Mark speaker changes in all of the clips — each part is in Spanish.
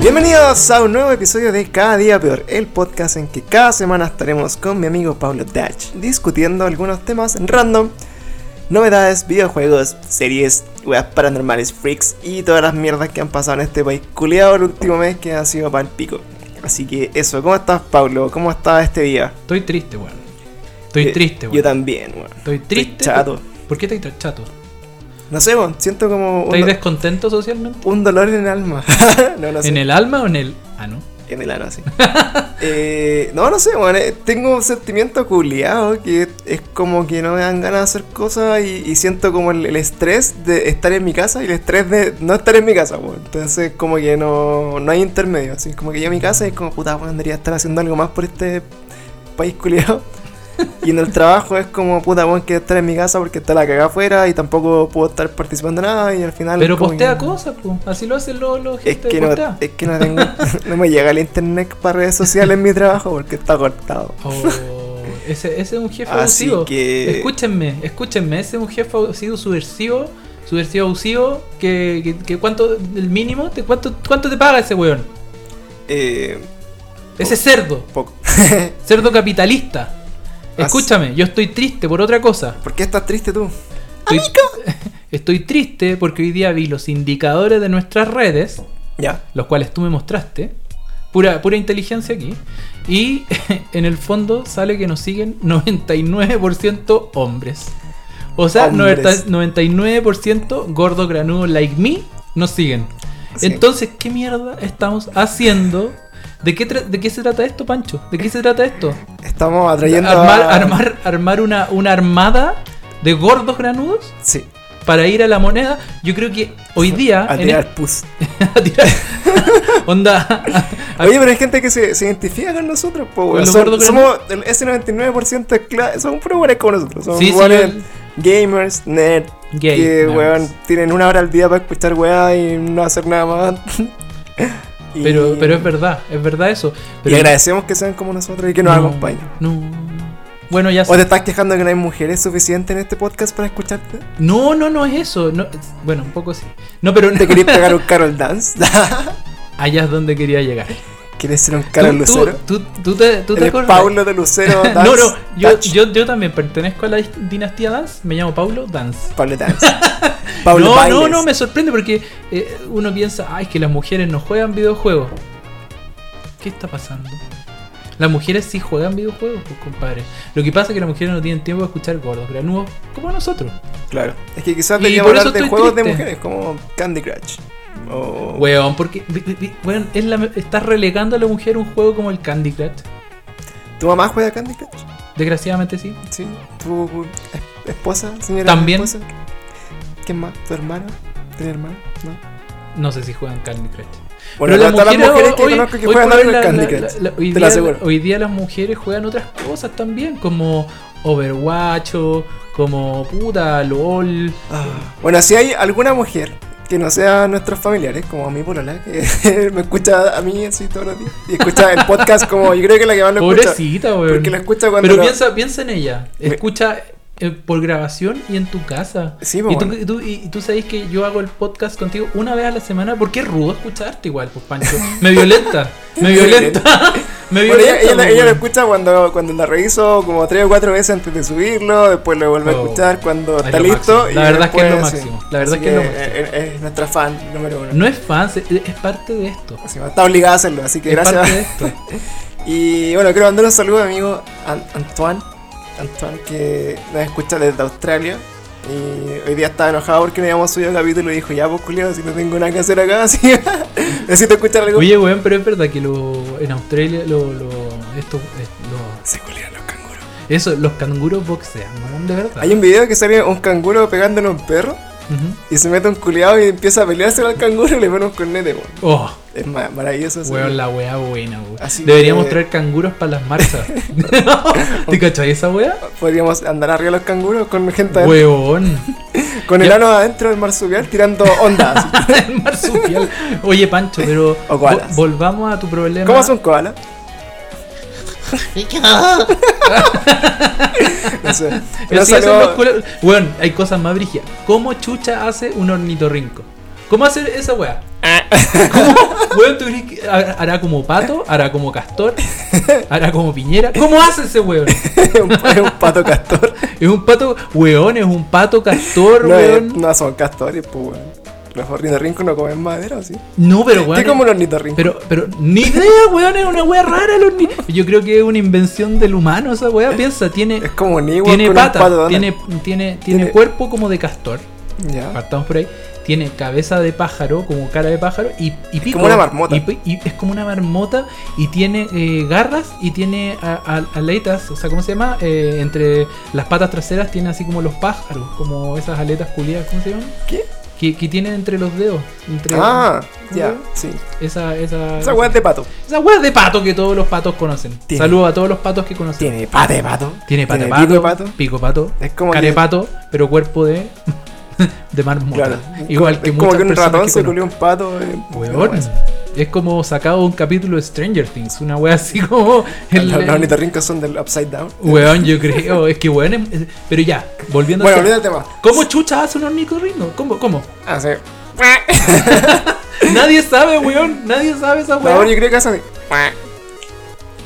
Speaker 1: Bienvenidos a un nuevo episodio de Cada Día Peor, el podcast en que cada semana estaremos con mi amigo Pablo Dach discutiendo algunos temas random, novedades, videojuegos, series, weas paranormales, freaks y todas las mierdas que han pasado en este país culiado el último mes que ha sido pa'l pico. Así que eso, ¿cómo estás Pablo? ¿Cómo estás este día?
Speaker 2: Estoy triste, weón. Estoy
Speaker 1: Eh,
Speaker 2: triste, weón.
Speaker 1: Yo también, weón.
Speaker 2: Estoy triste.
Speaker 1: chato.
Speaker 2: ¿Por qué estás chato?
Speaker 1: No sé, weón, siento como un,
Speaker 2: ¿Estás descontento socialmente?
Speaker 1: un dolor en el alma. no, no sé.
Speaker 2: ¿En el alma o en el.? Ah, no.
Speaker 1: En el ano, sí. Eh, no, no sé, weón. eh, Tengo un sentimiento culiado que es como que no me dan ganas de hacer cosas y, y siento como el, el estrés de estar en mi casa y el estrés de no estar en mi casa, weón. Entonces, como que no, no hay intermedio. Así como que yo a mi casa y es como, puta, weón, debería estar haciendo algo más por este país culiado. Y en el trabajo es como, puta, weón, que estar en mi casa porque está la cagada afuera y tampoco puedo estar participando en nada y al final.
Speaker 2: Pero
Speaker 1: como que-
Speaker 2: postea cosas, po. Así lo hacen los, los
Speaker 1: es
Speaker 2: gente
Speaker 1: que, no,
Speaker 2: postea.
Speaker 1: es que no tengo. no me llega el internet para redes sociales en mi trabajo porque está cortado.
Speaker 2: Oh, ese, ese es un jefe
Speaker 1: Así
Speaker 2: abusivo.
Speaker 1: que-
Speaker 2: Escúchenme, escúchenme. Ese es un jefe abusivo, subversivo. Subversivo abusivo. Que, que, que cuánto. El mínimo. Te, cuánto, ¿Cuánto te paga ese weón?
Speaker 1: Eh,
Speaker 2: Ese cerdo.
Speaker 1: poco.
Speaker 2: Cerdo capitalista.
Speaker 1: As-
Speaker 2: Escúchame, yo estoy triste por otra cosa.
Speaker 1: ¿Por qué estás triste tú?
Speaker 2: Estoy, estoy triste porque hoy día vi los indicadores de nuestras redes,
Speaker 1: Ya.
Speaker 2: los cuales tú me mostraste. Pura, pura inteligencia aquí. Y en el fondo sale que nos siguen 99% hombres. O sea,
Speaker 1: Hombres.
Speaker 2: 99% gordo granudo like me nos siguen.
Speaker 1: Sí.
Speaker 2: Entonces, ¿qué mierda estamos haciendo? ¿De qué, tra- ¿De qué se trata esto, Pancho? ¿De qué se trata esto?
Speaker 1: Estamos atrayendo.
Speaker 2: armar,
Speaker 1: a-
Speaker 2: armar, armar una, una armada de gordos granudos
Speaker 1: Sí.
Speaker 2: para ir a la moneda. Yo creo que hoy día.
Speaker 1: A
Speaker 2: Ah, en
Speaker 1: tirar pus.
Speaker 2: este- a tirar. Onda.
Speaker 1: Oye, pero hay gente que se, se identifica con nosotros, po, weón.
Speaker 2: Los
Speaker 1: Son-
Speaker 2: gordos que-
Speaker 1: Somos el- ese 99% es cla- son puros buenos como nosotros. Son
Speaker 2: Sí, sí,
Speaker 1: buenos
Speaker 2: el-
Speaker 1: gamers, nerd,
Speaker 2: Gay,
Speaker 1: que
Speaker 2: nerds.
Speaker 1: weón, tienen una hora al día para escuchar weá y no hacer nada más. Y-
Speaker 2: pero, pero es verdad, es verdad eso. Pero
Speaker 1: y agradecemos que sean como nosotros y que nos
Speaker 2: no,
Speaker 1: acompañen.
Speaker 2: No. Bueno, ya
Speaker 1: ¿O te
Speaker 2: sé.
Speaker 1: estás quejando de que no hay mujeres suficientes en este podcast para escucharte?
Speaker 2: No, no, no es eso. No, es- bueno, un poco sí. No, pero
Speaker 1: ¿Te querés pegar un Carol Dance?
Speaker 2: allá es donde quería llegar.
Speaker 1: ¿Quieres ser un Carol
Speaker 2: Tú- tú-
Speaker 1: Lucero?
Speaker 2: Tú, tú te, tú te
Speaker 1: ¿Eres
Speaker 2: acordás.
Speaker 1: Paulo de Lucero Dance?
Speaker 2: no, no, yo,
Speaker 1: Touch?
Speaker 2: yo, yo también pertenezco a la dinastía Dance. Me llamo Paulo Dance.
Speaker 1: Pablo Dance. Pablo
Speaker 2: no,
Speaker 1: Bailes.
Speaker 2: no, no, me sorprende porque eh, uno piensa, ay, es que las mujeres no juegan videojuegos. ¿Qué está pasando? Las mujeres sí juegan videojuegos, pues, compadre. Lo que pasa es que las mujeres no tienen tiempo de escuchar gordos, granudos, como nosotros.
Speaker 1: Claro. Es que quizás
Speaker 2: Y
Speaker 1: deberíamos
Speaker 2: por eso
Speaker 1: hablar de
Speaker 2: estoy
Speaker 1: juegos de
Speaker 2: triste.
Speaker 1: mujeres, como Candy Crush. O...
Speaker 2: Weón, porque, vi- vi- vi- weón, es la, estás relegando a la mujer a un juego como el Candy Crush.
Speaker 1: ¿Tu mamá juega Candy Crush?
Speaker 2: Desgraciadamente sí.
Speaker 1: Sí. ¿Tu es- esposa, señora?
Speaker 2: También.
Speaker 1: esposa? ¿Quién más? ¿Tu hermana? ¿Tiene hermana? ¿No?
Speaker 2: No sé si juegan Candy Crush.
Speaker 1: Bueno,
Speaker 2: Pero
Speaker 1: todas las mujeres que
Speaker 2: hoy-
Speaker 1: conozco que
Speaker 2: hoy
Speaker 1: juegan
Speaker 2: por
Speaker 1: algo
Speaker 2: hoy
Speaker 1: en
Speaker 2: la-
Speaker 1: Candy
Speaker 2: la-
Speaker 1: Crush.
Speaker 2: la- hoy
Speaker 1: Te lo
Speaker 2: día-
Speaker 1: aseguro.
Speaker 2: Hoy día las mujeres juegan otras cosas también, como Overwatch, o como puta, LOL.
Speaker 1: Bueno, si hay alguna mujer que no sea nuestros familiares, como a mí polola, que me escucha a mí así todos los días, y escucha el podcast como yo creo que la que más lo escucha.
Speaker 2: Pobrecita, weón.
Speaker 1: Porque la escucha cuando.
Speaker 2: Pero
Speaker 1: lo-
Speaker 2: piensa, piensa en ella.
Speaker 1: Me-
Speaker 2: Escucha eh, por grabación y en tu casa.
Speaker 1: Sí, po,
Speaker 2: y, tú,
Speaker 1: weón.
Speaker 2: y tú- y- y tú sabes que yo hago el podcast contigo una vez a la semana porque es rudo escucharte igual, pues Pancho. Me violenta. me violenta. me
Speaker 1: Bueno,
Speaker 2: violenta.
Speaker 1: ella, ella la-
Speaker 2: weón.
Speaker 1: ella lo escucha cuando, cuando la reviso como tres o cuatro veces antes de subirlo, después lo vuelve a
Speaker 2: Oh.
Speaker 1: escuchar cuando
Speaker 2: Es
Speaker 1: está
Speaker 2: lo
Speaker 1: listo.
Speaker 2: máximo. La verdad es que es lo
Speaker 1: después, sí.
Speaker 2: máximo. La verdad
Speaker 1: Así
Speaker 2: es que es lo
Speaker 1: es, es- es nuestra fan número uno.
Speaker 2: No es fan, se- es parte de esto.
Speaker 1: Así que está obligada a hacerlo, así que
Speaker 2: es parte de
Speaker 1: gracias.
Speaker 2: esto.
Speaker 1: Y bueno, quiero mandar un saludo a mi amigo An- Antoine. Antoine que nos escucha desde Australia. Y hoy día estaba enojado porque no habíamos subido el capítulo y dijo, ya pues culiado, si no tengo nada que hacer acá, así que necesito escuchar algo.
Speaker 2: Oye, weón, pero es verdad que lo, en Australia lo, lo, esto, es- lo-
Speaker 1: Se culiaron los canguros.
Speaker 2: eso, los canguros boxean, weón, de verdad.
Speaker 1: Hay un video que sale un canguro pegándole a un perro
Speaker 2: Ujú.
Speaker 1: y se mete un culiado y empieza a pelearse con el canguro y le pone un cornete, weón.
Speaker 2: Oh,
Speaker 1: Es ma- maravilloso ese
Speaker 2: weón,
Speaker 1: video.
Speaker 2: la weá buena, weón.
Speaker 1: Así
Speaker 2: Deberíamos
Speaker 1: que-
Speaker 2: traer canguros para las marchas. ¿Te cachai esa weá?
Speaker 1: Podríamos andar arriba de los canguros con gente adentro,
Speaker 2: Weón.
Speaker 1: con el
Speaker 2: Ya.
Speaker 1: ano adentro del marsupial tirando ondas. así.
Speaker 2: El marsupial. Oye, Pancho, pero
Speaker 1: O koalas.
Speaker 2: vo- volvamos a tu problema.
Speaker 1: ¿Cómo hace un koala? No sé.
Speaker 2: Pero
Speaker 1: Un
Speaker 2: sí, eso
Speaker 1: saludo-
Speaker 2: es muscular. Weón, hay cosas más brígidas. ¿Cómo chucha hace un ornitorrinco? ¿Cómo hace esa weá? ¿Cómo? Weón, ¿tú crees que ha- hará como pato? ¿Hará como castor? ¿Hará como piñera? ¿Cómo hace ese weón?
Speaker 1: es un, es un pato castor.
Speaker 2: Es un pato, weón, es un pato castor,
Speaker 1: No, eh,
Speaker 2: weón.
Speaker 1: no son castores, pues, weón. Los ornitorrincos no comen madera, ¿o ¿sí?
Speaker 2: No, pero weón. eh,
Speaker 1: ¿Qué como los ornitorrinco?
Speaker 2: Pero, pero, ni idea, weón, es una wea rara. Los ni- Yo creo que es una invención del humano esa wea. Piensa, tiene,
Speaker 1: Es como un igual
Speaker 2: tiene
Speaker 1: con
Speaker 2: pata,
Speaker 1: un pato
Speaker 2: tiene, tiene, tiene
Speaker 1: Tiene-
Speaker 2: cuerpo como de castor.
Speaker 1: Ya.
Speaker 2: Partamos por ahí. Tiene cabeza de pájaro, como cara de pájaro, y, y pico.
Speaker 1: como una marmota.
Speaker 2: Y, pi- y es como una marmota, y tiene eh, garras, y tiene a- a- aletas, o sea, ¿cómo se llama? Eh, entre las patas traseras tiene así como los pájaros, como esas aletas culiadas, ¿cómo se llaman?
Speaker 1: ¿Qué?
Speaker 2: Que, que tienen entre los dedos. Entre
Speaker 1: Ah, ya,
Speaker 2: ¿Cómo?
Speaker 1: sí.
Speaker 2: Esa, esa,
Speaker 1: Esa weá es de pato.
Speaker 2: esa weá de pato que todos los patos conocen.
Speaker 1: Tiene.
Speaker 2: Saludo a todos los patos que conocen.
Speaker 1: Tiene pata de pato.
Speaker 2: Tiene pata
Speaker 1: pico de pato.
Speaker 2: pato, pico pato,
Speaker 1: Es como que-
Speaker 2: carepato, pero cuerpo de, de marmota.
Speaker 1: Claro.
Speaker 2: Igual que
Speaker 1: es como
Speaker 2: muchas
Speaker 1: que un
Speaker 2: personas
Speaker 1: ratón
Speaker 2: que
Speaker 1: se
Speaker 2: conozco.
Speaker 1: culió un pato. eh,
Speaker 2: Weón,
Speaker 1: no,
Speaker 2: es como sacado de un capítulo de Stranger Things, una wea así como. el- Ah,
Speaker 1: Los, los ornitorrincos son del upside down.
Speaker 2: Weón, yo creo, es que weón. es- es- Pero ya, volviendo
Speaker 1: Bueno,
Speaker 2: al tema.
Speaker 1: olvídate más. Ah,
Speaker 2: ¿Cómo chucha hace un ornitorrinco? ¿Cómo? ¿Cómo?
Speaker 1: Hace.
Speaker 2: Ah. Nadie sabe, weón, nadie sabe esa
Speaker 1: Por favor,
Speaker 2: weón.
Speaker 1: yo creo que hace. así.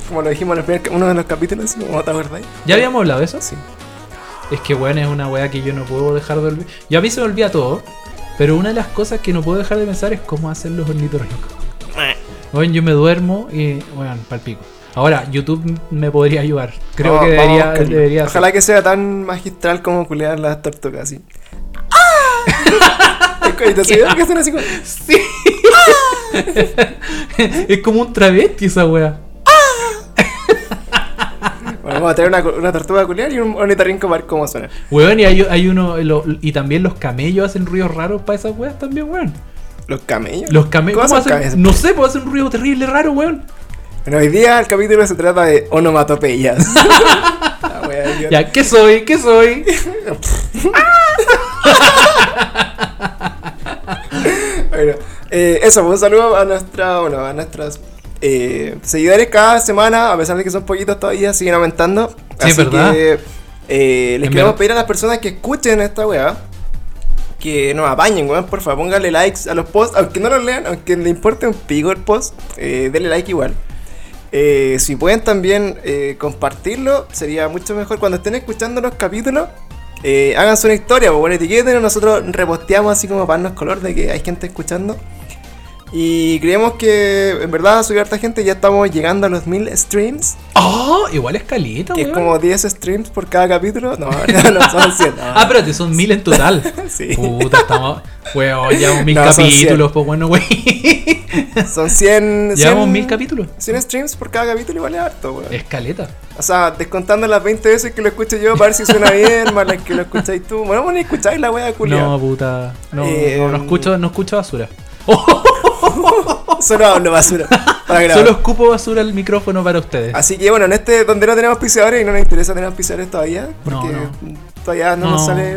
Speaker 1: Como lo dijimos en el primer ca- uno de los capítulos, así como te acordáis. Ah,
Speaker 2: ¿Ya habíamos hablado de eso?
Speaker 1: Sí.
Speaker 2: Es que, weón, es una weá que yo no puedo dejar de olvidar. Yo a mí se me olvida todo, pero una de las cosas que no puedo dejar de pensar es cómo hacer los ornitorrincos.
Speaker 1: Eh.
Speaker 2: Weón, yo me duermo y, weón, palpico. Ahora, YouTube me podría ayudar. Creo
Speaker 1: Vamos-
Speaker 2: que
Speaker 1: vamos a
Speaker 2: debería,
Speaker 1: buscarlo.
Speaker 2: debería hacer.
Speaker 1: Ojalá que sea tan magistral como culear las tortugas, así.
Speaker 2: ¡Ah!
Speaker 1: Es que- y te sigo que hacen así como.
Speaker 2: Sí. es como un travesti esa weá.
Speaker 1: Bueno, vamos a traer una, una tortuga a culear y un ornitorrinco para ver cómo suena.
Speaker 2: Weón, y hay, hay uno. lo- y también los camellos hacen ruidos raros para esas weas también, weón.
Speaker 1: Los camellos.
Speaker 2: Los camellos.
Speaker 1: ¿Cómo
Speaker 2: ¿Cómo
Speaker 1: son
Speaker 2: hacen?
Speaker 1: camellos?
Speaker 2: No sé, pues hacen un ruido terrible raro, weón.
Speaker 1: Bueno, hoy día el capítulo se trata de onomatopeyas. La wea, yo-
Speaker 2: Ya, ¿qué soy? ¿Qué soy?
Speaker 1: Bueno, eh, eso, pues, un saludo a nuestra, bueno, a nuestras eh, seguidores cada semana, a pesar de que son poquitos todavía, siguen aumentando.
Speaker 2: Sí, es verdad.
Speaker 1: que eh, les
Speaker 2: En
Speaker 1: queremos
Speaker 2: verdad.
Speaker 1: pedir a las personas que escuchen esta weá. Que nos apañen, weón, porfa, pónganle likes a los posts, aunque no los lean, aunque le importe un pico el post, eh, denle like igual. Eh, si pueden también eh, compartirlo, sería mucho mejor. Cuando estén escuchando los capítulos, eh, háganse una historia, pues bueno, etiqueten, nosotros reposteamos así como para darnos color de que hay gente escuchando. Y creemos que en verdad subir harta gente, ya estamos llegando a los 1000 streams,
Speaker 2: Oh, igual es calita,
Speaker 1: que
Speaker 2: weón.
Speaker 1: es como 10 streams por cada capítulo. No, no, no son 100. no.
Speaker 2: Ah, Uh. espérate, son mil en total.
Speaker 1: Sí.
Speaker 2: Puta, estamos. Weón, llevamos mil
Speaker 1: No, son
Speaker 2: capítulos, pues bueno, wey.
Speaker 1: Son 100, 100,
Speaker 2: Llevamos mil capítulos. Eh.
Speaker 1: 100 streams por cada capítulo, igual es harto, weón.
Speaker 2: Es caleta.
Speaker 1: O sea, descontando las 20 veces que lo escucho yo para ver si suena bien, más las que lo escucháis tú. Bueno, vamos a escucháis la wea culia.
Speaker 2: No, puta. No,
Speaker 1: Eh,
Speaker 2: no, no
Speaker 1: em,
Speaker 2: escucho, no escucho basura.
Speaker 1: Solo hablo basura. Para grabar.
Speaker 2: Solo escupo basura al micrófono para ustedes.
Speaker 1: Así que bueno, en este donde no tenemos pisadores y no nos interesa tener auspiciadores todavía, porque
Speaker 2: No,
Speaker 1: todavía no, nos
Speaker 2: No.
Speaker 1: sale.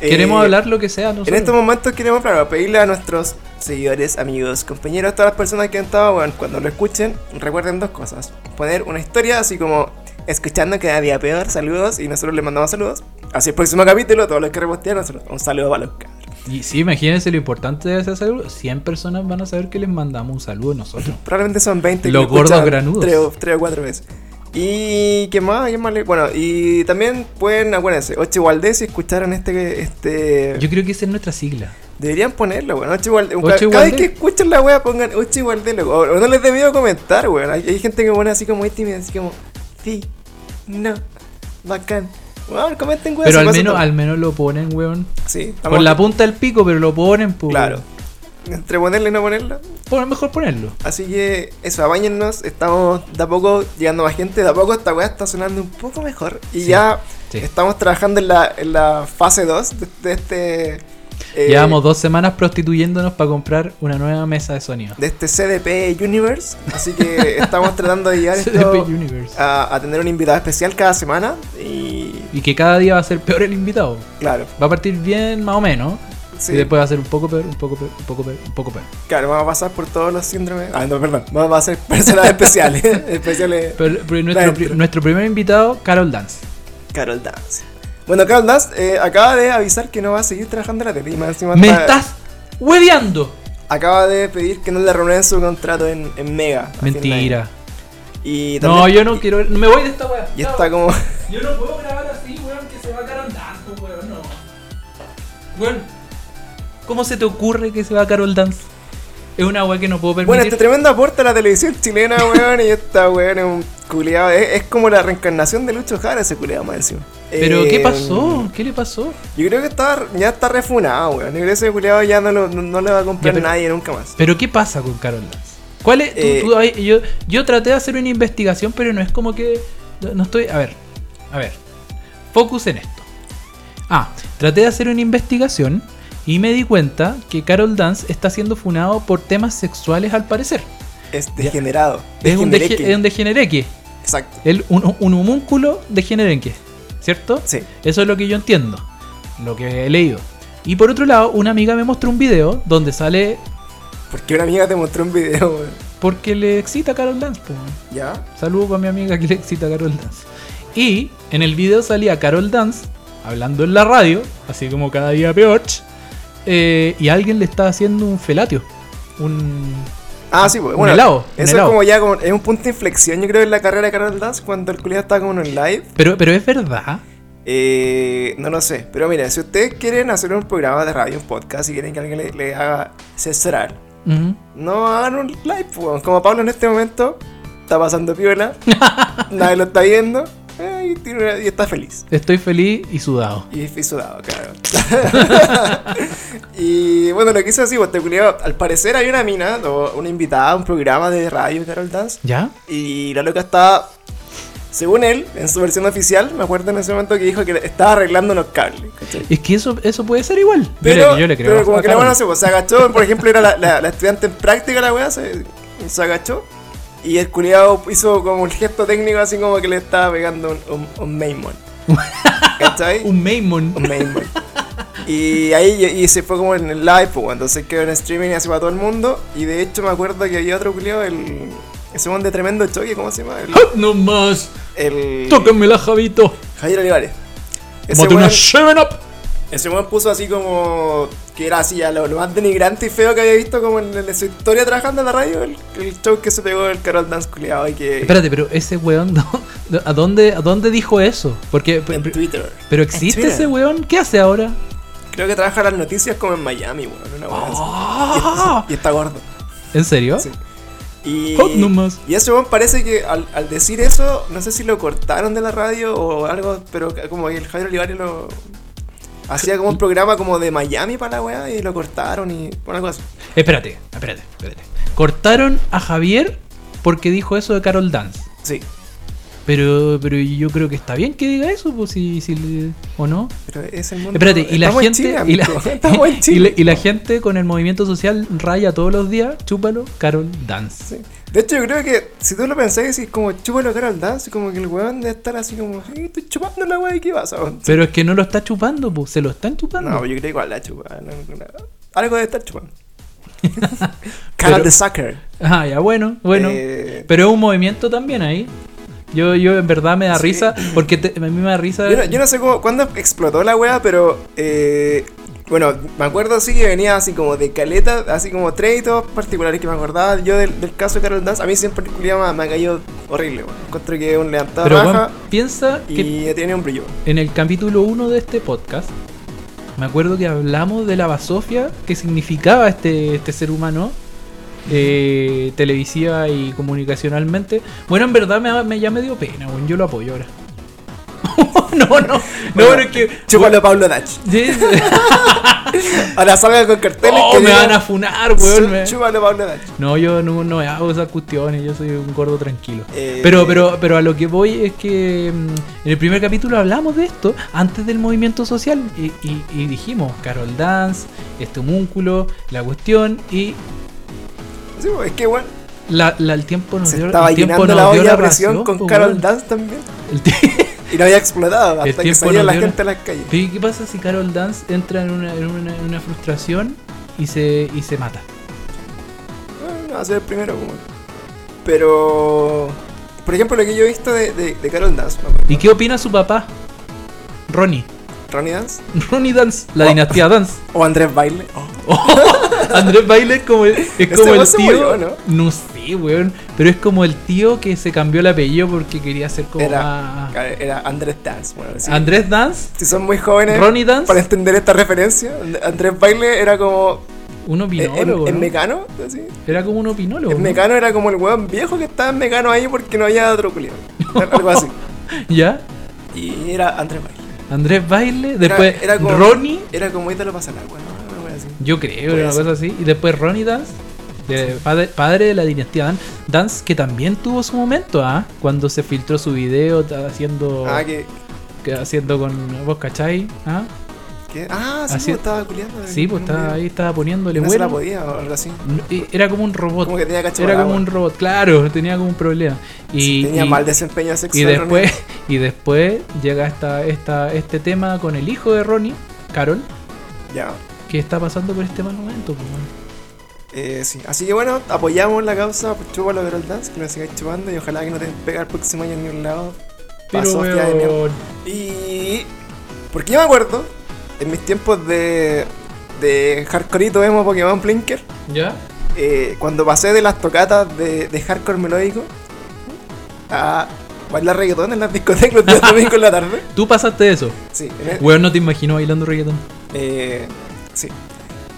Speaker 1: eh,
Speaker 2: Queremos hablar lo que
Speaker 1: En
Speaker 2: sea.
Speaker 1: este
Speaker 2: nosotros.
Speaker 1: estos momentos queremos claro, pedirle a nuestros seguidores, amigos, compañeros, todas las personas que han estado, bueno, cuando lo escuchen, recuerden dos cosas. Poner una historia así como escuchando cada día peor, saludos, y nosotros les mandamos saludos. Así el próximo capítulo, todos los que repostean, nosotros un saludo para los cabros.
Speaker 2: Y sí, imagínense lo importante de ese saludo. 100 personas van a saber que les mandamos un saludo nosotros.
Speaker 1: Probablemente son 20. que
Speaker 2: Los
Speaker 1: lo escuchan
Speaker 2: gordos granudos.
Speaker 1: tres o- tres o cuatro veces. Y qué más, qué más le- Bueno, y también pueden, acuérdense, Ocho Valdés, si escucharon este... este
Speaker 2: Yo creo que esa es nuestra sigla.
Speaker 1: Deberían ponerlo, weón. Ocho igual,
Speaker 2: Ocho
Speaker 1: cada,
Speaker 2: igual
Speaker 1: cada vez
Speaker 2: de-
Speaker 1: que escuchen la wea pongan ocho igual de loco. O, o no les debido comentar, weón. Hay, hay gente que pone así como muy tímida, así como, sí, no, bacán. Weón, comenten, weón.
Speaker 2: Pero
Speaker 1: si
Speaker 2: al
Speaker 1: pasa
Speaker 2: menos,
Speaker 1: todo.
Speaker 2: al menos lo ponen, weón.
Speaker 1: Sí, estamos-
Speaker 2: Con la punta del pico, pero lo ponen, pues.
Speaker 1: Claro. Entre ponerlo y no ponerlo.
Speaker 2: Pon- mejor ponerlo.
Speaker 1: Así que eso, abáñennos. Estamos de a poco llegando más gente. De a poco esta weá está sonando un poco mejor. Y
Speaker 2: Sí,
Speaker 1: ya
Speaker 2: sí.
Speaker 1: estamos trabajando en la, en la fase 2 de, de este. eh,
Speaker 2: Llevamos dos semanas prostituyéndonos para comprar una nueva mesa de sonido.
Speaker 1: de este CDP Universe. Así que estamos tratando de llegar
Speaker 2: CDP
Speaker 1: esto
Speaker 2: Universe.
Speaker 1: a, a tener un invitado especial cada semana. Y
Speaker 2: Y que cada día va a ser peor el invitado.
Speaker 1: claro,
Speaker 2: Va a partir bien, más o menos.
Speaker 1: sí,
Speaker 2: Y después va a ser un poco peor, un poco peor, un poco peor, un poco peor.
Speaker 1: claro, vamos a pasar por todos los síndromes. Ah, no, perdón, vamos a hacer personas especiales. especiales
Speaker 2: Pero, pero nuestro, pri-
Speaker 1: Dentro.
Speaker 2: nuestro primer invitado, Carol Dance.
Speaker 1: Carol Dance. Bueno, Carol Dance eh, acaba de avisar que no va a seguir trabajando en la tele. y más encima
Speaker 2: ¡Me
Speaker 1: está-
Speaker 2: estás hueveando!
Speaker 1: acaba de pedir que no le renueven su contrato en, en Mega. a fin de año.
Speaker 2: Mentira.
Speaker 1: Y también-
Speaker 2: No, yo no
Speaker 1: y-
Speaker 2: quiero. Me voy de esta weá.
Speaker 1: Y está como.
Speaker 2: Yo no puedo grabar así, weón, que se va a Carol Dance, weón, no. Weón, ¿cómo se te ocurre que se va a Carol Dance? Es una weá que no puedo permitir.
Speaker 1: Bueno, este tremendo aporte a la televisión chilena, weón, y esta weón es un culiado. Es, es como la reencarnación de Lucho Jara ese culiado más encima.
Speaker 2: Pero, ¿qué
Speaker 1: Eh,
Speaker 2: pasó? ¿Qué le pasó?
Speaker 1: Yo creo que está, ya está refunado, weón. Yo creo que ese culiado ya no, lo- no, no le va a comprar
Speaker 2: Ya, pero-
Speaker 1: nadie nunca más.
Speaker 2: ¿Pero qué pasa con Carol Dance? ¿Cuál es? tú-
Speaker 1: Eh,
Speaker 2: tú- ay, yo, yo traté de hacer una investigación, pero no es como que. No estoy. A ver, a ver. Focus en esto. Ah, traté de hacer una investigación y me di cuenta que Carol Dance está siendo funado por temas sexuales al parecer.
Speaker 1: Es degenerado.
Speaker 2: Es un,
Speaker 1: degenereque.
Speaker 2: deje- es un degenereque.
Speaker 1: Exacto.
Speaker 2: El, un, un homúnculo degenerenque, ¿cierto?
Speaker 1: Sí.
Speaker 2: Eso es lo que yo entiendo, lo que he leído. Y por otro lado, una amiga me mostró un video donde sale
Speaker 1: Porque una amiga te mostró un video, weón.
Speaker 2: porque le excita a Carol Dance. po.
Speaker 1: ¿Ya?
Speaker 2: Saludos para mi amiga que le excita a Carol Dance. Y en el video salía Carol Dance hablando en la radio, así como cada día peor, eh, y alguien le está haciendo un felatio. Un...
Speaker 1: Ah, sí, pues,
Speaker 2: Un
Speaker 1: bueno.
Speaker 2: helado, un
Speaker 1: Eso
Speaker 2: helado.
Speaker 1: es como ya como, es un punto de inflexión, yo creo, en la carrera de Carol Dance cuando el culiado está como en live.
Speaker 2: Pero, pero es verdad.
Speaker 1: Eh, no lo sé, pero mira, si ustedes quieren hacer un programa de radio, un podcast, y quieren que alguien le, le haga censurar,
Speaker 2: Ujú.
Speaker 1: no hagan un live, pues, weón. como Pablo en este momento está pasando piola, nadie lo está viendo, eh, y, tiene una- y está feliz.
Speaker 2: Estoy feliz y sudado.
Speaker 1: Y, y sudado, claro. y bueno, lo que hizo así, pues, este culiao, al parecer hay una mina, o una invitada a un programa de radio Carol Dance,
Speaker 2: ¿Ya?
Speaker 1: y la loca estaba, según él, en su versión oficial, me acuerdo en ese momento que dijo que estaba arreglando los cables. ¿cachai?
Speaker 2: Es que eso, eso puede ser igual.
Speaker 1: Pero,
Speaker 2: yo, le, yo le creo.
Speaker 1: pero como
Speaker 2: a
Speaker 1: que la
Speaker 2: Carol.
Speaker 1: buena se, pues, se agachó, por ejemplo, era la, la- la estudiante en práctica, la weá, se, se agachó. Y el culiado hizo como un gesto técnico, así como que le estaba pegando un, un, un mainmon. ¿Cachai?
Speaker 2: Un Maimon.
Speaker 1: un mainmon. Y ahí y, y se fue como en el live, pues, entonces quedó en streaming y así para todo el mundo. Y de hecho, me acuerdo que había otro culiado, el. Ese man de tremendo choque, ¿cómo se llama?
Speaker 2: ¡Ah, ¡No más!
Speaker 1: El. el
Speaker 2: ¡Tócamela, Javito!
Speaker 1: Javier Olivares. Ese
Speaker 2: ¡Mate una
Speaker 1: weón-
Speaker 2: 7-Up!
Speaker 1: ese weón puso así como que era así ya lo, lo más denigrante y feo que había visto como en, en su historia trabajando en la radio, el, el show que se pegó el Carol Dance culiado y que
Speaker 2: Espérate, pero ese weón, ¿no? ¿a dónde, a dónde dijo eso? Porque,
Speaker 1: en
Speaker 2: pero,
Speaker 1: Twitter.
Speaker 2: pero
Speaker 1: En
Speaker 2: existe
Speaker 1: Twitter.
Speaker 2: ese weón, ¿qué hace ahora?
Speaker 1: Creo que trabaja las noticias como en Miami, weón, una weá así.
Speaker 2: Ah,
Speaker 1: Y está gordo.
Speaker 2: ¿En serio?
Speaker 1: Sí. Y,
Speaker 2: Hot nomás.
Speaker 1: y ese weón parece que al, al decir eso, no sé si lo cortaron de la radio o algo, pero como que el Javier Olivares lo hacía como un programa como de Miami para la weá y lo cortaron y bueno, algo así.
Speaker 2: Espérate, espérate, espérate. Cortaron a Javier porque dijo eso de Carol Dance.
Speaker 1: Sí.
Speaker 2: Pero, pero yo creo que está bien que diga eso, pues si, si le- o no.
Speaker 1: Pero es el mundo.
Speaker 2: Espérate, y la
Speaker 1: Estamos en
Speaker 2: gente.
Speaker 1: Chile,
Speaker 2: y, la,
Speaker 1: amigo. Estamos en
Speaker 2: y
Speaker 1: Chile.
Speaker 2: la- y la gente con el movimiento social raya todos los días, chúpalo, Carol Dance.
Speaker 1: Sí. De hecho, yo creo que si tú lo pensás, decís como chúpalo Carol Dance, como que el weón debe estar así como, "Eh, estoy chupando la weá, ¿y qué pasa? weón?".
Speaker 2: Pero es que no lo está chupando, pues, se lo están chupando.
Speaker 1: No, yo creo que igual la chupa. no, no, no. Algo debe estar chupando. Carol the Sucker.
Speaker 2: Ah, ya, bueno, bueno.
Speaker 1: Eh.
Speaker 2: Pero es un movimiento también ahí. Yo, yo en verdad me da
Speaker 1: Sí.
Speaker 2: risa, porque te- a mí me da risa.
Speaker 1: Yo no, yo no sé cómo, cuándo explotó la weá, pero. eh, bueno, me acuerdo así que venía así como de caleta, así como créditos particulares que me acordaba yo del, del caso de Carol Dance. A mí siempre el culiao me, me ha caído horrible, weón. Encuentro que es un levantado
Speaker 2: pero
Speaker 1: raja.
Speaker 2: weón, piensa que
Speaker 1: Y tiene un brillo.
Speaker 2: en el capítulo 1 de este podcast, me acuerdo que hablamos de la basofia que significaba este, este ser humano eh, televisiva y comunicacionalmente. Bueno, en verdad me, me- ya me dio pena, weón, yo lo apoyo ahora. no, no, no,
Speaker 1: Bueno,
Speaker 2: pero es que.
Speaker 1: Chúpalo Pablo Dach.
Speaker 2: Yes.
Speaker 1: Ahora salga con carteles
Speaker 2: Oh,
Speaker 1: que
Speaker 2: me
Speaker 1: digan,
Speaker 2: van a funar, weón.
Speaker 1: "Chú-
Speaker 2: me-
Speaker 1: Chúpalo Pablo Dach.
Speaker 2: No, yo no, no hago esas cuestiones, yo soy un gordo tranquilo.
Speaker 1: Eh,
Speaker 2: Pero, pero, pero a lo que voy es que mm, en el primer capítulo hablamos de esto, antes del movimiento social, y, y- y dijimos, Carol Dance, este homúnculo, la cuestión, y
Speaker 1: Sí, pues, es que bueno,
Speaker 2: la, la- el tiempo nos
Speaker 1: se
Speaker 2: Ah, dio
Speaker 1: estaba
Speaker 2: el tiempo
Speaker 1: llenando
Speaker 2: nos
Speaker 1: la
Speaker 2: dio
Speaker 1: olla a presión
Speaker 2: razón,
Speaker 1: con
Speaker 2: po,
Speaker 1: Carol
Speaker 2: weón.
Speaker 1: Dance también.
Speaker 2: El tie-
Speaker 1: Y no había explotado hasta que
Speaker 2: tiempo
Speaker 1: salía
Speaker 2: nos
Speaker 1: la
Speaker 2: dio la-
Speaker 1: gente a las calles.
Speaker 2: Pero, ¿y ¿Qué pasa si Carol Dance entra en una, en una- en una frustración y se, y se mata?
Speaker 1: Bueno, va a ser el primero, como. Pero. Por ejemplo, lo que yo he visto de, de, de Carol Dance, ¿no?
Speaker 2: ¿Y qué opina su papá? Ronnie.
Speaker 1: Ronnie Dance
Speaker 2: Ronnie Dance, la
Speaker 1: Oh.
Speaker 2: dinastía Dance.
Speaker 1: o Andrés Baile. Oh,
Speaker 2: Andrés Baile es como, es como
Speaker 1: weón
Speaker 2: el
Speaker 1: se
Speaker 2: tío.
Speaker 1: Este murió, ¿no?
Speaker 2: sé, weón. Pero es como el tío que se cambió el apellido porque quería ser como
Speaker 1: Era,
Speaker 2: más.
Speaker 1: era Andrés Dance. Bueno, sí.
Speaker 2: Ah. Andrés Dance,
Speaker 1: si son muy jóvenes,
Speaker 2: Ronnie Dance,
Speaker 1: para entender esta referencia, And- Andrés Baile era como.
Speaker 2: un
Speaker 1: En, en-
Speaker 2: opinólogo.
Speaker 1: Eh, en
Speaker 2: ¿no?
Speaker 1: Mecano, así.
Speaker 2: Era como un opinólogo.
Speaker 1: En
Speaker 2: ¿no?
Speaker 1: Mecano era como el weón viejo que estaba en Mecano ahí porque no había otro culiado. Algo así.
Speaker 2: ¿Ya?
Speaker 1: Y era Andrés Baile.
Speaker 2: Andrés Baile,
Speaker 1: Era-
Speaker 2: después
Speaker 1: era como-
Speaker 2: Ronnie,
Speaker 1: Era como Ítalo Pasalar, weón. Una wea así.
Speaker 2: yo creo,
Speaker 1: Puede
Speaker 2: era una
Speaker 1: ser.
Speaker 2: cosa así. Y después Ronnie Dance, de padre, padre de la dinastía Dan- Dance, que también tuvo su momento, ¿ah? Cuando se filtró su video ta- haciendo.
Speaker 1: Ah, que.
Speaker 2: que- haciendo con. ¿Vos cachai? ¿Ah?
Speaker 1: que- ah, sí,
Speaker 2: Así-
Speaker 1: pues, estaba culiando.
Speaker 2: Sí, pues estaba ahí, estaba poniéndole
Speaker 1: No se la
Speaker 2: bueno.
Speaker 1: podía o algo así.
Speaker 2: Y Era como un robot.
Speaker 1: Como que tenía cachorro.
Speaker 2: Era como un robot, claro, tenía como un problema. Y,
Speaker 1: tenía
Speaker 2: y-
Speaker 1: mal desempeño
Speaker 2: y
Speaker 1: sexual.
Speaker 2: después, y después llega esta, esta, este tema con el hijo de Ronnie, Carol,
Speaker 1: Ronnie. Ya.
Speaker 2: que está pasando por este mal momento. pues, weón.
Speaker 1: Eh, sí. Así que bueno, apoyamos la causa por Chupa la Girl Dance, que nos sigáis chupando y ojalá que no te pegar el próximo año en ningún lado.
Speaker 2: Pero,
Speaker 1: Paso, hostia de mierda.
Speaker 2: weón,
Speaker 1: Y. Porque yo me acuerdo, en mis tiempos de. de hardcoreito emo Pokémon Plinker,
Speaker 2: ¿ya?
Speaker 1: eh, cuando pasé de las tocatas de, de hardcore melódico a bailar reggaetón en las discotecas los días domingos en la tarde.
Speaker 2: Tú pasaste de eso.
Speaker 1: Sí, en, e-
Speaker 2: Weón, no te imagino bailando reggaetón.
Speaker 1: eh, sí.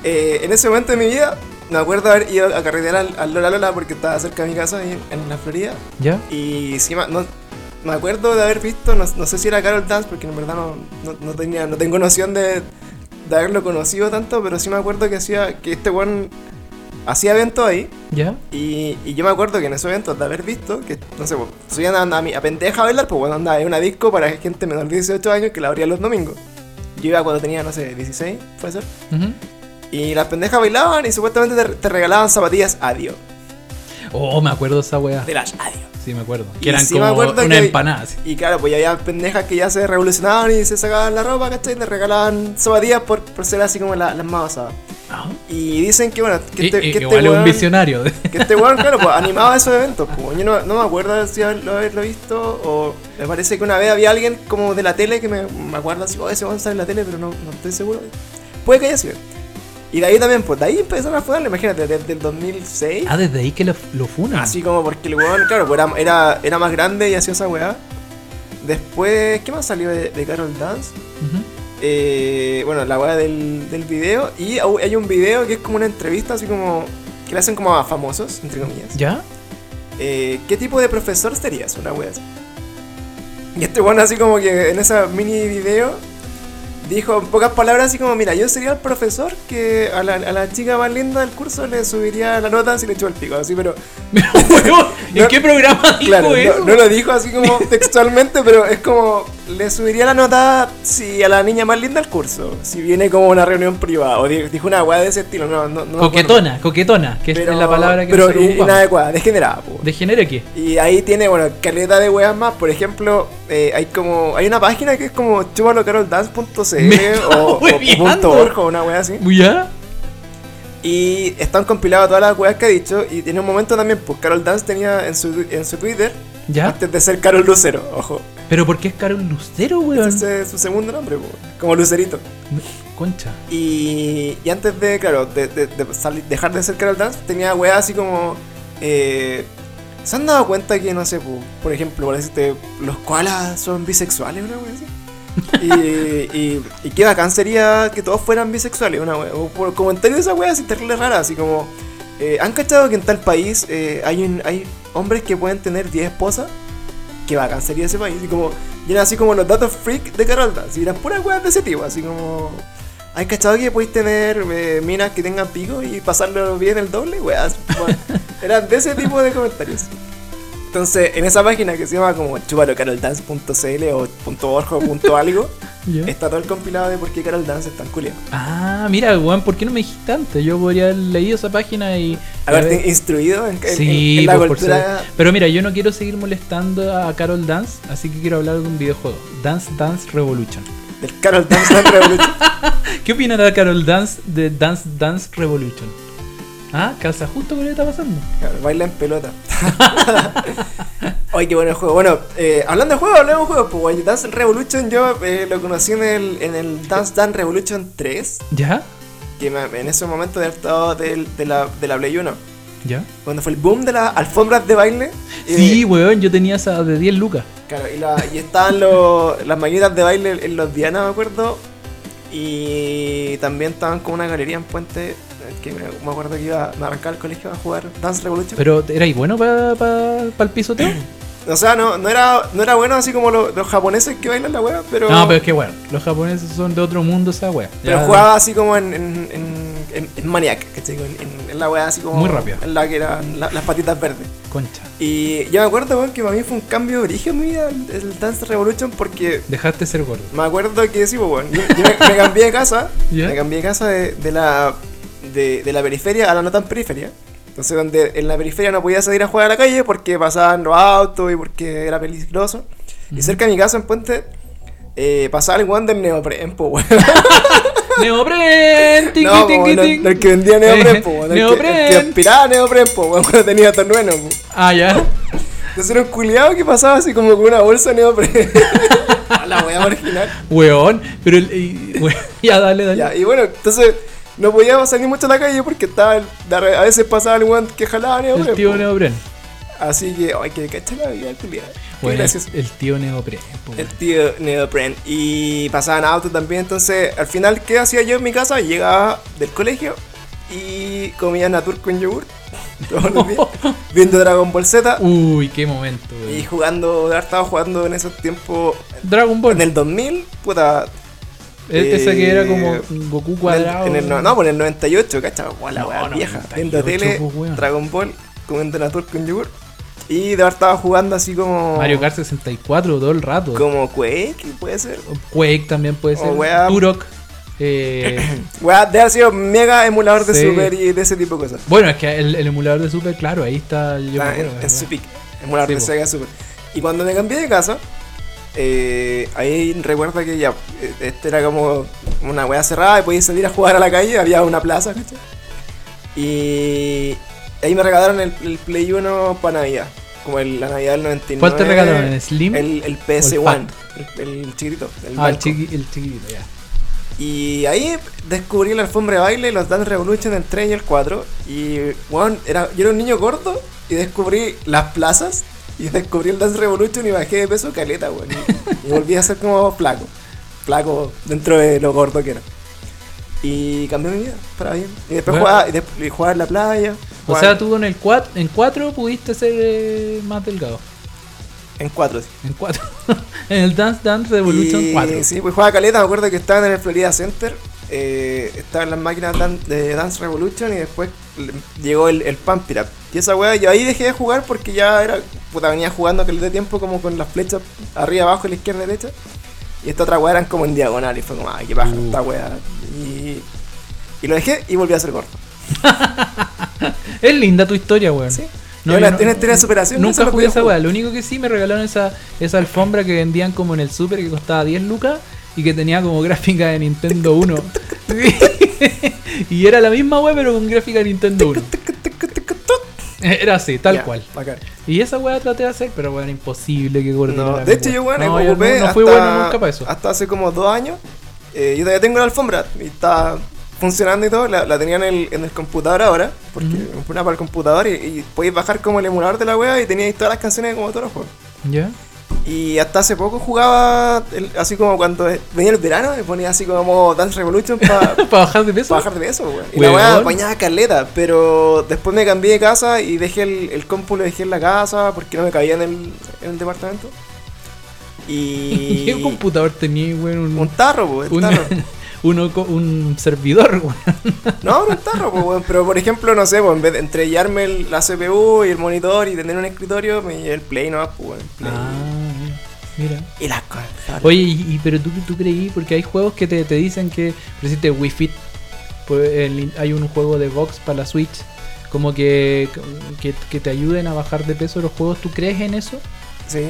Speaker 1: Eh, en ese momento de mi vida, me acuerdo haber ido a carretear al, al Lola Lola porque estaba cerca de mi casa ahí en, en la Florida.
Speaker 2: ¿Ya?
Speaker 1: Y sí, ma- no- me acuerdo de haber visto, no, no sé si era Carol Dance, porque en verdad no, no, no tenía, no tengo noción de, de haberlo conocido tanto, pero sí me acuerdo que hacía que este weón hacía eventos ahí.
Speaker 2: ¿Ya?
Speaker 1: Y, y yo me acuerdo que en esos eventos de haber visto que, no sé, pues, subían a, a, mi- a pendeja a bailar, pues bueno, andaba en una disco para gente menor de 18 años que la abría los domingos. Yo iba cuando tenía, no sé, 16, puede ser.
Speaker 2: Ujú.
Speaker 1: Y las pendejas bailaban y supuestamente te, te regalaban zapatillas adiós.
Speaker 2: Oh, me acuerdo esa weá.
Speaker 1: De las adiós.
Speaker 2: Sí, me acuerdo.
Speaker 1: Y
Speaker 2: Que eran
Speaker 1: sí me
Speaker 2: como
Speaker 1: acuerdo
Speaker 2: una
Speaker 1: que-
Speaker 2: empanada. así.
Speaker 1: Y claro, pues ya había pendejas que ya se revolucionaban y se sacaban la ropa, ¿cachai? Y le regalaban zapatillas por, por ser así como la- las más basadas.
Speaker 2: Ah,
Speaker 1: Y dicen que, bueno, que este,
Speaker 2: i- i-
Speaker 1: que este
Speaker 2: igual es un
Speaker 1: weón-
Speaker 2: visionario.
Speaker 1: Que este weón, claro, pues animaba esos eventos. Como yo no, no me acuerdo si haberlo, haberlo visto o me parece que una vez había alguien como de la tele que me, me acuerdo así, oh, ese weón sale en la tele, pero no, no estoy seguro. Puede que haya sido. Y de ahí también, pues de ahí empezaron a funar, imagínate, desde el 2006.
Speaker 2: Ah, desde ahí que lo, lo funan.
Speaker 1: Así como porque el weón, claro, pues era, era, era más grande y hacía esa weá. Después, ¿qué más salió de, de Carol Dance?
Speaker 2: Ujú.
Speaker 1: Eh, bueno, la weá del, del video. Y au- hay un video que es como una entrevista, así como. que le hacen como a famosos, entre comillas.
Speaker 2: ¿Ya?
Speaker 1: Eh, ¿qué tipo de profesor serías? Una wea así. Y este bueno así como que en esa mini video dijo en pocas palabras así como, mira, yo sería el profesor que a la, a la chica más linda del curso le subiría la nota si le echó el pico, así, pero
Speaker 2: Pero, weón, ¿en
Speaker 1: No,
Speaker 2: qué programa dijo
Speaker 1: claro,
Speaker 2: eso?
Speaker 1: no, no lo dijo así como textualmente, pero es como, le subiría la nota si a la niña más linda del curso, si viene como a una reunión privada, o di- dijo una wea de ese estilo, no, no, no me acuerdo.
Speaker 2: coquetona, coquetona, que
Speaker 1: Pero-
Speaker 2: es la palabra que
Speaker 1: Pero
Speaker 2: nosotros
Speaker 1: i-
Speaker 2: ocupamos.
Speaker 1: inadecuada, degenerada, po.
Speaker 2: ¿Degenera qué?
Speaker 1: Y ahí tiene, bueno, caleta de weas más. Por ejemplo, eh, hay como. Hay una página que es como
Speaker 2: Me
Speaker 1: chupalocaroldance.cl
Speaker 2: está
Speaker 1: o, o,
Speaker 2: hueviando.
Speaker 1: punto org o una wea así.
Speaker 2: ¿Ya?
Speaker 1: Y están compiladas todas las weas que ha dicho. Y tiene un momento también, pues Carol Dance tenía en su, en su Twitter,
Speaker 2: ¿Ya?
Speaker 1: antes de ser Carol Lucero, ojo.
Speaker 2: ¿Pero por qué es Carol Lucero, weón?
Speaker 1: Ese es su segundo nombre, po, como Lucerito.
Speaker 2: Concha.
Speaker 1: Y, y antes de, claro, de, de- de salir- dejar de ser Carol Dance, tenía weas así como. eh, ¿Se han dado cuenta que, no sé, po, por ejemplo, por decirte, los koalas son bisexuales, una wea así? y, y, y qué bacán sería que todos fueran bisexuales, una wea. O por comentarios de esa wea así terrible rara, así como. eh, ¿Han cachado que en tal país eh, hay, un- hay hombres que pueden tener 10 esposas? Qué bacán sería ese país. Y como. Y eran así como los datos freak de Carol Dance. Y eran puras weas de ese tipo, así como. ¿Hay cachado que podéis tener eh, minas que tengan pico y pasarlo bien el doble? Weas, bueno, eran de ese tipo de comentarios. Entonces, en esa página que se llama como chupalocaroldance.cl o punto .org o punto algo,
Speaker 2: ¿Ya?
Speaker 1: está todo el compilado de por qué Carol Dance es tan culia.
Speaker 2: Ah, mira, weón, ¿por qué no me dijiste antes? Yo podría haber leído esa página y...
Speaker 1: Haberte
Speaker 2: Eh,
Speaker 1: instruido en, en-
Speaker 2: Sí,
Speaker 1: en la
Speaker 2: pues, por
Speaker 1: cultura.
Speaker 2: supuesto. Pero mira, yo no quiero seguir molestando a Carol Dance, así que quiero hablar de un videojuego. Dance Dance Revolution.
Speaker 1: Del Carol Dance Dance Revolution.
Speaker 2: ¿Qué opinará Carol Dance de Dance Dance Revolution? Ah, calza justo con lo que está pasando.
Speaker 1: Claro, Baila en pelota. Ay, qué bueno el juego. Bueno, eh, hablando de juegos, hablemos de juegos. Pues, güey, Dance Revolution, yo eh, lo conocí en el, en el Dance Dance Revolution 3.
Speaker 2: ¿Ya?
Speaker 1: que me- en ese momento había estado del- de, la, de la Play 1.
Speaker 2: ¿Ya?
Speaker 1: Cuando fue el boom de las alfombras de baile. eh,
Speaker 2: Sí, weón, yo tenía esa de 10 lucas.
Speaker 1: Claro, y, la- y estaban los- las maquinitas de baile en los Diana, me acuerdo. Y también estaban con una galería en Puente, eh, que me, me acuerdo que iba me arrancaba al colegio a jugar Dance Revolution.
Speaker 2: Pero, ¿erais bueno para el pisoteo?
Speaker 1: o sea, no, no, era, no era bueno así como lo- los japoneses que bailan la wea, pero,
Speaker 2: No, pero es que, weón, los japoneses son de otro mundo esa wea.
Speaker 1: pero
Speaker 2: Ya,
Speaker 1: jugaba así como en, en, en, en- en Maniac, ¿cachai? En, en- en la wea así como...
Speaker 2: Muy rápido.
Speaker 1: En la que eran la- las patitas verdes.
Speaker 2: Concha.
Speaker 1: Y yo me acuerdo, weón, que para mí fue un cambio de origen, mira, el- el Dance Revolution, porque
Speaker 2: Dejaste de ser gordo.
Speaker 1: Me acuerdo que sí, pues, weón. Yo, yo me, me cambié de casa.
Speaker 2: ¿Ya?
Speaker 1: Me cambié de casa de, de la, de, de la periferia a la no tan periferia. Entonces, donde en la periferia no podía salir a jugar a la calle porque pasaban los autos y porque era peligroso. Y cerca de mi casa, en Puente, eh, pasaba el weón del neopren, po, weón.
Speaker 2: ¡Neopren! ¡Tingui,
Speaker 1: No, po,
Speaker 2: tingui,
Speaker 1: weón, no,
Speaker 2: ting!
Speaker 1: no, el que vendía neopren, po,
Speaker 2: Eh,
Speaker 1: weón. El que, el que
Speaker 2: neopren.
Speaker 1: aspiraba a neopren, po, weón, cuando tenía pues. tornueno, po.
Speaker 2: Ah, ya.
Speaker 1: Entonces era un culiado que pasaba así como con una bolsa de neopren. la voy a marginar.
Speaker 2: Weón, pero el. y- weón, ya, dale, dale.
Speaker 1: Ya, y bueno, entonces no podíamos salir mucho a la calle porque estaba el- de arre- a veces pasaba el weón que jalaba
Speaker 2: el
Speaker 1: neopren.
Speaker 2: tío
Speaker 1: po.
Speaker 2: neopren.
Speaker 1: Así que, ay, que cacha la vida, culiado.
Speaker 2: Bueno,
Speaker 1: Gracias.
Speaker 2: el, el tío neopren. po,
Speaker 1: El
Speaker 2: weón.
Speaker 1: tío neopren. Y pasaban autos también. Entonces, al final, ¿qué hacía yo en mi casa? Llegaba del colegio y comía Natur con yogur. todos los días, viendo Dragon Ball
Speaker 2: Uh.
Speaker 1: Z.
Speaker 2: Uy, qué momento, weón.
Speaker 1: Y jugando, estaba jugando en esos tiempos.
Speaker 2: Dragon Ball.
Speaker 1: En el 2000, puta.
Speaker 2: E- Esa que era como
Speaker 1: eh,
Speaker 2: Goku cuadrado.
Speaker 1: En el, en el- no, por el 98, ¿cachai? Guau, la
Speaker 2: No,
Speaker 1: weá
Speaker 2: 98,
Speaker 1: vieja. Viendo tele,
Speaker 2: pues, weón.
Speaker 1: Dragon Ball, comiendo Natur con yogur. Y de haber estado jugando así como.
Speaker 2: Mario Kart 64 todo el rato.
Speaker 1: Como Quake, puede ser.
Speaker 2: Quake también puede
Speaker 1: O
Speaker 2: ser.
Speaker 1: wea-
Speaker 2: Turok. eh,
Speaker 1: Weá, de haber sido mega emulador de
Speaker 2: Sí.
Speaker 1: Super y de ese tipo de cosas.
Speaker 2: bueno, es que el, el emulador de Super, claro, ahí está. Yo me
Speaker 1: Ah, en,
Speaker 2: acuerdo,
Speaker 1: en
Speaker 2: ¿verdad?
Speaker 1: su pick. Emulador
Speaker 2: Sí,
Speaker 1: de
Speaker 2: po.
Speaker 1: Sega Super. Y cuando me cambié de casa, eh, ahí recuerdo que ya, eh, este era como una weá cerrada y podía salir a jugar a la calle, había una plaza, ¿cachai? Y ahí me regalaron el, el Play 1 para Navidad, como el- la Navidad del 99.
Speaker 2: ¿Cuál te regalaron? ¿El Slim?
Speaker 1: El, el PS1,
Speaker 2: Fat?
Speaker 1: el, el chiquitito, el
Speaker 2: ah, el,
Speaker 1: blanco.
Speaker 2: chiqui- el chiquitito, ya.
Speaker 1: Y ahí descubrí la alfombra de baile, los Dance Revolution, el 3 y el 4. Y, weón, era, yo era un niño gordo y descubrí las plazas. Y descubrí el Dance Revolution y bajé de peso caleta, weón. Y, y volví a ser como flaco. Flaco dentro de lo gordo que era. Y cambió mi vida, para bien. Y después
Speaker 2: Bueno.
Speaker 1: jugaba, y desp- y jugaba en la playa.
Speaker 2: O
Speaker 1: jugaba
Speaker 2: sea, tú en el 4 en cuatro pudiste ser eh, más delgado.
Speaker 1: En 4, sí.
Speaker 2: En 4. en el Dance Dance Revolution
Speaker 1: Y-
Speaker 2: 4.
Speaker 1: Sí, pues jugaba caleta, me acuerdo que estaban en el Florida Center, eh, estaban las máquinas dan- de Dance Revolution y después l- llegó el, el Pump It Up. Y esa weá, yo ahí dejé de jugar porque ya era, puta, venía jugando caleta de tiempo como con las flechas arriba, abajo, a la izquierda, derecha. Y esta otra weá eran como en diagonal y fue como, ay, qué paja
Speaker 2: Uh.
Speaker 1: esta weá. Y, y lo dejé y volví a ser gordo.
Speaker 2: Es linda tu historia, weón.
Speaker 1: Sí. Es una- es una historia de superación, eso
Speaker 2: Nunca
Speaker 1: es lo que
Speaker 2: jugué
Speaker 1: yo
Speaker 2: esa
Speaker 1: juego.
Speaker 2: weá. Lo único que sí me regalaron esa, esa alfombra que vendían como en el super que costaba 10 lucas y que tenía como gráfica de Nintendo 1. y era la misma weá, pero con gráfica de Nintendo 1. Era así, tal
Speaker 1: Ya,
Speaker 2: cual.
Speaker 1: bacán.
Speaker 2: Y esa weá traté de hacer, pero bueno, imposible que coordinara.
Speaker 1: No,
Speaker 2: mi
Speaker 1: de hecho,
Speaker 2: weá.
Speaker 1: yo, bueno,
Speaker 2: no,
Speaker 1: me
Speaker 2: yo
Speaker 1: ocupé
Speaker 2: no, no
Speaker 1: hasta,
Speaker 2: fui bueno nunca para eso.
Speaker 1: hasta hace como dos años. eh, yo todavía tengo la alfombra y está funcionando y todo. La, la tenía en el, en el computador ahora, porque me compré una para el computador y, y podéis bajar como el emulador de la wea y teníais todas las canciones como todos los juegos.
Speaker 2: ¿Ya?
Speaker 1: Y hasta hace poco jugaba el- así como cuando eh, venía el verano, me ponía así como Dance Revolution para
Speaker 2: ¿Para bajar de peso?
Speaker 1: bajar de peso, weón. Y la
Speaker 2: Weón.
Speaker 1: weá apañaba caleta, pero después me cambié de casa y dejé el, el compu, lo dejé en la casa porque no me cabía en el, en el departamento. Y.
Speaker 2: ¿Qué computador tenía, weón? Un,
Speaker 1: Un tarro, po, un
Speaker 2: un-
Speaker 1: tarro.
Speaker 2: uno co- un servidor, weón.
Speaker 1: No, no un tarro, po, weón. Pero por ejemplo, no sé, po, en vez de entre llevarme el- la CPU y el monitor y tener un escritorio, me llevé el Play nomás, po, weón, el Play.
Speaker 2: Ah, mira, mira.
Speaker 1: Y las cosas.
Speaker 2: Oye, y, y- pero tú, tú creí, porque hay juegos que te, te dicen que, por decirte, Wii Fit, pues, el- hay un juego de box para la Switch, como que, que, que te ayuden a bajar de peso los juegos. ¿Tú crees en eso?
Speaker 1: Sí.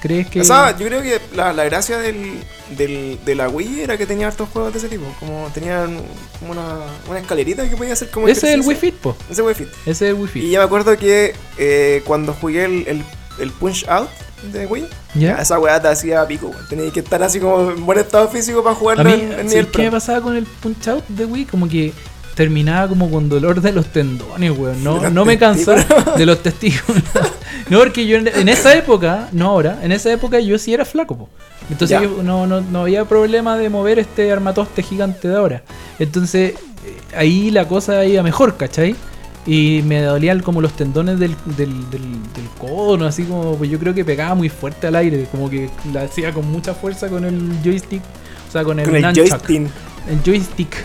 Speaker 2: ¿Crees que...?
Speaker 1: O sea, yo creo que la, la gracia del, del- de la Wii era que tenía hartos juegos de ese tipo. Como tenían como una, una escalerita que podía hacer como.
Speaker 2: ese es el
Speaker 1: ejercicio.
Speaker 2: Wii Fit, po.
Speaker 1: Ese Wii Fit.
Speaker 2: Ese es el Wii
Speaker 1: Y
Speaker 2: Fit.
Speaker 1: yo me acuerdo que eh, cuando jugué el, el, Punch Out, de Wii.
Speaker 2: ¿Ya?
Speaker 1: Esa weá te hacía pico, weón. Tenías que estar así como en buen estado físico para
Speaker 2: A
Speaker 1: jugarlo
Speaker 2: mí,
Speaker 1: en, en
Speaker 2: ¿sabes
Speaker 1: nivel
Speaker 2: qué me
Speaker 1: pro.
Speaker 2: pasaba con el Punch Out de Wii? Como que terminaba como con dolor de los tendones, weón.
Speaker 1: De
Speaker 2: No,
Speaker 1: los
Speaker 2: no me cansaba de los testículos. No, porque yo en, en esa época, no ahora, en esa época yo sí era flaco, po. Entonces
Speaker 1: Ya.
Speaker 2: yo no, no, no había problema de mover este armatoste gigante de ahora. Entonces eh, ahí la cosa iba mejor, ¿cachai? Y me dolían como los tendones del, del, del, del codo, ¿no? así como pues yo creo que pegaba muy fuerte al aire, como que la hacía con mucha fuerza con el joystick, o sea, con el,
Speaker 1: Con el
Speaker 2: nunchuck.
Speaker 1: joystick.
Speaker 2: El joystick,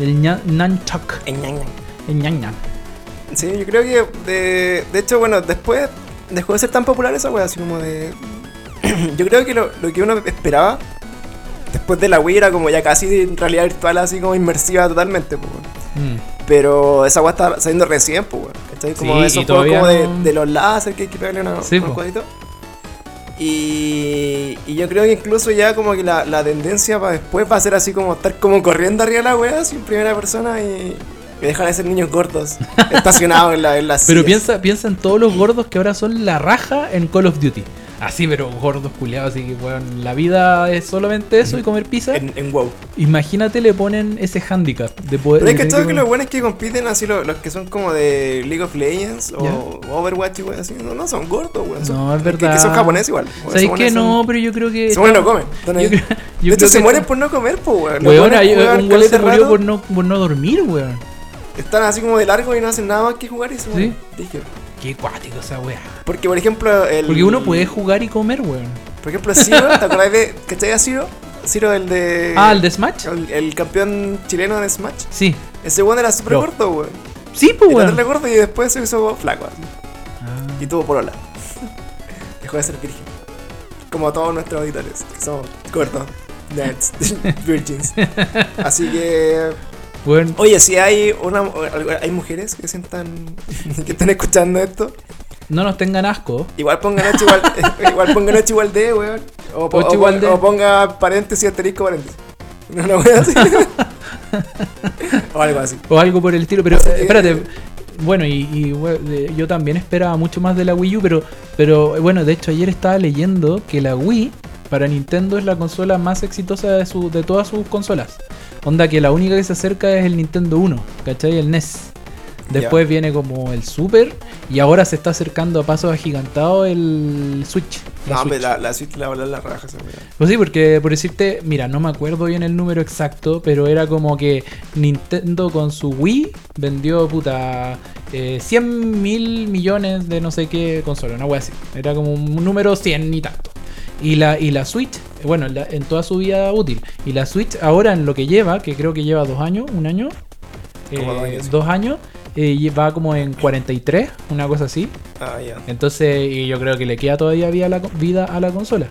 Speaker 2: el ña- nunchuck,
Speaker 1: En ñan, ñan.
Speaker 2: el ñan ñan.
Speaker 1: Sí, yo creo que de, de hecho, bueno, después dejó de ser tan popular esa wea, así como de... yo creo que lo, lo que uno esperaba después de la Wii era como ya casi en realidad virtual, así como inmersiva totalmente, pues, weón.
Speaker 2: Mm.
Speaker 1: Pero esa wea está saliendo recién, pues, weón. ¿Cachai? Como
Speaker 2: Sí, y
Speaker 1: esos juegos
Speaker 2: todavía
Speaker 1: como de,
Speaker 2: no-
Speaker 1: de los láser que hay que pegarle a una-
Speaker 2: Sí,
Speaker 1: a un
Speaker 2: po.
Speaker 1: cuadrito. Y, y yo creo que incluso ya como que la, la tendencia para después va a ser así como estar como corriendo arriba de la wea, así en primera persona y, y dejar de ser niños gordos, estacionados en, la, en las
Speaker 2: Pero
Speaker 1: sillas.
Speaker 2: piensa, piensa en todos los gordos que ahora son la raja en Call of Duty. Así, pero gordos culiados, así que weón, la vida es solamente eso y comer pizza.
Speaker 1: En, en WoW.
Speaker 2: Imagínate le ponen ese handicap de poder.
Speaker 1: Pero es
Speaker 2: de
Speaker 1: que
Speaker 2: tener
Speaker 1: todo que
Speaker 2: comer-
Speaker 1: lo bueno es que compiten así los, los que son como de League of Legends o
Speaker 2: Ya.
Speaker 1: Overwatch y wey así. No, no, son gordos, weón. son-
Speaker 2: No, es
Speaker 1: que- Que,
Speaker 2: verdad.
Speaker 1: son japoneses igual. weón,
Speaker 2: ¿Sabéis
Speaker 1: son-
Speaker 2: que
Speaker 1: son-
Speaker 2: no? Pero yo creo que.
Speaker 1: Se mueren y no comen. Están ahí.
Speaker 2: Yo creo- yo
Speaker 1: de
Speaker 2: creo
Speaker 1: hecho, se
Speaker 2: que-
Speaker 1: mueren por no comer, pues, weón. Los
Speaker 2: Weón,
Speaker 1: weones
Speaker 2: hay- eh,
Speaker 1: juegan
Speaker 2: un weón
Speaker 1: caleta
Speaker 2: se murió
Speaker 1: rato,
Speaker 2: por no, por no dormir, weón.
Speaker 1: Están así como de largo y no hacen nada más que jugar y se mueren. Dije,
Speaker 2: Qué cuático esa weá.
Speaker 1: Porque, por ejemplo, el.
Speaker 2: Porque uno puede jugar y comer, weón.
Speaker 1: Por ejemplo, Ciro, ¿te acordás de. ¿Cachai a Ciro? Ciro, el de.
Speaker 2: Ah, el de Smash.
Speaker 1: Eh, el, el campeón chileno de Smash.
Speaker 2: Sí.
Speaker 1: Ese weón era súper
Speaker 2: No.
Speaker 1: gordo, weón.
Speaker 2: Sí, pues
Speaker 1: Era
Speaker 2: weón.
Speaker 1: re gordo y después se hizo flaco. así.
Speaker 2: Ah.
Speaker 1: Y tuvo polola. Dejó de ser virgen. Como todos nuestros auditores, que somos gordos, nerds, virgins. Así que.
Speaker 2: Weón,
Speaker 1: Oye, si hay una hay mujeres que sientan que estén escuchando esto,
Speaker 2: no nos tengan asco.
Speaker 1: igual pongan ocho igual, igual pongan ocho igual de, weón. O, po-
Speaker 2: Ocho
Speaker 1: o
Speaker 2: igual
Speaker 1: pon-
Speaker 2: de.
Speaker 1: o ponga paréntesis, asterisco, paréntesis. No, no voy así. o algo así.
Speaker 2: o algo por el estilo. Pero
Speaker 1: Así
Speaker 2: eh,
Speaker 1: que-
Speaker 2: espérate, bueno, y, y, we- de- yo también esperaba mucho más de la Wii U, pero, pero eh, bueno, de hecho ayer estaba leyendo que la Wii para Nintendo es la consola más exitosa de, su, de todas sus consolas. Onda que la única que se acerca es el Nintendo 1, ¿cachai? El NES. Después viene como el Super y ahora se está acercando a pasos agigantados el Switch. la
Speaker 1: No, Ah,
Speaker 2: Switch.
Speaker 1: pero la, la suite la la, la raja esa weá.
Speaker 2: Pues sí, porque por decirte, mira, no me acuerdo bien el número exacto, pero era como que Nintendo con su Wii vendió puta eh, 100 mil millones de no sé qué consola, una wea así. Era como un número 100 y tanto. Y la, y la Switch, bueno, la- en toda su vida útil. Y la Switch ahora en lo que lleva, que creo que lleva dos años, un año,
Speaker 1: Como dos
Speaker 2: eh,
Speaker 1: años, sí.
Speaker 2: dos años, eh, y va como en 43, una cosa así.
Speaker 1: Ah, ya.
Speaker 2: Entonces, y yo creo que le queda todavía vida a la, vida a la consola.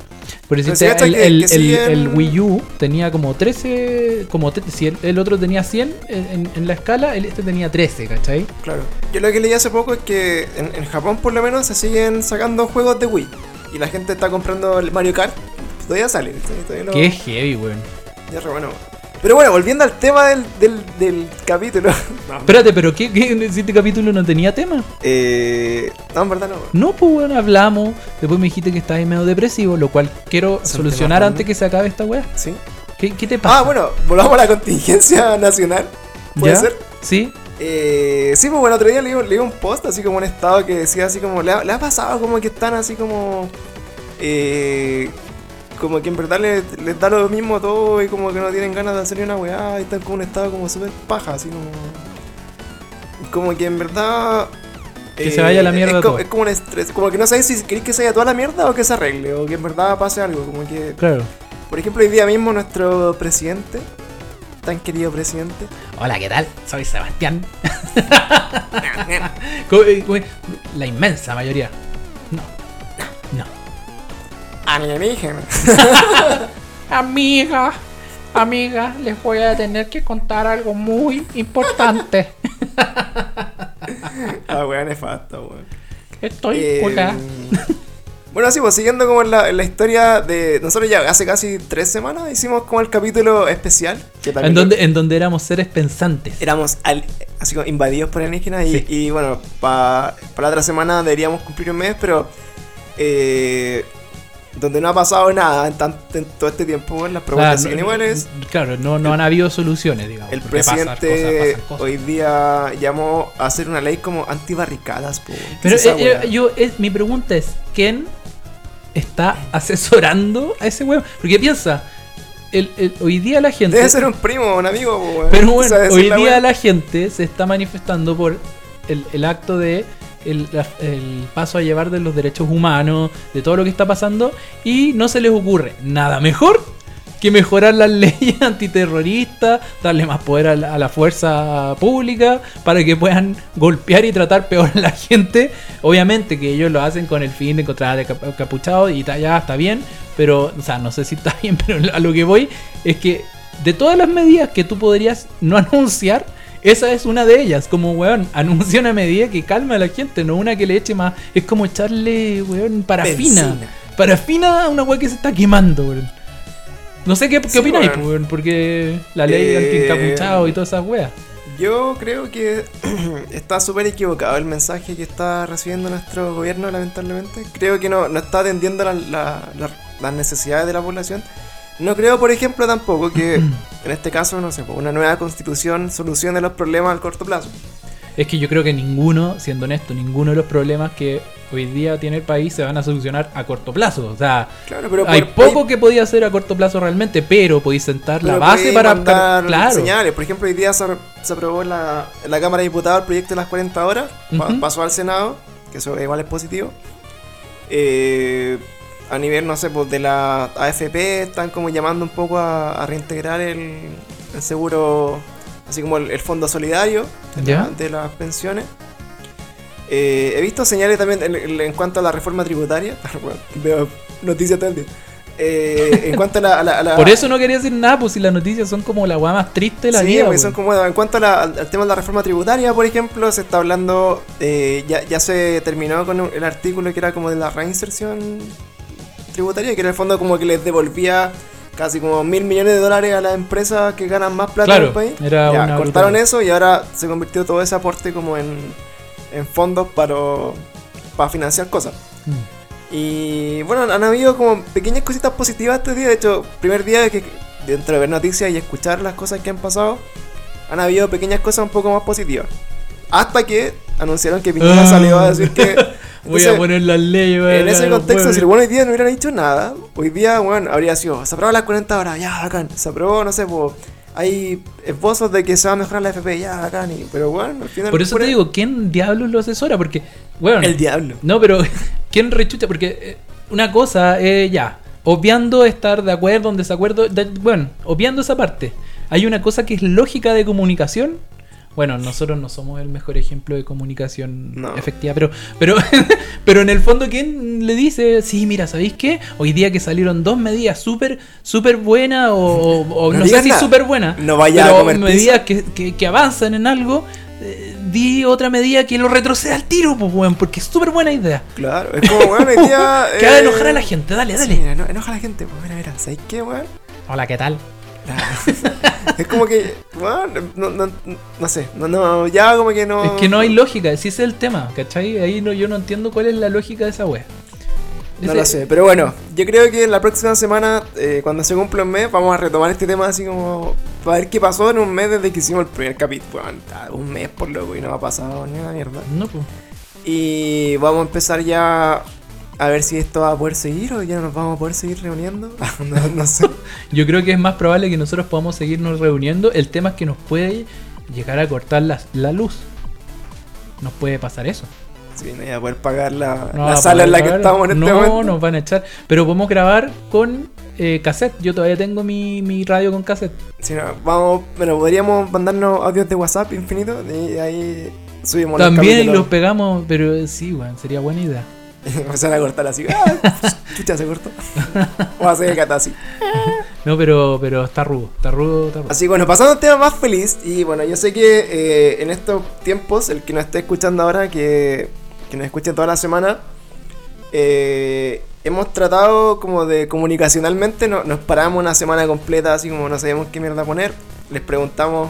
Speaker 2: Por
Speaker 1: sí,
Speaker 2: decirte,
Speaker 1: hasta
Speaker 2: el,
Speaker 1: que-
Speaker 2: el-
Speaker 1: que
Speaker 2: el-
Speaker 1: siguen-
Speaker 2: el Wii U tenía como 13, como tre- si el, el otro tenía 100 en, en- en la escala, el este tenía 13, ¿cachai?
Speaker 1: Claro. Yo lo que leí hace poco es que en, en Japón por lo menos se siguen sacando juegos de Wii. Y la gente está comprando el Mario Kart. Todavía sale. ¿sí? Todavía lo-
Speaker 2: Que es heavy, weón.
Speaker 1: ya re bueno. Pero bueno, volviendo al tema del, del, del capítulo. No,
Speaker 2: Espérate, pero ¿qué, qué en este capítulo no tenía tema?
Speaker 1: eh, no, en verdad no.
Speaker 2: No, pues weón, hablamos. Después me dijiste que estabas medio depresivo, lo cual quiero
Speaker 1: Son
Speaker 2: solucionar
Speaker 1: temas
Speaker 2: antes que se acabe esta weá.
Speaker 1: ¿Sí?
Speaker 2: ¿Qué, qué te pasa?
Speaker 1: Ah, bueno, volvamos a la contingencia nacional. ¿Puede
Speaker 2: ¿Ya?
Speaker 1: ser?
Speaker 2: ¿Sí?
Speaker 1: Eh, sí, pues bueno, otro día leí, un- leí un post así como un estado que decía así como, le ha, le ha pasado como que están así como... eh, como que en verdad le- les, da lo mismo todo y como que no tienen ganas de hacer ni una weá y están como en un estado como súper paja, así como... Como que en verdad... eh,
Speaker 2: Que se vaya a la mierda
Speaker 1: es, co-
Speaker 2: todo.
Speaker 1: es como un estrés, como que no sabes si queréis que se vaya toda la mierda o que se arregle, o que en verdad pase algo, como que...
Speaker 2: Claro.
Speaker 1: Por ejemplo, hoy día mismo nuestro presidente, tan querido presidente,
Speaker 2: Hola, ¿qué tal? Soy Sebastián. Co- eh, co- La inmensa mayoría. No. No.
Speaker 1: alienígena.
Speaker 3: Amiga, amiga, les voy a tener que contar algo muy importante.
Speaker 1: Ah, weón, nefasto, weón.
Speaker 3: Estoy
Speaker 1: Eh,
Speaker 3: curada.
Speaker 1: Bueno, sí, pues siguiendo como en la, en la historia de. Nosotros ya hace casi tres semanas hicimos como el capítulo especial. que también Eh,
Speaker 2: En donde, en donde éramos seres pensantes.
Speaker 1: Éramos al- así como invadidos por alienígenas y,
Speaker 2: Sí.
Speaker 1: y bueno, pa- para la otra semana deberíamos cumplir un mes, pero. eh, donde no ha pasado nada en, tan- en todo este tiempo, weón, las
Speaker 2: Claro,
Speaker 1: preguntas siguen iguales.
Speaker 2: Ah, eh, Claro, no, no han habido soluciones, digamos.
Speaker 1: El
Speaker 2: porque pasan
Speaker 1: presidente
Speaker 2: cosas, pasan cosas.
Speaker 1: hoy día llamó a hacer una ley como antibarricadas, po, weón. ¿Qué
Speaker 2: Pero
Speaker 1: es esa
Speaker 2: eh,
Speaker 1: weá?
Speaker 2: eh, yo, es- mi pregunta es, ¿quién está asesorando a ese weón? Porque piensa, el, el- hoy día la gente...
Speaker 1: Debe ser un primo, un amigo, po, weón.
Speaker 2: Pero
Speaker 1: O
Speaker 2: bueno,
Speaker 1: sea, decir
Speaker 2: hoy
Speaker 1: la
Speaker 2: día
Speaker 1: weá.
Speaker 2: la gente se está manifestando por el, el acto de el, la- el paso a llevar de los derechos humanos, de todo lo que está pasando, y no se les ocurre nada mejor que mejorar las leyes antiterroristas, darle más poder a la, a la fuerza pública para que puedan golpear y tratar peor a la gente. Obviamente que ellos lo hacen con el fin de encontrar al cap- capuchado y ta- ya está bien, pero, o sea, no sé si está bien, pero a lo que voy es que de todas las medidas que tú podrías no anunciar, esa es una de ellas. Como, weón, anuncia una medida que calma a la gente, no una que le eche más. Es como echarle, weón, parafina.
Speaker 1: Benzina.
Speaker 2: Parafina a una weá que se está quemando, weón. No sé qué, qué
Speaker 1: Sí,
Speaker 2: opináis,
Speaker 1: weón.
Speaker 2: weón, porque la ley
Speaker 1: Eh,
Speaker 2: anti-encapuchado y todas esas weas.
Speaker 1: Yo creo que está súper equivocado el mensaje que está recibiendo nuestro gobierno, lamentablemente. Creo que no, no está atendiendo la- la- la- las necesidades de la población. No creo, por ejemplo, tampoco que en este caso, no sé, pues, una nueva constitución solucione los problemas al corto plazo.
Speaker 2: Es que yo creo que ninguno, siendo honesto, ninguno de los problemas que hoy día tiene el país se van a solucionar a corto plazo. O sea,
Speaker 1: Claro, pero
Speaker 2: hay
Speaker 1: por-
Speaker 2: poco que podía hacer a corto plazo realmente, pero podéis sentar la
Speaker 1: pero
Speaker 2: base
Speaker 1: podéis
Speaker 2: para...
Speaker 1: mandar
Speaker 2: para- claro.
Speaker 1: señales. Por ejemplo, hoy día se, se aprobó en la, en la Cámara de Diputados el proyecto de las 40 horas, pa-
Speaker 2: Ujú.
Speaker 1: pasó al Senado, que eso igual es positivo. Eh, a nivel, no sé, pues de la AFP están como llamando un poco a, a reintegrar el, el seguro, así como el, el fondo solidario de, la-
Speaker 2: Ya.
Speaker 1: de las pensiones. Eh, he visto señales también en, en- en cuanto a la reforma tributaria. Bueno, veo noticias todo el día. Eh, en cuanto a la- a la- a la
Speaker 2: Por eso no quería decir nada, pues si las noticias son como la weá más triste de la
Speaker 1: sí,
Speaker 2: vida.
Speaker 1: porque son
Speaker 2: weón.
Speaker 1: como- en cuanto a la- al, al tema de la reforma tributaria, por ejemplo, se está hablando, eh, ya, ya se terminó con un- el artículo que era como de la reinserción tributaria, que era el fondo como que les devolvía casi como mil millones de dólares a las empresas que ganan más plata
Speaker 2: Claro,
Speaker 1: en el país.
Speaker 2: era
Speaker 1: Ya,
Speaker 2: una
Speaker 1: cortaron
Speaker 2: brutalidad.
Speaker 1: eso y ahora se convirtió todo ese aporte como en, en fondos para, para financiar cosas.
Speaker 2: Mm.
Speaker 1: Y bueno, han habido como pequeñas cositas positivas este día. De hecho, primer día de que dentro de ver noticias y escuchar las cosas que han pasado, han habido pequeñas cosas un poco más positivas. Hasta que anunciaron que Piñera
Speaker 2: Ah.
Speaker 1: salió a decir que.
Speaker 2: Voy
Speaker 1: Entonces,
Speaker 2: a poner las leyes, weón,
Speaker 1: en ese
Speaker 2: a los
Speaker 1: contexto, si el
Speaker 2: pueblos.
Speaker 1: bueno hoy día no hubiera dicho nada, hoy día, bueno, habría sido, se aprobó las 40 horas, ya, bacán, se aprobó, no sé, po, hay esbozos de que se va a mejorar la FP, ya, bacán, y- pero bueno, al final...
Speaker 2: Por eso
Speaker 1: pura-
Speaker 2: te digo, ¿quién diablos lo asesora? Porque, weón.
Speaker 1: El diablo.
Speaker 2: No, pero ¿quién rechucha? Porque eh, una cosa, eh, ya, obviando estar de acuerdo, en desacuerdo, de- bueno, obviando esa parte, hay una cosa que es lógica de comunicación. Bueno, nosotros no somos el mejor ejemplo de comunicación
Speaker 1: No.
Speaker 2: efectiva, pero, pero, pero en el fondo, ¿quién le dice? Sí, mira, ¿sabéis qué? Hoy día que salieron dos medidas súper, súper buenas, o, o- o
Speaker 1: No
Speaker 2: no, sé
Speaker 1: digas
Speaker 2: si
Speaker 1: nada.
Speaker 2: súper buenas,
Speaker 1: No vaya a
Speaker 2: pero
Speaker 1: comer pizza.
Speaker 2: medidas que, que- que avanzan en algo, eh, di otra medida que lo retroceda al tiro, pues, weón, porque es súper buena idea.
Speaker 1: Claro, es como, bueno, hoy día...
Speaker 2: que haga
Speaker 1: eh,
Speaker 2: enojar a la gente, dale,
Speaker 1: Sí,
Speaker 2: dale.
Speaker 1: mira, eno- enoja a la gente, pues mira, mira, ¿sabes qué, weón?
Speaker 2: Hola, ¿qué tal?
Speaker 1: Es como que, weón, no, no, no sé, no, no, ya como que no...
Speaker 2: Es que no hay lógica, ese es el tema, ¿cachai? Ahí no, yo no entiendo cuál es la lógica de esa wea.
Speaker 1: No
Speaker 2: Ese-
Speaker 1: lo sé, pero bueno, yo creo que la próxima semana, eh, cuando se cumpla un mes, vamos a retomar este tema así como... Para ver qué pasó en un mes desde que hicimos el primer capítulo. Weón, ta- un mes por loco y no ha pasado ni una mierda.
Speaker 2: No, pues.
Speaker 1: Y vamos a empezar ya a ver si esto va a poder seguir o ya nos vamos a poder seguir reuniendo. no, no sé.
Speaker 2: Yo creo que es más probable que nosotros podamos seguirnos reuniendo. El tema es que nos puede llegar a cortar las- la luz. Nos puede pasar eso.
Speaker 1: Si no voy a poder pagar la,
Speaker 2: No,
Speaker 1: la
Speaker 2: va a
Speaker 1: sala en la
Speaker 2: poder
Speaker 1: que
Speaker 2: grabar.
Speaker 1: estamos en este
Speaker 2: no,
Speaker 1: momento.
Speaker 2: nos van a echar. Pero podemos grabar con eh, cassette. Yo todavía tengo mi, mi radio con cassette.
Speaker 1: Si no, vamos, bueno, podríamos mandarnos audios de WhatsApp infinito y ahí subimos
Speaker 2: También los
Speaker 1: los
Speaker 2: pegamos, pero eh, sí, weón, sería buena idea.
Speaker 1: capítulos. Empezar a cortar así. ¡Ah! Chucha, se cortó. o hacer el cata así.
Speaker 2: No, pero, pero está rudo, está rudo, está rudo.
Speaker 1: Así que bueno, pasando a un tema más feliz. Y bueno, yo sé que eh, en estos tiempos, el que nos esté escuchando ahora, que, que nos escuche toda la semana, eh, hemos tratado como de comunicacionalmente, no- nos paramos una semana completa, así como no sabíamos qué mierda poner. Les preguntamos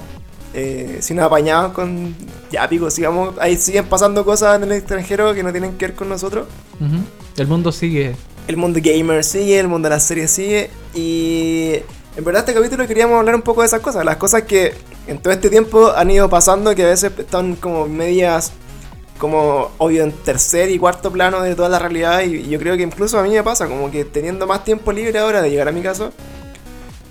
Speaker 1: eh, si nos apañaban con. Ya, pico, sigamos. Ahí siguen pasando cosas en el extranjero que no tienen que ver con nosotros.
Speaker 2: Ujú. El mundo sigue
Speaker 1: el mundo gamer sigue, el mundo de las series sigue. Y en verdad este capítulo queríamos hablar un poco de esas cosas, las cosas que en todo este tiempo han ido pasando, que a veces están como medias, como obvio en tercer y cuarto plano de toda la realidad. Y y yo creo que incluso a mí me pasa, como que teniendo más tiempo libre ahora de llegar a mi casa.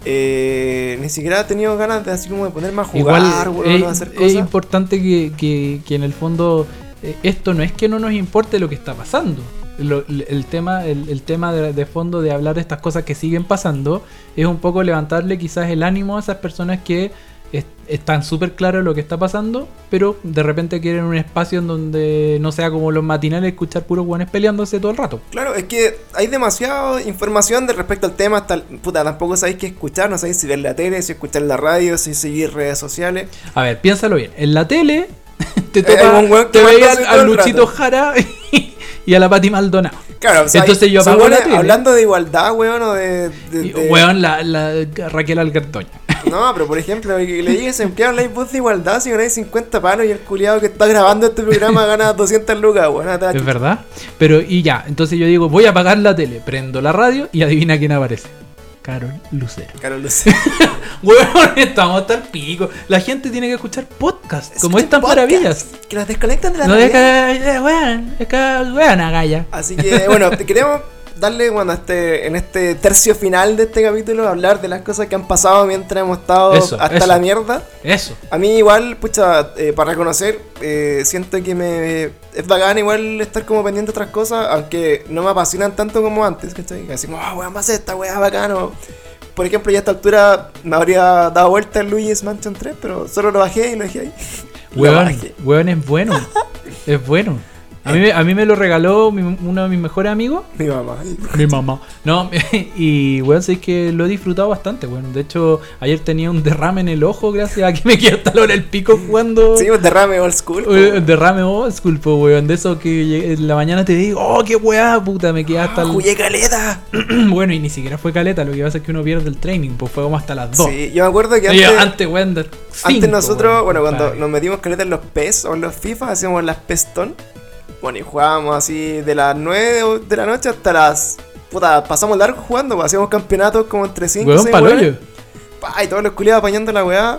Speaker 1: eh, ni siquiera he tenido ganas de así como de ponerme a jugar, weón,
Speaker 2: es,
Speaker 1: a hacer
Speaker 2: eh, es
Speaker 1: cosas.
Speaker 2: importante que, que- que en el fondo eh, esto no es que no nos importe lo que está pasando. Lo- el, el tema, el, el tema de, de fondo de hablar de estas cosas que siguen pasando es un poco levantarle quizás el ánimo a esas personas que es- están súper claros lo que está pasando, pero de repente quieren un espacio en donde no sea como los matinales escuchar puros guanes peleándose todo el rato.
Speaker 1: Claro, es que hay demasiada información de respecto al tema. Hasta, el- puta, tampoco sabéis qué escuchar, no sabéis si ver la tele, si escuchar la radio, si seguir redes sociales.
Speaker 2: A ver, piénsalo bien. En la tele te
Speaker 1: Eh, hay
Speaker 2: toca
Speaker 1: un weón
Speaker 2: te veía
Speaker 1: quemándose todo
Speaker 2: a
Speaker 1: el
Speaker 2: Luchito
Speaker 1: rato.
Speaker 2: Jara y, y a la Pati Maldonado.
Speaker 1: Claro, o sea,
Speaker 2: Entonces yo
Speaker 1: son
Speaker 2: apago la
Speaker 1: weones
Speaker 2: tele.
Speaker 1: hablando de igualdad, weón, o de. de-
Speaker 2: Y,
Speaker 1: de-
Speaker 2: Weón, la, la Raquel Alcartoña.
Speaker 1: No, pero por ejemplo, y- y le dije empleado habláis vos de igualdad si ganáis 50 palos y el culiado que está grabando este programa gana 200 lucas, weón. a la
Speaker 2: Es
Speaker 1: chucha.
Speaker 2: verdad. Pero, y ya, entonces yo digo, voy a apagar la tele, prendo la radio y adivina quién aparece. Carol Lucero.
Speaker 1: Carol Lucero.
Speaker 2: Weón, estamos hasta el pico. La gente tiene que escuchar podcasts como
Speaker 1: Escuchen
Speaker 2: estas
Speaker 1: Este podcast,
Speaker 2: maravillas.
Speaker 1: Que las desconectan de la
Speaker 2: No
Speaker 1: realidad.
Speaker 2: deja, eh, weón, es que, weón, agalla.
Speaker 1: Así que bueno, te queremos darle bueno, este, en este tercio final de este capítulo hablar de las cosas que han pasado mientras hemos estado
Speaker 2: Eso,
Speaker 1: hasta
Speaker 2: eso.
Speaker 1: la mierda.
Speaker 2: Eso.
Speaker 1: A mí igual, pucha, eh, para reconocer, eh, siento que me es bacán igual estar como pendiente de otras cosas, aunque no me apasionan tanto como antes, ¿cachai? Así como, ah, weón, más esta, weón, bacano. Por ejemplo, ya a esta altura me habría dado vuelta el Luigi's Mansion 3, pero solo lo bajé y lo dejé ahí. Lo
Speaker 2: Weón,
Speaker 1: bajé.
Speaker 2: weón es bueno. Es bueno. A mí, me- a mí me lo regaló mi- uno de mis mejores amigos.
Speaker 1: Mi mamá.
Speaker 2: Mi mamá. No, y weón, sé que lo he disfrutado bastante, weón. De hecho, ayer tenía un derrame en el ojo gracias a que me quedé hasta la hora del pico jugando.
Speaker 1: Sí, un derrame old school.
Speaker 2: Eh, derrame old school, po, weón. De eso que llegué- en la mañana te digo, oh, qué weá, puta, me quedé hasta
Speaker 1: Ah,
Speaker 2: el.
Speaker 1: jugué caleta.
Speaker 2: bueno, y ni siquiera fue caleta, lo que pasa es que uno pierde el training, pues fue como hasta las 2.
Speaker 1: Sí, yo me acuerdo que
Speaker 2: Y yo,
Speaker 1: antes,
Speaker 2: antes, weón, de cinco,
Speaker 1: antes nosotros,
Speaker 2: weón,
Speaker 1: bueno, cuando
Speaker 2: compadre.
Speaker 1: nos metimos caleta en los PES o en los FIFA, hacíamos las PESTON. Bueno, y jugábamos así de las 9 de la noche hasta las. Puta, pasamos largo jugando, pues, hacíamos campeonatos como entre 5
Speaker 2: Weón, palo yo.
Speaker 1: pa, y todos los culiados apañando la weá.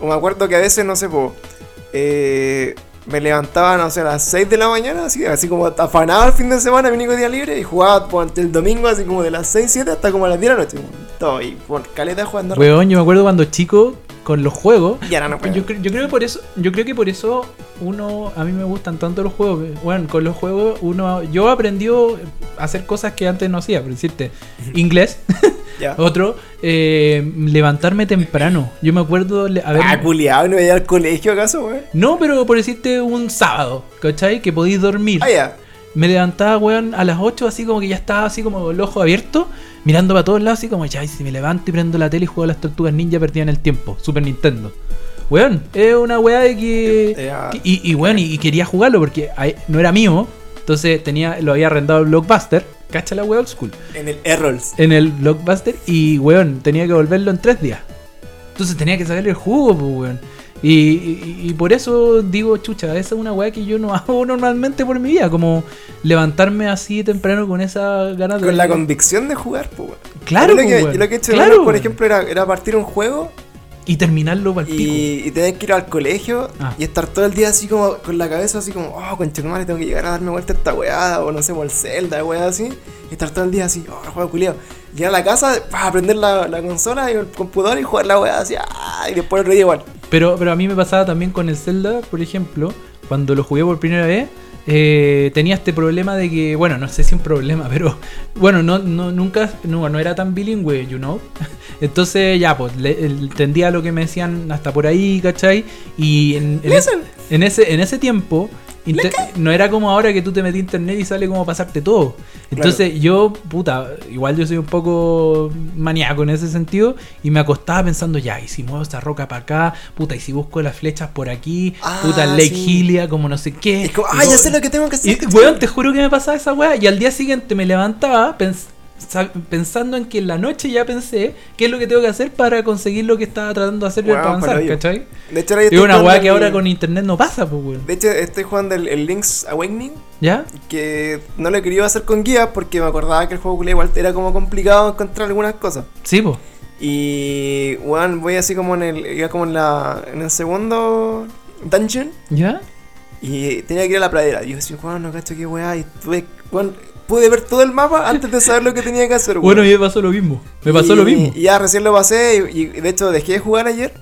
Speaker 1: O me acuerdo que a veces, no sé, po, eh, me levantaba, no sé, a las 6 de la mañana, así, así como afanaba el fin de semana, mi único día libre, y jugaba po, ante el domingo, así como de las 6, 7 hasta como a las 10 de la noche. po. Todo, y por caleta jugando.
Speaker 2: Weón, yo me acuerdo cuando chico, con los juegos,
Speaker 1: Y ahora no puedo.
Speaker 2: Pues Yo, cre- yo creo que por eso, yo creo que por eso uno, a mí me gustan tanto los juegos. eh, Bueno, con los juegos uno, yo aprendí a hacer cosas que antes no hacía, por decirte, inglés,
Speaker 1: Ya.
Speaker 2: otro, eh, levantarme temprano. Yo me acuerdo, le- a ver,
Speaker 1: Ah, culiado, no voy a ir al colegio acaso, weón.
Speaker 2: no, pero por decirte un sábado, ¿cachai? Que podéis dormir.
Speaker 1: Ah, ya.
Speaker 2: Me levantaba, weón, a las 8, así como que ya estaba así como el ojo abierto, mirando para todos lados, así como, ya, y si me levanto y prendo la tele y juego a las tortugas ninja perdidas en el tiempo, Super Nintendo. Weón, es una weá de que.
Speaker 1: Era-
Speaker 2: que- y, y weón, y, y quería jugarlo porque ahí- no era mío, entonces tenía, lo había arrendado en Blockbuster, cacha la weá old school,
Speaker 1: En el Errols.
Speaker 2: en el Blockbuster, y weón, tenía que volverlo en tres días. Entonces tenía que sacarle el jugo, pues, weón. Y, y- y por eso digo, chucha, esa es una weá que yo no hago normalmente por mi vida, como levantarme así temprano con esa ganas de...
Speaker 1: Con la convicción de jugar, pues, weón.
Speaker 2: Claro,
Speaker 1: Yo Lo que,
Speaker 2: pues,
Speaker 1: yo lo que he hecho de
Speaker 2: claro,
Speaker 1: menos, por
Speaker 2: weón.
Speaker 1: ejemplo, era, era partir un juego
Speaker 2: Y terminarlo para el pico.
Speaker 1: y, y tener que ir al colegio
Speaker 2: Ah.
Speaker 1: y estar todo el día así como con la cabeza así como, oh, conchetumare, tengo que llegar a darme vuelta a esta weá, o no sé, por el Zelda, weá así. Y estar todo el día así, oh, juego culiado. Llegar a la casa, pa, aprender la, la consola y el computador y jugar la weá así, ah, y después otro día igual.
Speaker 2: Pero, pero a mí me pasaba también con el Zelda, por ejemplo, cuando lo jugué por primera vez, eh, tenía este problema de que, bueno, no sé si un problema, pero bueno, no, no, nunca, no, no era tan bilingüe, you know. Entonces ya, pues, le- entendía lo que me decían hasta por ahí, ¿cachai? Y en, en,
Speaker 1: Listen.
Speaker 2: en ese, en ese tiempo, inte- no era como ahora que tú te metí a internet y sale como pasarte todo. Entonces yo, puta, igual yo soy un poco maníaco en ese sentido y me acostaba pensando, ya, y si muevo esta roca para acá, puta, y si busco las flechas por aquí,
Speaker 1: Ah,
Speaker 2: puta, Lake
Speaker 1: sí.
Speaker 2: Hylia, como no sé
Speaker 1: Y
Speaker 2: qué.
Speaker 1: es como,
Speaker 2: eh, Y
Speaker 1: ah, ya
Speaker 2: todo-
Speaker 1: sé lo que tengo que hacer.
Speaker 2: y, weón, te juro que me pasaba esa weá. Y al día siguiente me levantaba pens- sab- pensando en que en la noche ya pensé qué es lo que tengo que hacer para conseguir lo que estaba tratando de hacer
Speaker 1: Weón,
Speaker 2: para avanzar,
Speaker 1: para ello.
Speaker 2: ¿cachai?
Speaker 1: De hecho, ahora yo
Speaker 2: Es
Speaker 1: estoy
Speaker 2: una
Speaker 1: jugando
Speaker 2: weá que
Speaker 1: el-
Speaker 2: ahora con internet no pasa, pues, weón.
Speaker 1: De hecho, estoy jugando el, el Link's Awakening,
Speaker 2: ¿Ya?
Speaker 1: que no lo quería hacer con guías porque me acordaba que el juego culiao igual era como complicado encontrar algunas cosas.
Speaker 2: Sí, pues.
Speaker 1: Y, weón, voy así como en el, ya como en, la, en el segundo dungeon
Speaker 2: ¿Ya?
Speaker 1: y tenía que ir a la pradera. Y yo decía, weón, no cacho qué weá. Y tuve, weón, pude ver todo el mapa antes de saber lo que tenía que hacer, weón.
Speaker 2: Bueno, a mí me pasó lo mismo. Me pasó
Speaker 1: Y-
Speaker 2: lo mismo.
Speaker 1: Y ya recién lo pasé y, y de hecho dejé de jugar ayer.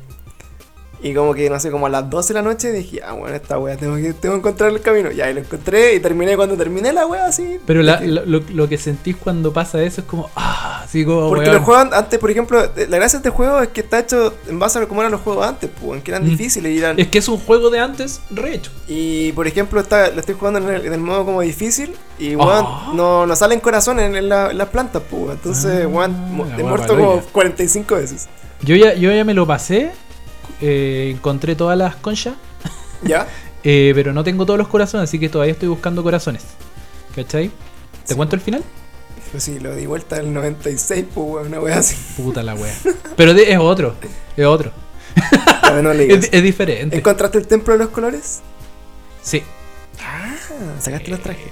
Speaker 1: Y como que, no sé, como a las 12 de la noche dije, ah, bueno, esta wea, tengo que, tengo que encontrar el camino. Ya, y lo encontré y terminé cuando terminé la wea así.
Speaker 2: Pero la- la- lo, lo que sentís cuando pasa eso es como, ah, así como,
Speaker 1: Porque
Speaker 2: weón.
Speaker 1: los juegos antes, por ejemplo, eh, la gracia de este juego es que está hecho en base a cómo eran los juegos antes, pues, en que eran
Speaker 2: Mm.
Speaker 1: difíciles y eran...
Speaker 2: Es que es un juego de antes rehecho.
Speaker 1: Y, por ejemplo, está, lo estoy jugando en el, en el modo como difícil y,
Speaker 2: Oh.
Speaker 1: weón, no, no salen corazones en, la- en las plantas, pues, weón. Entonces,
Speaker 2: Ah,
Speaker 1: weón, mu-
Speaker 2: la
Speaker 1: he
Speaker 2: wea
Speaker 1: muerto
Speaker 2: paloya.
Speaker 1: como 45 veces.
Speaker 2: Yo ya, yo ya me lo pasé, eh, encontré todas las conchas,
Speaker 1: ¿Ya?
Speaker 2: eh, pero no tengo todos los corazones, así que todavía estoy buscando corazones. ¿Cachai? ¿Te
Speaker 1: Sí.
Speaker 2: cuento el final?
Speaker 1: Pues sí, lo di vuelta al 96, pues, weón, una wea así.
Speaker 2: Puta la wea. Pero de- es otro, es otro.
Speaker 1: Ya, no le digas.
Speaker 2: Es, es diferente.
Speaker 1: ¿Encontraste el templo de los colores?
Speaker 2: Sí.
Speaker 1: Ah, sacaste los trajes.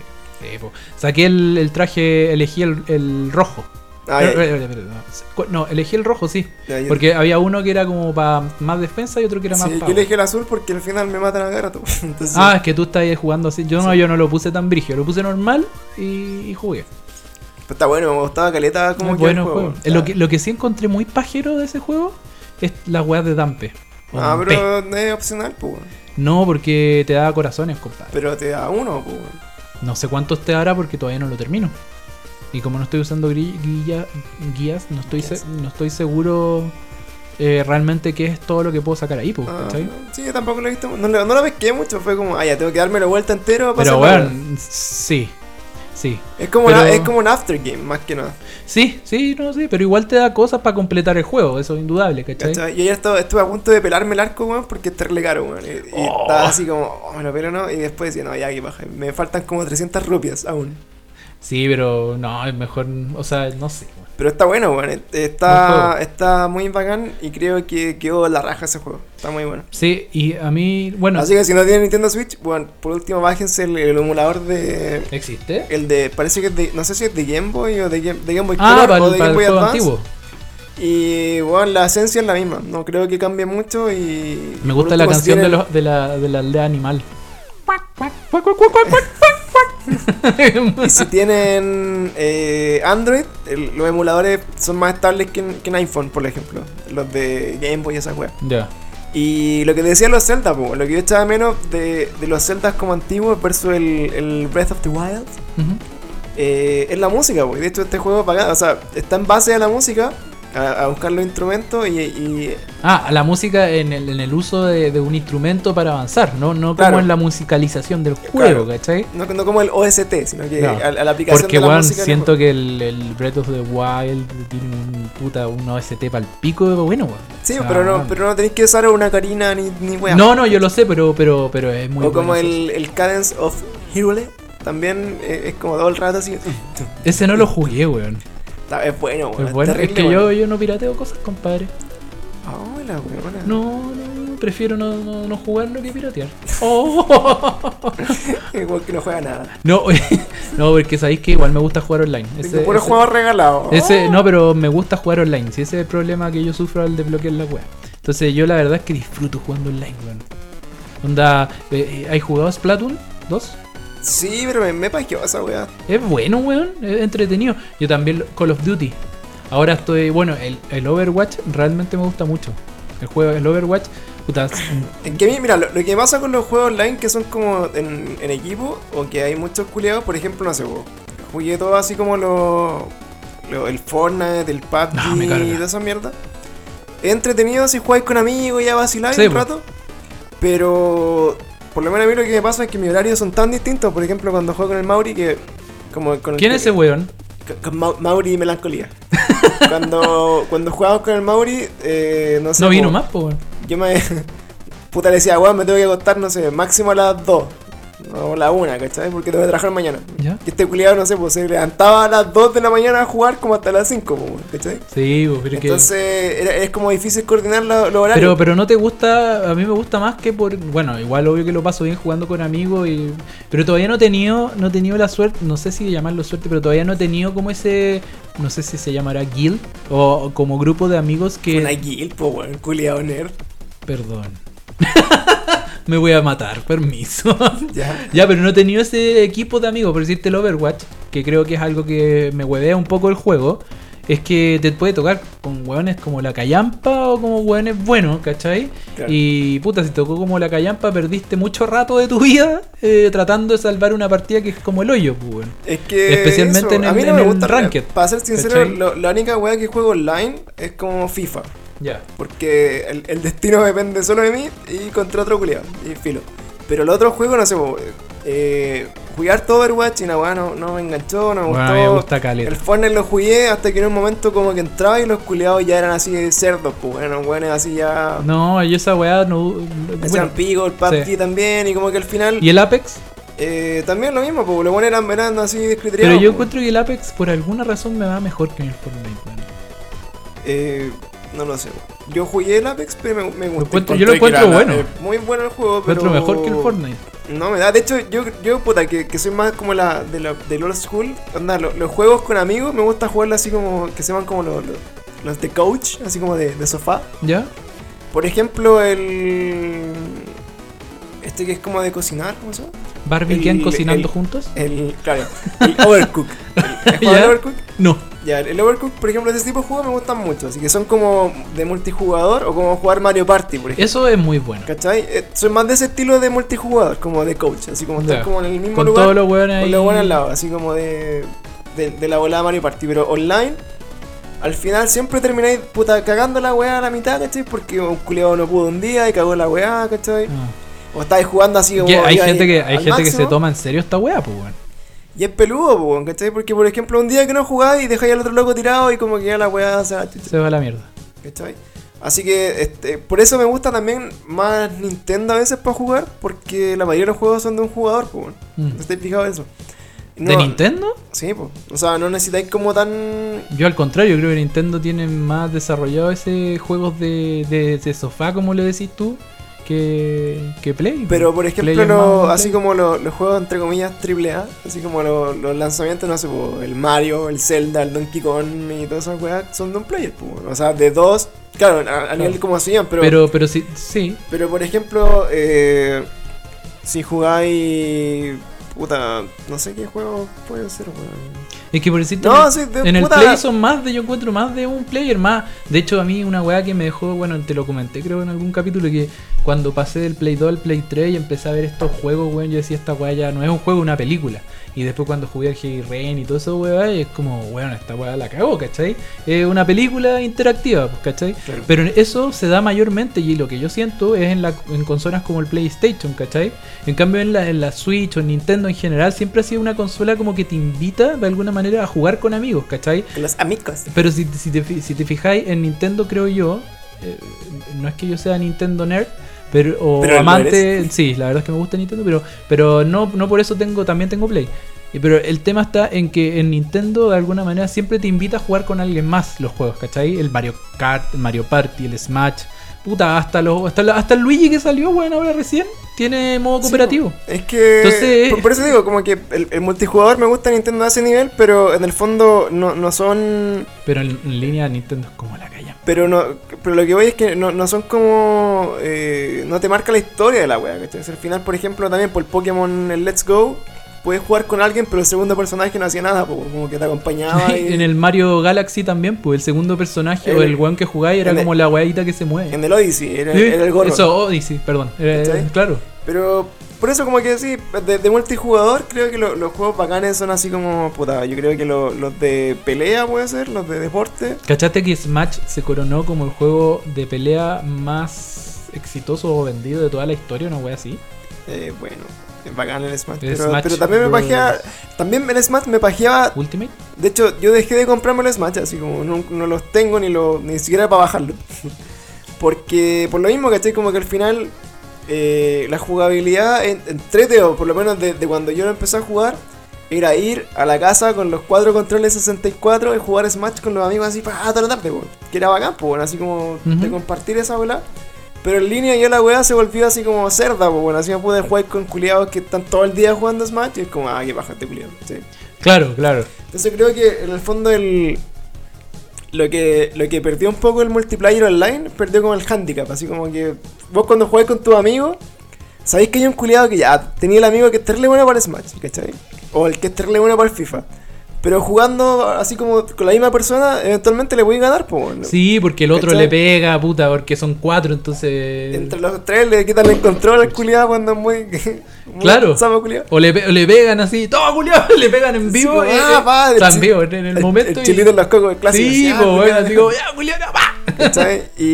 Speaker 2: Eh, sí, po. Saqué el, el traje, elegí el, el rojo.
Speaker 1: Ah, ya,
Speaker 2: No,
Speaker 1: ya,
Speaker 2: espera, espera, no. Cu- no, elegí el rojo, sí.
Speaker 1: ya, ya.
Speaker 2: Eh, Porque había uno que era como para más defensa y otro que era más
Speaker 1: Sí, yo
Speaker 2: power.
Speaker 1: le dije el azul porque al final me matan a Garato. Entonces,
Speaker 2: Ah, es que tú estás ahí jugando así. Yo no,
Speaker 1: Sí.
Speaker 2: yo no lo puse tan brigio, lo puse normal y, y jugué.
Speaker 1: pues, está bueno, me gustaba Caleta como
Speaker 2: Muy
Speaker 1: que el
Speaker 2: bueno
Speaker 1: juego. Ah.
Speaker 2: juego.
Speaker 1: Está-
Speaker 2: Lo, que, lo que sí encontré muy pajero de ese juego es la weá de Dampe. o
Speaker 1: Ah,
Speaker 2: Dampe.
Speaker 1: pero no es opcional, pues. weón.
Speaker 2: No, porque te da corazones, compadre.
Speaker 1: Pero te da uno, pues. weón.
Speaker 2: No sé cuántos te dará porque todavía no lo termino. Y como no estoy usando gri- guilla- guías, no estoy, se-
Speaker 1: Guías.
Speaker 2: no estoy seguro eh, realmente qué es todo lo que puedo sacar ahí. po,
Speaker 1: Ah,
Speaker 2: ¿cachai?
Speaker 1: sí, yo tampoco lo he visto. No, lo- no lo pesqué mucho, fue como, ah, ya tengo que darme la vuelta entero para
Speaker 2: Pero
Speaker 1: pasarlo.
Speaker 2: bueno, sí. Sí,
Speaker 1: Es como,
Speaker 2: pero-
Speaker 1: una- es como un aftergame, más que nada.
Speaker 2: Sí, sí, no, sí, pero igual te da cosas para completar el juego, eso es indudable, ¿cachai?
Speaker 1: ¿Cachai? Yo ayer estaba- estuve a punto de pelarme el arco, weón, porque está re caro, weón. Y, y
Speaker 2: Oh.
Speaker 1: estaba así como, oh, me lo pelo no. Y después decía, no, ya que baja. Me faltan como 300 rupias aún.
Speaker 2: Sí, pero no, es mejor, o sea, no sé. bueno.
Speaker 1: Pero está bueno, weón. eh,
Speaker 2: Buen
Speaker 1: Está,
Speaker 2: juego.
Speaker 1: está muy bacán y creo que quedó la raja ese juego. Está muy bueno.
Speaker 2: Sí, y a mí, bueno,
Speaker 1: Así que si no tienen Nintendo Switch, bueno, por último bájense el, el emulador de.
Speaker 2: ¿existe?
Speaker 1: El de. Parece que es de. No sé si es de Game Boy o de Game, de Game Boy
Speaker 2: Ah,
Speaker 1: Color
Speaker 2: para
Speaker 1: o
Speaker 2: el,
Speaker 1: de Game
Speaker 2: para el
Speaker 1: Boy
Speaker 2: juego
Speaker 1: Advance.
Speaker 2: antiguo.
Speaker 1: Y bueno, la esencia es la misma. No creo que cambie mucho y.
Speaker 2: Me
Speaker 1: por
Speaker 2: gusta la
Speaker 1: último, si
Speaker 2: canción de,
Speaker 1: tienen-
Speaker 2: los, de, la, de la aldea animal.
Speaker 1: Y si tienen eh, Android, el- los emuladores son más estables que en, que en iPhone, por ejemplo. Los de Game Boy y esas weas.
Speaker 2: ya.
Speaker 1: Y lo que decían los Zelda, po, lo que yo echaba menos de, de los Zeldas como antiguos versus el, el Breath of the Wild,
Speaker 2: Ujú.
Speaker 1: eh, es la música, po. Y De hecho, este juego es bacán, o sea, está en base a la música, a, a buscar los instrumentos y, y-
Speaker 2: Ah, la música en el, en el uso de, de un instrumento para avanzar, no, no como
Speaker 1: Claro.
Speaker 2: en la musicalización del
Speaker 1: Claro.
Speaker 2: juego, ¿cachai?
Speaker 1: no, no como el OST, sino que
Speaker 2: No,
Speaker 1: a, a la aplicación
Speaker 2: Porque,
Speaker 1: de la
Speaker 2: weón,
Speaker 1: música. en el
Speaker 2: siento que el, el Breath of the Wild tiene un puta, un OST pal pico, pero bueno, weón.
Speaker 1: juego. Sí,
Speaker 2: O sea,
Speaker 1: pero no,
Speaker 2: weón.
Speaker 1: pero no tenéis que usar una carina ni, ni wea.
Speaker 2: No, no, yo lo sé, pero, pero, pero es muy
Speaker 1: o como
Speaker 2: bueno eso.
Speaker 1: el, el Cadence of Hyrule, también eh, es como todo el rato así.
Speaker 2: Ese no lo jugué, weón.
Speaker 1: Está- Es bueno, weón,
Speaker 2: es bueno. Es
Speaker 1: terrible
Speaker 2: que
Speaker 1: bueno.
Speaker 2: yo, yo no pirateo cosas, compadre.
Speaker 1: Ah, la weona.
Speaker 2: No, no, prefiero no, no, no jugarlo que piratear. Oh.
Speaker 1: Igual que no juega nada.
Speaker 2: No, no, porque sabéis que igual me gusta jugar online. Ese,
Speaker 1: Tengo puro
Speaker 2: ese-
Speaker 1: juego regalado.
Speaker 2: ese- no, pero me gusta jugar online. Si ese es el problema que yo sufro al desbloquear la web. Entonces yo la verdad es que disfruto jugando online, weón. Onda, eh, eh, ¿hay jugado Splatoon 2?
Speaker 1: Sí, pero me, me pajeó esa weá.
Speaker 2: Es bueno, weón. Es entretenido. Yo también lo- Call of Duty. Ahora estoy. Bueno, el, el Overwatch realmente me gusta mucho. El juego, el Overwatch. Puta,
Speaker 1: Es que a mí, mira, lo, lo que pasa con los juegos online que son como en, en equipo o que hay muchos culiados, por ejemplo, no sé, vos, jugué todo así como los. lo- el Fortnite, el PUBG
Speaker 2: No, me carga.
Speaker 1: y toda esa mierda. Es entretenido si jugáis con amigos y ya vaciláis
Speaker 2: Sí,
Speaker 1: un
Speaker 2: po.
Speaker 1: rato. Pero. Por lo menos a mí lo que me pasa es que mis horarios son tan distintos. Por ejemplo, cuando juego con el Mauri, que. Como con el
Speaker 2: ¿quién es ese weón?
Speaker 1: Con- Con Mau- Mauri y Melancolía. cuando, cuando jugábamos con el Mauri, eh, no sé.
Speaker 2: No vino
Speaker 1: po,
Speaker 2: más, po, weón.
Speaker 1: Yo me. Puta le decía, weón, me tengo que acostar, no sé, máximo a las 2. o la una, ¿cachai? Porque tengo que trabajar mañana.
Speaker 2: ¿Ya?
Speaker 1: Y este culiado, no sé, pues se levantaba a las 2 de la mañana a jugar como hasta las 5, pues, ¿cachai?
Speaker 2: Sí, pues, pero que-
Speaker 1: Entonces era- es como difícil coordinar lo- los horarios.
Speaker 2: Pero, pero no te gusta, a mí me gusta más que por, bueno, igual obvio que lo paso bien jugando con amigos, y, pero todavía no he tenido, no he tenido la suerte, no sé si llamarlo suerte, pero todavía no he tenido como ese, no sé si se llamará guild o como grupo de amigos que,
Speaker 1: Una guild, pues, weón, culiado nerd.
Speaker 2: perdón, me voy a matar, permiso.
Speaker 1: Ya.
Speaker 2: Ya, pero no he tenido ese equipo de amigos, por decirte el Overwatch, que creo que es algo que me huevea un poco el juego. Es que te puede tocar con hueones como la callampa o como hueones buenos, ¿cachai?
Speaker 1: Claro.
Speaker 2: Y puta, si tocó como la callampa, perdiste mucho rato de tu vida eh, tratando de salvar una partida que es como el hoyo, pues, weón.
Speaker 1: Es que.
Speaker 2: Especialmente en
Speaker 1: a
Speaker 2: el-
Speaker 1: mí no
Speaker 2: en
Speaker 1: me
Speaker 2: el
Speaker 1: gusta.
Speaker 2: ranked,
Speaker 1: Para ser sincero,
Speaker 2: ¿cachai?
Speaker 1: lo- la única weá que juego online es como FIFA.
Speaker 2: Ya.
Speaker 1: Porque el, el destino depende solo de mí y contra otro culiado. Y filo. Pero el otro juego, no sé, po, eh, jugar todo Overwatch y una weá no, no me enganchó, no me
Speaker 2: Bueno, a
Speaker 1: gustó.
Speaker 2: mí me gusta caleta.
Speaker 1: El Fortnite lo jugué hasta que en un momento como que entraba y los culiados ya eran así de cerdos, pues bueno, weones así ya.
Speaker 2: No, yo esa weá no.
Speaker 1: Hacían
Speaker 2: bueno,
Speaker 1: pico, el PUBG
Speaker 2: sí.
Speaker 1: también, y como que al final
Speaker 2: ¿Y el Apex?
Speaker 1: eh, también lo mismo, pues los buenos eran, eran así descriteriados.
Speaker 2: Pero yo
Speaker 1: po.
Speaker 2: encuentro que el Apex por alguna razón me va mejor que en el Fortnite, weón.
Speaker 1: Eh, no lo sé. Yo jugué el Apex, pero me, me gustó.
Speaker 2: encuentro- yo lo
Speaker 1: Encontré que
Speaker 2: encuentro
Speaker 1: era,
Speaker 2: bueno.
Speaker 1: eh, muy bueno el juego, pero.
Speaker 2: Encuentro mejor que el Fortnite.
Speaker 1: No me da. De hecho, yo, yo puta, que, que soy más como la de la del old school. Onda, lo- los juegos con amigos me gusta jugarlos así como. que se llaman como los, los, los de coach, así como de, de sofá.
Speaker 2: ¿Ya?
Speaker 1: Por ejemplo, el. Este que es como de cocinar, ¿cómo se llama?
Speaker 2: ¿Barbie y Ken
Speaker 1: El-
Speaker 2: cocinando
Speaker 1: el-
Speaker 2: juntos?
Speaker 1: El. claro, el Overcook. El, ¿has jugado
Speaker 2: ¿Ya?
Speaker 1: al Overcook?
Speaker 2: No.
Speaker 1: Ya, el Overcook, por ejemplo, ese tipo de juegos me gustan mucho, así que son como de multijugador o como jugar Mario Party, por ejemplo.
Speaker 2: Eso es muy bueno.
Speaker 1: ¿Cachai? Eh, soy más de ese estilo de multijugador, como de coach, así como estar
Speaker 2: Ya.
Speaker 1: como en el mismo
Speaker 2: Con
Speaker 1: lugar,
Speaker 2: todos los hueones ahí.
Speaker 1: con los buenos al lado, así como de, de, de la volada Mario Party, pero online. Al final siempre termináis puta cagando la weá a la mitad, ¿cachai? Porque un culiado no pudo un día y cagó la weá, ¿cachai?
Speaker 2: Ah.
Speaker 1: O estáis jugando así como.
Speaker 2: Que hay
Speaker 1: ahí, ahí,
Speaker 2: gente, que, hay
Speaker 1: al
Speaker 2: gente que se
Speaker 1: máximo.
Speaker 2: toma en serio esta wea, pues weón.
Speaker 1: Y es peludo, po, ¿cachai? Porque por ejemplo un día que no jugáis y dejáis al otro loco tirado y como que ya la weá se va a la chucha.
Speaker 2: Se va a la mierda.
Speaker 1: ¿Cachai? Así que este, por eso me gusta también más Nintendo a veces para jugar, porque la mayoría de los juegos son de un jugador, pues bueno.
Speaker 2: Mm.
Speaker 1: ¿No estáis fijados en eso?
Speaker 2: ¿De
Speaker 1: No,
Speaker 2: Nintendo?
Speaker 1: Sí, pues. O sea, no necesitáis como tan.
Speaker 2: Yo al contrario, creo que Nintendo tiene más desarrollado ese juegos de, de, de sofá, como le decís tú, que, que Play.
Speaker 1: Pero por
Speaker 2: Play
Speaker 1: ejemplo,
Speaker 2: es
Speaker 1: lo-
Speaker 2: más
Speaker 1: así
Speaker 2: Play.
Speaker 1: como lo- los juegos entre comillas AAA, así como lo- los lanzamientos, no sé, po, el Mario, el Zelda, el Donkey Kong y todas esas weas son de un player, pues. bueno. O sea, de dos, claro, a, a nivel como hacían,
Speaker 2: Pero, pero, sí, sí.
Speaker 1: Pero por ejemplo, eh, si jugáis. Puta, no sé qué juego puede ser, weón.
Speaker 2: Es que por decirte.
Speaker 1: No, sí, de
Speaker 2: en el
Speaker 1: puta.
Speaker 2: Play son más de, yo encuentro más de un player más. De hecho, a mí una weá que me dejó, bueno, te lo comenté creo en algún capítulo, que cuando pasé del Play 2 al Play 3 y empecé a ver estos juegos, weón, yo decía, esta weá ya no es un juego, es una película. Y después cuando jugué al Heavy Rain y todo eso, weá, es como, weón, esta weá la cagó, ¿cachai? Es una película interactiva, pues, ¿cachai?
Speaker 1: Claro.
Speaker 2: Pero en eso se da mayormente y lo que yo siento es en, la, en consolas como el PlayStation, ¿cachai? En cambio en la, en la Switch o en Nintendo en general siempre ha sido una consola como que te invita de alguna manera a jugar con amigos, ¿cachai?
Speaker 1: Que Los amigos.
Speaker 2: Pero si, si te, fi- si te fijáis, en Nintendo creo yo, eh, no es que yo sea Nintendo nerd, pero, o
Speaker 1: Pero lo
Speaker 2: amante,
Speaker 1: eres.
Speaker 2: sí, la verdad es que me gusta Nintendo, pero, pero no, no por eso tengo, también tengo Play. Y- Pero el tema está en que en Nintendo de alguna manera siempre te invita a jugar con alguien más los juegos, ¿cachai? El Mario Kart, el Mario Party, el Smash, puta, hasta, los, hasta, la- hasta el Luigi que salió, bueno, ahora recién, tiene modo cooperativo.
Speaker 1: Es que.
Speaker 2: Entonces- eh,
Speaker 1: por, por eso digo, como que el, el multijugador me gusta Nintendo a ese nivel, pero en el fondo no, no son.
Speaker 2: Pero en, en línea Nintendo es como la calle.
Speaker 1: Pero no pero lo que voy es que no, no son como. eh, no te marca la historia de la wea, ¿cachai? Al final, por ejemplo, también por el Pokémon el Let's Go. Puedes jugar con alguien, pero el segundo personaje no hacía nada, po, como que te acompañaba. Ah, y-
Speaker 2: en el Mario Galaxy también, pues el segundo personaje o
Speaker 1: El-
Speaker 2: el weón que jugáis era
Speaker 1: en el-
Speaker 2: como la weadita que se mueve.
Speaker 1: en el Odyssey, era,
Speaker 2: Sí,
Speaker 1: era el gorro.
Speaker 2: Eso, Odyssey, perdón. Era-
Speaker 1: ¿Cachai?
Speaker 2: claro.
Speaker 1: Pero por eso como que sí, de, de multijugador creo que lo- los juegos bacanes son así como, puta, yo creo que lo- los de pelea puede ser, los de deporte.
Speaker 2: ¿Cachaste que Smash se coronó como el juego de pelea más exitoso o vendido de toda la historia? Una wea así.
Speaker 1: Eh, bueno, es bacán el Smash.
Speaker 2: El
Speaker 1: pero,
Speaker 2: Smash
Speaker 1: pero también me
Speaker 2: Bros.
Speaker 1: pajeaba, también el Smash me pajeaba,
Speaker 2: Ultimate.
Speaker 1: de hecho yo dejé de comprarme el Smash, así como no, no los tengo ni, lo, ni siquiera para bajarlo. Porque por lo mismo, ¿cachai? Como que al final eh, la jugabilidad en, en 3D, o por lo menos de, de cuando yo lo empecé a jugar, era ir a la casa con los cuatro controles 64 y jugar Smash con los amigos así para toda la tarde, po. que era bacán, po, bueno, así como de
Speaker 2: Ujú.
Speaker 1: compartir esa bola. Pero en línea yo la weá se volvió así como cerda, pues bueno, así me pude jugar con culiados que están todo el día jugando Smash y es como, ah, qué baja este culiado, sí.
Speaker 2: Claro, claro.
Speaker 1: Entonces creo que en el fondo el lo que lo que perdió un poco el multiplayer online, perdió como el handicap, así como que vos cuando jugás con tus amigos, sabéis que hay un culiado que ya tenía el amigo que es terrible bueno para el Smash, ¿cachai? O el que es terrible bueno para el FIFA. Pero jugando así como con la misma persona, eventualmente le voy a ganar, po. weón.
Speaker 2: Sí, porque el otro
Speaker 1: ¿Cachai?
Speaker 2: le pega, puta, porque son cuatro, entonces.
Speaker 1: Entre los tres le quitan el control al culiado cuando es muy, muy
Speaker 2: Claro.
Speaker 1: sapo culiado.
Speaker 2: O le, pe- o le pegan así, toma culiao, le pegan en
Speaker 1: Sí,
Speaker 2: vivo.
Speaker 1: como,
Speaker 2: eh,
Speaker 1: ah,
Speaker 2: eh,
Speaker 1: va,
Speaker 2: o sea,
Speaker 1: el
Speaker 2: en
Speaker 1: chi-
Speaker 2: vivo, en el momento.
Speaker 1: El,
Speaker 2: y-
Speaker 1: chilito en los cocos, el clásico.
Speaker 2: Sí,
Speaker 1: ah,
Speaker 2: po, weón,
Speaker 1: culiao.
Speaker 2: así como, ya, culiao, ya, va.
Speaker 1: ¿Cachai? Y,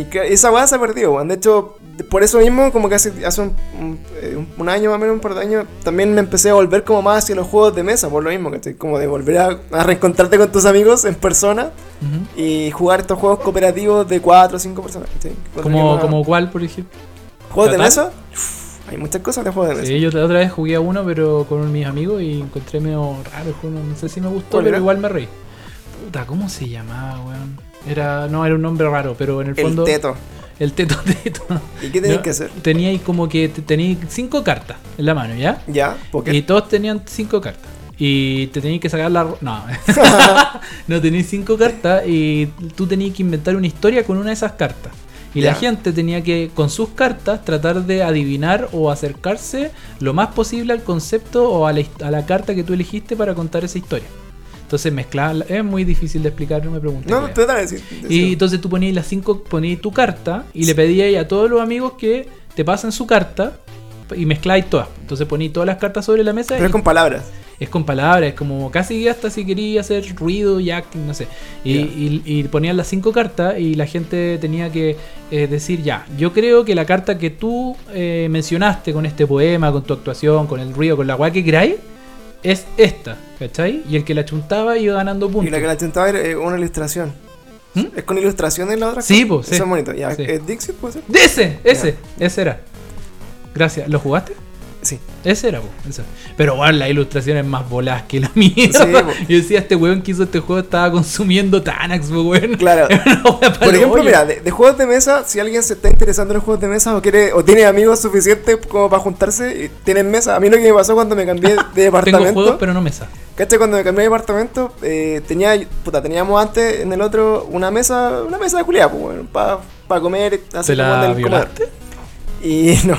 Speaker 1: y cre- esa weá se ha perdido, weón. De hecho, de- por eso mismo, como que hace, hace un, un- eh, un año más o menos, un par de años, también me empecé a volver como más hacia los juegos de mesa, por lo mismo, ¿cachai? Como de volver a, a reencontrarte con tus amigos en persona
Speaker 2: Ujú.
Speaker 1: y jugar estos juegos cooperativos de 4 o 5 personas, ¿cachai? Encuentro que
Speaker 2: Como,
Speaker 1: no-
Speaker 2: como cuál, por ejemplo.
Speaker 1: ¿Juegos de
Speaker 2: ¿Catán?
Speaker 1: mesa? Uf, hay muchas cosas de juegos de mesa.
Speaker 2: Sí, yo la otra vez jugué a uno, pero con mis amigos y encontré medio raro el juego. No sé si me gustó,
Speaker 1: ¿Cuál
Speaker 2: pero
Speaker 1: era?
Speaker 2: igual me reí. Puta, ¿cómo se llamaba, weón? Era, no, era un nombre raro, pero en el
Speaker 1: el
Speaker 2: fondo.
Speaker 1: teto.
Speaker 2: El teto, teto.
Speaker 1: ¿Y qué tenéis
Speaker 2: No,
Speaker 1: que hacer?
Speaker 2: Tenía ahí como que te- tenía cinco cartas en la mano, ¿ya?
Speaker 1: Ya, porque.
Speaker 2: Y todos tenían cinco cartas. Y te tenías que sacar la... ro- No, no tenías cinco cartas y tú tenías que inventar una historia con una de esas cartas. Y la
Speaker 1: Ya.
Speaker 2: gente tenía que, con sus cartas, tratar de adivinar o acercarse lo más posible al concepto o a la, his- a la carta que tú elegiste para contar esa historia. Entonces mezclar... Es muy difícil de explicar, no me preguntes.
Speaker 1: No,
Speaker 2: weón.
Speaker 1: no, te da a decir.
Speaker 2: Y entonces tú ponías las cinco, ponías tu carta y le pedías a todos los amigos que te pasen su carta y mezcláis todas. Entonces ponías todas las cartas sobre la mesa
Speaker 1: Pero
Speaker 2: y
Speaker 1: es con palabras.
Speaker 2: es con palabras, es como casi hasta si quería hacer ruido y acting, no sé. Y,
Speaker 1: Ya.
Speaker 2: y- y ponían las cinco cartas y la gente tenía que eh, decir ya, yo creo que la carta que tú eh, mencionaste con este poema, con tu actuación, con el ruido, con la guay que queráis, es esta, ¿cachai? Y el que la chuntaba iba ganando puntos.
Speaker 1: Y la que la tentaba era eh, una ilustración.
Speaker 2: ¿Mm?
Speaker 1: ¿Es con ilustraciones la otra? cosa?
Speaker 2: Sí, pues, sí.
Speaker 1: Eso es bonito. Ya,
Speaker 2: Sí.
Speaker 1: ¿es Dixit puede ser?
Speaker 2: De ese, ese, ese era. Gracias. ¿Lo jugaste?
Speaker 1: Sí.
Speaker 2: Ese era, po, ese. Pero bueno, las ilustraciones más voladas que la mierda.
Speaker 1: Sí, po.
Speaker 2: Yo decía, este weón que hizo este juego estaba consumiendo Tanax, po, weón.
Speaker 1: Claro.
Speaker 2: Era una wea pa'l
Speaker 1: Por ejemplo,
Speaker 2: hoyo.
Speaker 1: mira, de, de juegos de mesa, si alguien se está interesando en los juegos de mesa o quiere o tiene amigos suficientes como para juntarse, y tienen mesa. A mí lo que me pasó cuando me cambié de
Speaker 2: Tengo
Speaker 1: departamento.
Speaker 2: juegos, pero no mesa.
Speaker 1: ¿Cachai? Cuando me cambié de departamento, eh, tenía, puta, teníamos antes en el otro una mesa, una mesa de culiá, pues, bueno, para comer, hacer
Speaker 2: la
Speaker 1: como en el
Speaker 2: violaste?
Speaker 1: comedor. Y no.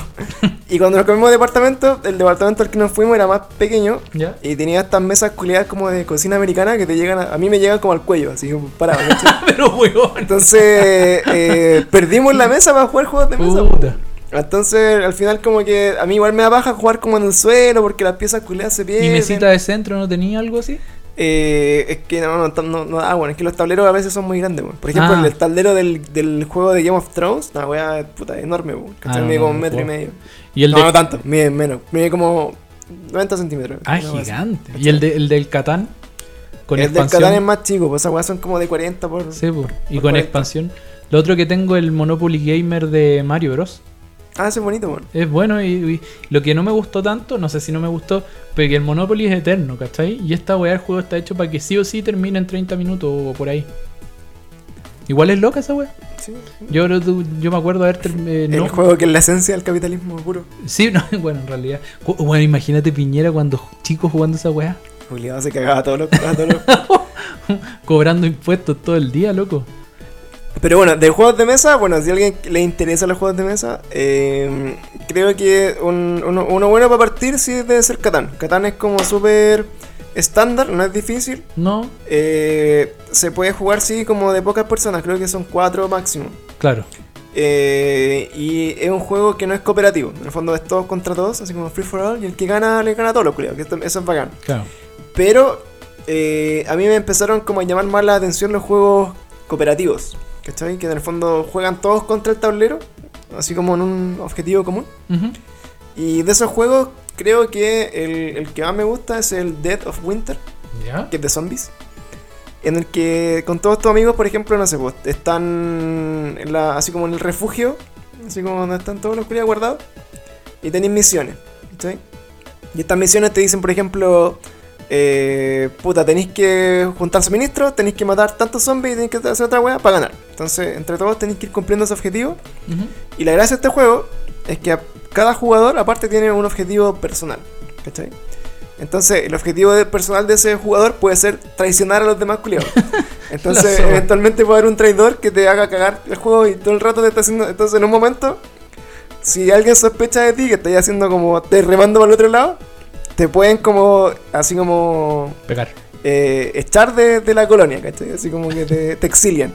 Speaker 1: y cuando nos cambiamos de departamento, el departamento al que nos fuimos era más pequeño.
Speaker 2: ¿Ya?
Speaker 1: Y tenía estas mesas culiadas como de cocina americana que te llegan, a, a mí me llegan como al cuello, así como parado. ¿cachai?
Speaker 2: Ah, pero weón.
Speaker 1: Entonces, eh, perdimos la mesa para jugar juegos de mesa. po.
Speaker 2: Puta.
Speaker 1: Entonces, al final como que a mí igual me da baja jugar como en el suelo porque las piezas culiadas se pierden.
Speaker 2: ¿Y mesita de centro no tenía algo así?
Speaker 1: Eh, es que no, no, no, no- ah, bueno, es que los tableros a veces son muy grandes, weón. Por ejemplo,
Speaker 2: Ah.
Speaker 1: el tablero del, del juego de Game of Thrones, una weá puta, enorme, weón. Que
Speaker 2: Ah, no,
Speaker 1: mide
Speaker 2: no,
Speaker 1: como un
Speaker 2: no
Speaker 1: metro y
Speaker 2: puedo.
Speaker 1: medio.
Speaker 2: Y el
Speaker 1: no,
Speaker 2: de-
Speaker 1: no tanto, mide menos, mide como 90 centímetros.
Speaker 2: Ah,
Speaker 1: una weá así.
Speaker 2: gigante. ¿Y el, de- el del Catán? Con
Speaker 1: el del
Speaker 2: expansión.
Speaker 1: Catán es más chico, pues esas weas son como de 40 por.
Speaker 2: Sí,
Speaker 1: por
Speaker 2: po. Y con
Speaker 1: 40.
Speaker 2: expansión. Lo otro que tengo el Monopoly Gamer de Mario Bros.
Speaker 1: Ah, ese es bonito, weón.
Speaker 2: Es bueno y, y lo que no me gustó tanto, no sé si no me gustó, pero que el Monopoly es eterno, ¿cachai? Y esta weá del juego está hecho para que sí o sí termine en 30 minutos o por ahí. Igual es loca esa weá.
Speaker 1: Sí.
Speaker 2: Yo, creo que- yo me acuerdo eh, haber terminado.
Speaker 1: El juego que es la esencia del capitalismo puro.
Speaker 2: Sí, no, bueno, en realidad. Cu- Bueno, imagínate Piñera cuando chico jugando esa weá,
Speaker 1: Juliado se cagaba a todos los. a todos los-
Speaker 2: cobrando impuestos todo el día, loco.
Speaker 1: Pero bueno, de juegos de mesa, bueno, si a alguien le interesa los juegos de mesa, eh, creo que un- uno, uno bueno para partir sí debe ser Catán. Catán es como súper estándar, no es difícil.
Speaker 2: No,
Speaker 1: Eh, se puede jugar sí como de pocas personas, creo que son cuatro máximo.
Speaker 2: claro.
Speaker 1: Eh, y es un juego que no es cooperativo. En el fondo es todos contra todos, así como free for all. Y el que gana, le gana a todos los culiados, que esto- eso es bacán.
Speaker 2: Claro.
Speaker 1: Pero eh, a mí me empezaron como a llamar más la atención los juegos cooperativos. ¿Cachai? Que en el fondo juegan todos contra el tablero, así como en un objetivo común.
Speaker 2: Ujú.
Speaker 1: Y de esos juegos, creo que el, el que más me gusta es el Dead of Winter,
Speaker 2: ¿Ya?
Speaker 1: que es de zombies. En el que con todos tus amigos, por ejemplo, no sé, pues, están en la- así como en el refugio, así como donde están todos los culiados guardados, y tenéis misiones, ¿cachai? Y estas misiones te dicen, por ejemplo, eh, puta, tenéis que juntar suministros, tenéis que matar tantos zombies y tenéis que hacer otra wea para ganar. Entonces, entre todos tenéis que ir cumpliendo ese objetivo.
Speaker 2: Ujú.
Speaker 1: Y la gracia de este juego es que a- cada jugador aparte tiene un objetivo personal, ¿cachai? Entonces, el objetivo de- personal de ese jugador puede ser traicionar a los demás culiados. Entonces,
Speaker 2: La zorra.
Speaker 1: eventualmente puede haber un traidor que te haga cagar el juego y todo el rato te está haciendo. Entonces, en un momento, si alguien sospecha de ti que estás haciendo como. te remando para el otro lado, te pueden como. así como
Speaker 2: Pegar.
Speaker 1: eh, echar de, de la colonia, ¿cachai? Así como que te, te exilian.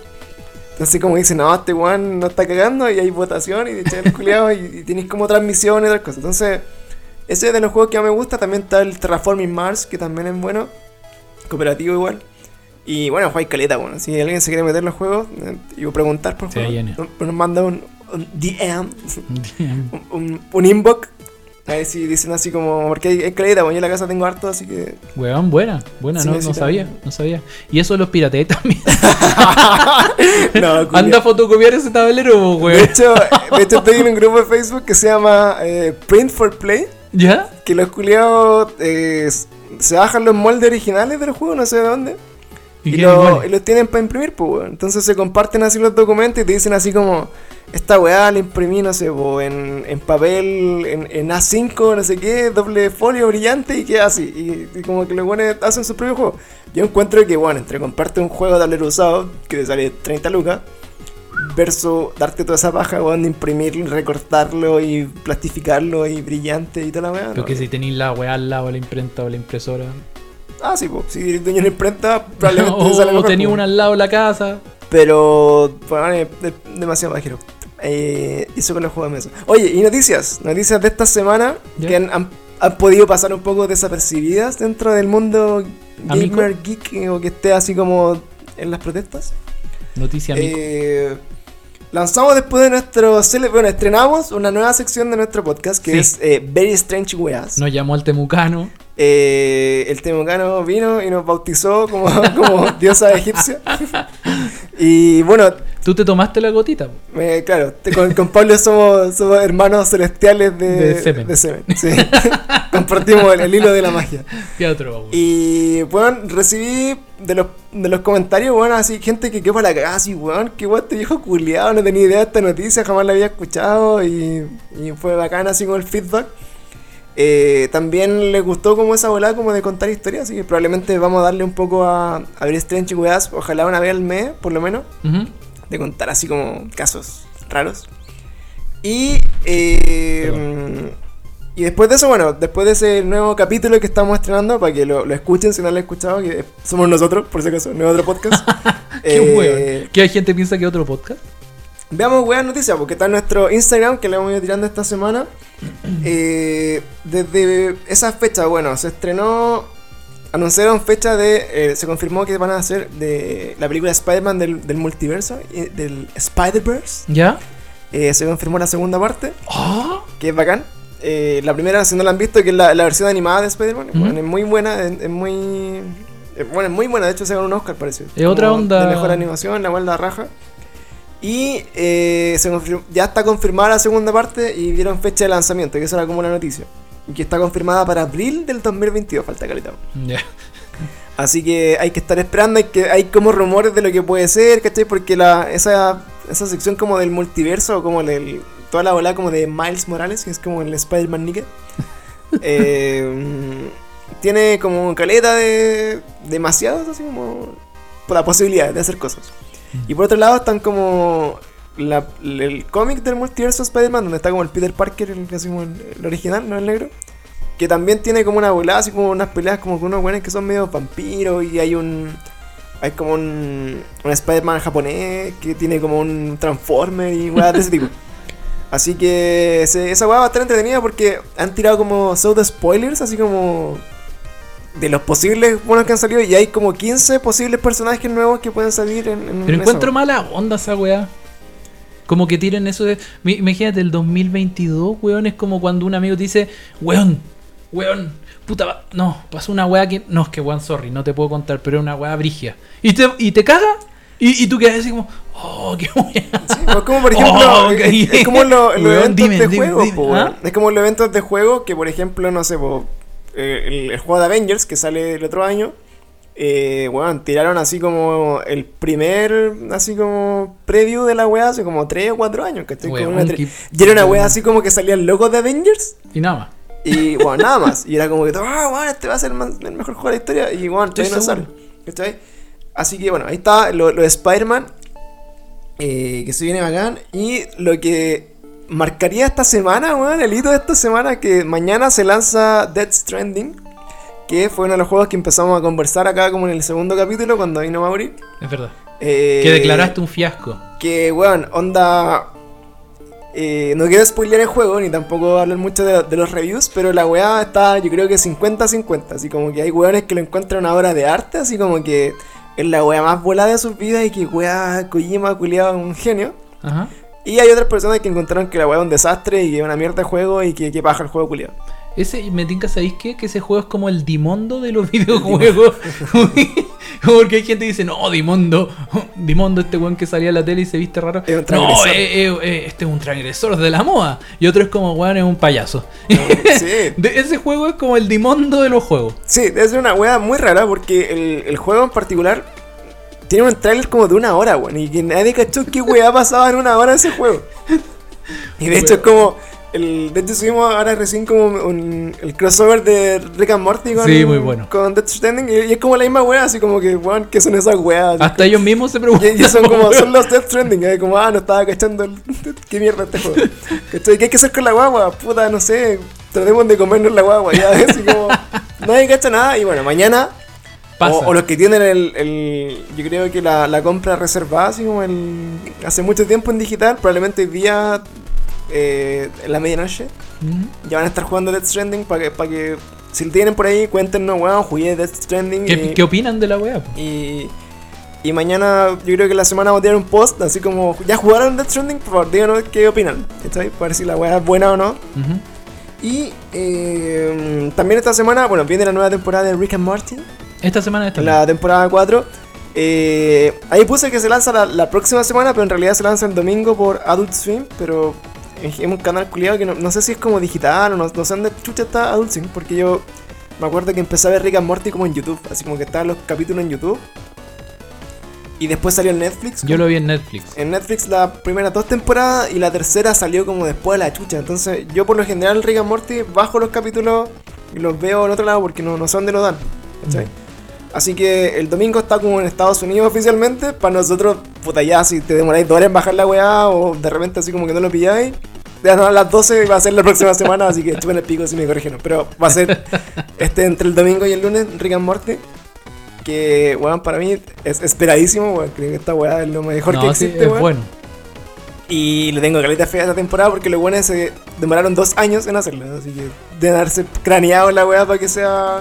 Speaker 1: Entonces como dicen, no, este weón no está cagando y hay votación y echan el culiao y, y tienes como transmisiones y otras cosas. Entonces, ese es de los juegos que más me gusta. También está el Transforming Mars, que también es bueno. Cooperativo igual. Y bueno, juega caleta, bueno. Si alguien se quiere meter en los juegos eh, y preguntar por
Speaker 2: Se
Speaker 1: favor,
Speaker 2: llena.
Speaker 1: nos- nos manda un, un DM un, un, un inbox. A ver si dicen así como, porque hay, hay caleta, bueno, yo en la casa tengo harto, así que
Speaker 2: Weón, buena, buena,
Speaker 1: Sí,
Speaker 2: no, no
Speaker 1: necesitamos.
Speaker 2: sabía, no sabía. Y eso los pirateé también.
Speaker 1: no,
Speaker 2: Anda a fotocopiar ese tablero, po,
Speaker 1: De
Speaker 2: weón.
Speaker 1: hecho, de hecho estoy en un grupo de Facebook que se llama eh, Print for Play,
Speaker 2: ¿Ya?
Speaker 1: que los culiados eh, s- se bajan los moldes originales del juego, no sé de dónde,
Speaker 2: ¿Y
Speaker 1: y,
Speaker 2: qué
Speaker 1: lo-
Speaker 2: igual?
Speaker 1: y los tienen para imprimir, pues, weón. Entonces se comparten así los documentos y te dicen así como, esta weá la imprimí, no sé, po, en, en papel, en, en A5, no sé qué, doble folio brillante y queda así. Y, y como que los weones hacen su propio juego. Yo encuentro que, bueno, entre comprarte un juego de tablero usado, que te sale 30 lucas, versus darte toda esa paja, weón, de imprimirlo, recortarlo y plastificarlo y brillante y toda la weá.
Speaker 2: Pero
Speaker 1: ¿no?
Speaker 2: que si tenéis la weá al lado, la imprenta o la impresora.
Speaker 1: Ah, sí, pues, si eres dueño de una imprenta, probablemente te sale
Speaker 2: o o
Speaker 1: mejor,
Speaker 2: tenéis
Speaker 1: po.
Speaker 2: una al lado de la casa.
Speaker 1: Pero, bueno, es de- demasiado bajero. Eh, eso con los juegos de mesa. Oye, y noticias. Noticias de esta semana
Speaker 2: Ya.
Speaker 1: que han, han- han podido pasar un poco desapercibidas dentro del mundo
Speaker 2: Amico.
Speaker 1: gamer geek eh, o que esté así como en las protestas.
Speaker 2: Noticia amigo.
Speaker 1: Eh, lanzamos después de nuestro. cele- Bueno, estrenamos una nueva sección de nuestro podcast que
Speaker 2: Sí.
Speaker 1: es eh, Very Strange Weas.
Speaker 2: Nos llamó al Temucano.
Speaker 1: Eh, el temucano vino y nos bautizó como, como diosa egipcia. y bueno,
Speaker 2: Tú te tomaste la gotita, po.
Speaker 1: eh, claro, te- con, con Pablo somos, somos hermanos celestiales de,
Speaker 2: De semen.
Speaker 1: sí. Compartimos el, el hilo de la magia.
Speaker 2: ¿Qué otro, po?
Speaker 1: Y, bueno, recibí de los, de los comentarios, bueno, así, gente que quedó para la cagada, así, weón, qué guay este viejo culiado, no tenía idea de esta noticia, jamás la había escuchado y, y fue bacana así con el feedback. Eh, también les gustó como esa volada como de contar historias, así que probablemente vamos a darle un poco a, a ver Strange Weas, ojalá una vez al mes, por lo menos
Speaker 2: Ujú.
Speaker 1: de contar así como casos raros. Y, eh, y después de eso, bueno, después de ese nuevo capítulo que estamos estrenando, para que lo, lo escuchen si no lo han escuchado, que somos nosotros, por si acaso, no es otro podcast.
Speaker 2: Qué
Speaker 1: Eh,
Speaker 2: weón. ¿Qué hay gente piensa que otro podcast?
Speaker 1: Veamos weas noticias, porque está en nuestro Instagram que le hemos ido tirando esta semana. Eh, desde esa fecha, bueno, se estrenó. Anunciaron fecha de. eh, se confirmó que van a hacer de la película Spider-Man del, del multiverso, eh, del Spider-Verse.
Speaker 2: ¿Ya?
Speaker 1: Eh, se confirmó la segunda parte,
Speaker 2: Ah,
Speaker 1: que es bacán. Eh, la primera, si no la han visto, que es la, la versión animada de Spider-Man.
Speaker 2: Ujú.
Speaker 1: bueno, es muy buena, es, es muy. es- bueno, es muy buena, de hecho se ganó un Oscar, parece.
Speaker 2: Es otra
Speaker 1: Como
Speaker 2: onda.
Speaker 1: De mejor animación, la buena raja. Y eh, se confir- ya está confirmada la segunda parte y dieron fecha de lanzamiento, que eso era como la noticia. Y que está confirmada para abril del 2022, falta caleta.
Speaker 2: Ya.
Speaker 1: Así que hay que estar esperando, hay, que, hay como rumores de lo que puede ser, ¿cachai? Porque la, esa, esa sección como del multiverso, como del, toda la bola como de Miles Morales, que es como el Spider-Man Nika, eh, tiene como caleta de demasiados, así como, por la posibilidad de hacer cosas. Y por otro lado están como la- el cómic del multiverso Spider-Man, donde está como el Peter Parker, el, así como el- el original, no el negro. Que también tiene como una volada, así como unas peleas como con unos buenos que son medio vampiros y hay un... Hay como un, un Spider-Man japonés que tiene como un Transformer y weas de ese tipo. Así que se- esa weá va a estar entretenida porque han tirado como pseudo spoilers, así como de los posibles buenos que han salido y hay como 15 posibles personajes nuevos que pueden salir en... en
Speaker 2: Pero
Speaker 1: esa
Speaker 2: encuentro
Speaker 1: weá.
Speaker 2: mala onda esa weá. Como que tiren eso de. mi- Imagínate, el 2022, weón, es como cuando un amigo te dice, weón, weón, puta, va- no, pasó una weá que. No, es que weón, sorry, no te puedo contar, pero era una weá brigia. Y te, y te caga Y, y tú quedas así como, oh, qué buena.
Speaker 1: Sí, pues como por
Speaker 2: Oh,
Speaker 1: ejemplo, es-
Speaker 2: ok.
Speaker 1: es, como lo- los
Speaker 2: Weón,
Speaker 1: eventos
Speaker 2: dime,
Speaker 1: de
Speaker 2: dime,
Speaker 1: juego,
Speaker 2: dime.
Speaker 1: po, weón.
Speaker 2: ¿Ah?
Speaker 1: es como los eventos de juego que por ejemplo, no sé, po, eh, el, el juego de Avengers que sale el otro año, eh, weón, tiraron así como el primer, así como preview de la weá hace como 3 o 4 años, ¿cachai? Como
Speaker 2: Weón,
Speaker 1: una tre-
Speaker 2: qué-
Speaker 1: Y era una weá así como que salía el logo de Avengers
Speaker 2: Y nada más.
Speaker 1: y bueno, nada más. Y era como que, ah, bueno, este va a ser el man- el mejor juego de la historia. Y bueno,
Speaker 2: Estoy
Speaker 1: todavía no sale.
Speaker 2: seguro.
Speaker 1: ¿Cachai? Así que bueno, ahí está lo, lo de Spider-Man. eh, que se viene bacán. Y lo que marcaría esta semana, weón, el hito de esta semana, que mañana se lanza Dead Stranding. Que fue uno de los juegos que empezamos a conversar acá como en el segundo capítulo cuando vino Mauri.
Speaker 2: Es verdad.
Speaker 1: Eh,
Speaker 2: Que declaraste un fiasco.
Speaker 1: que, weón, onda. eh, no quiero spoilear el juego ni tampoco hablar mucho de, de los reviews, pero la weá está, yo creo que 50-50. Así como que hay weones que lo encuentran una obra de arte, así como que es la weá más volada de sus vidas y que weá, Kojima, culiado, un genio.
Speaker 2: Ajá.
Speaker 1: Y hay otras personas que encontraron que la weá es un desastre y que es una mierda de juego y que, que paja el juego culiado.
Speaker 2: Ese, y me tinca, ¿sabéis qué? Que ese juego es como el Dimondo de los videojuegos. Como Porque hay gente que dice, no, Dimondo, Dimondo, este weón que salía a la tele y se viste raro.
Speaker 1: Es un
Speaker 2: no,
Speaker 1: transgresor.
Speaker 2: eh, eh, eh, este es un transgresor de la moda. Y otro es como, weón, es un payaso.
Speaker 1: sí.
Speaker 2: De- ese juego es como el Dimondo de los juegos.
Speaker 1: Sí, es una wea muy rara porque el, el juego en particular tiene un trailer como de una hora, weón. Y que nadie cachó qué wea pasaba en una hora de ese juego. Y de hecho es como. El, de hecho subimos ahora recién como un- el crossover de Rick and Morty con,
Speaker 2: Sí, muy bueno.
Speaker 1: con Death Stranding. Y, y es como la misma wea, así como que, weón, ¿qué son esas weas?
Speaker 2: Hasta ellos mismos se preguntan.
Speaker 1: Y, y son como,
Speaker 2: weón.
Speaker 1: son los Death Stranding, eh, como, ah, no estaba cachando, el- qué mierda este juego. ¿Cachai? ¿Qué hay que hacer con la guagua? Puta, no sé, tratemos de comernos la guagua, ya, así como, nadie cacha nada, y bueno, mañana, o,
Speaker 2: Pasa.
Speaker 1: o los que tienen el, el- yo creo que la, la compra reservada, así como el, hace mucho tiempo en digital, probablemente hoy día, eh, en la medianoche,
Speaker 2: Mm.
Speaker 1: ya van a estar jugando Death Stranding para que, para que, si lo tienen por ahí, cuéntenos, weón, jugué Death Stranding.
Speaker 2: ¿Qué,
Speaker 1: y-
Speaker 2: qué opinan de la weá? po?
Speaker 1: y, y mañana, yo creo que la semana vamos a tirar un post, así como, ¿ya jugaron Death Stranding? Por favor, díganos qué opinan. ¿Cachai? Para ver si la weá es buena o no.
Speaker 2: Ujú.
Speaker 1: Y eh, también esta semana, bueno, viene la nueva temporada de Rick and Martin,
Speaker 2: Esta semana está.
Speaker 1: la temporada 4. Eh, ahí puse que se lanza la, la próxima semana, pero en realidad se lanza el domingo por Adult Swim, pero es es un canal culiado que no, no sé si es como digital o no, no sé dónde chucha está Adult Swim, porque yo me acuerdo que empecé a ver Rick and Morty como en YouTube, así como que estaban los capítulos en YouTube. Y después salió en Netflix.
Speaker 2: Yo lo vi en Netflix.
Speaker 1: En Netflix las primeras dos temporadas y la tercera salió como después de la chucha. Entonces yo por lo general Rick and Morty bajo los capítulos y los veo en otro lado porque no, no sé dónde los dan. ¿cachai?
Speaker 2: Mm.
Speaker 1: Así que el domingo está como en Estados Unidos oficialmente. Para nosotros, puta ya, si te demoráis dos horas en bajar la weá o de repente así como que no lo pilláis. Ya son las 12 y va a ser la próxima semana, así que chupen el pico si me corrigieron. Pero va a ser este entre el domingo y el lunes, Rick and Morty. Que, weón, para mí es esperadísimo, weón. Creo que esta weá es lo mejor que
Speaker 2: No, sí,
Speaker 1: existe,
Speaker 2: es
Speaker 1: weón.
Speaker 2: bueno.
Speaker 1: Y le tengo caleta fea a esta temporada porque los buenos se demoraron dos años en hacerlo. Así que de darse craneado la weá para que sea.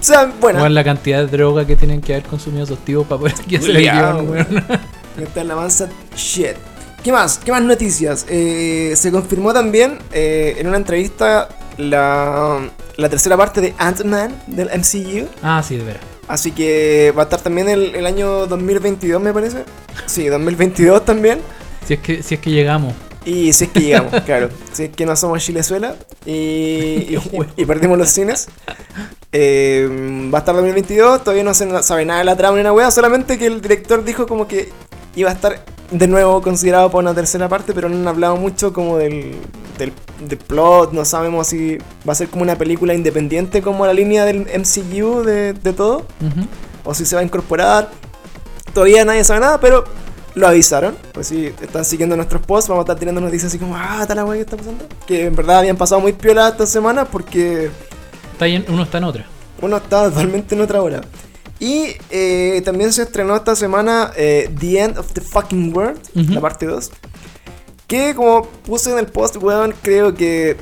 Speaker 1: sea buena.
Speaker 2: Weón, la cantidad de droga que tienen que haber consumido esos tíos para poder que se la
Speaker 1: Culeado,
Speaker 2: llevan, weón.
Speaker 1: Esta alabanza shit. ¿Qué más? ¿Qué más noticias? Eh, se confirmó también eh, en una entrevista la, la tercera parte de Ant-Man del MCU.
Speaker 2: Ah, sí, de veras.
Speaker 1: Así que va a estar también el, el año 2022, me parece. Sí, 2022 también.
Speaker 2: Si es que, si es que llegamos.
Speaker 1: Y si es que llegamos, claro. Si es que no somos Chilezuela y, y, y perdimos los cines. Eh, va a estar 2022, todavía no se na- sabe nada de la trama ni una wea, solamente que el director dijo como que iba a estar de nuevo considerado para una tercera parte, pero no han hablado mucho como del, del, del plot, no sabemos si va a ser como una película independiente como la línea del MCU de, de todo,
Speaker 2: Ujú.
Speaker 1: o si se va a incorporar. Todavía nadie sabe nada, pero lo avisaron. Pues si están siguiendo nuestros posts, vamos a estar tirando noticias así como, ah, tal la wea que está pasando. Que en verdad habían pasado muy piola esta semana porque
Speaker 2: Está ahí en- uno está en otra.
Speaker 1: uno estaba totalmente en otra hora. Y eh, también se estrenó esta semana eh, The End of the Fucking World,
Speaker 2: Ujú.
Speaker 1: la parte 2. Que como puse en el post, weón, creo que...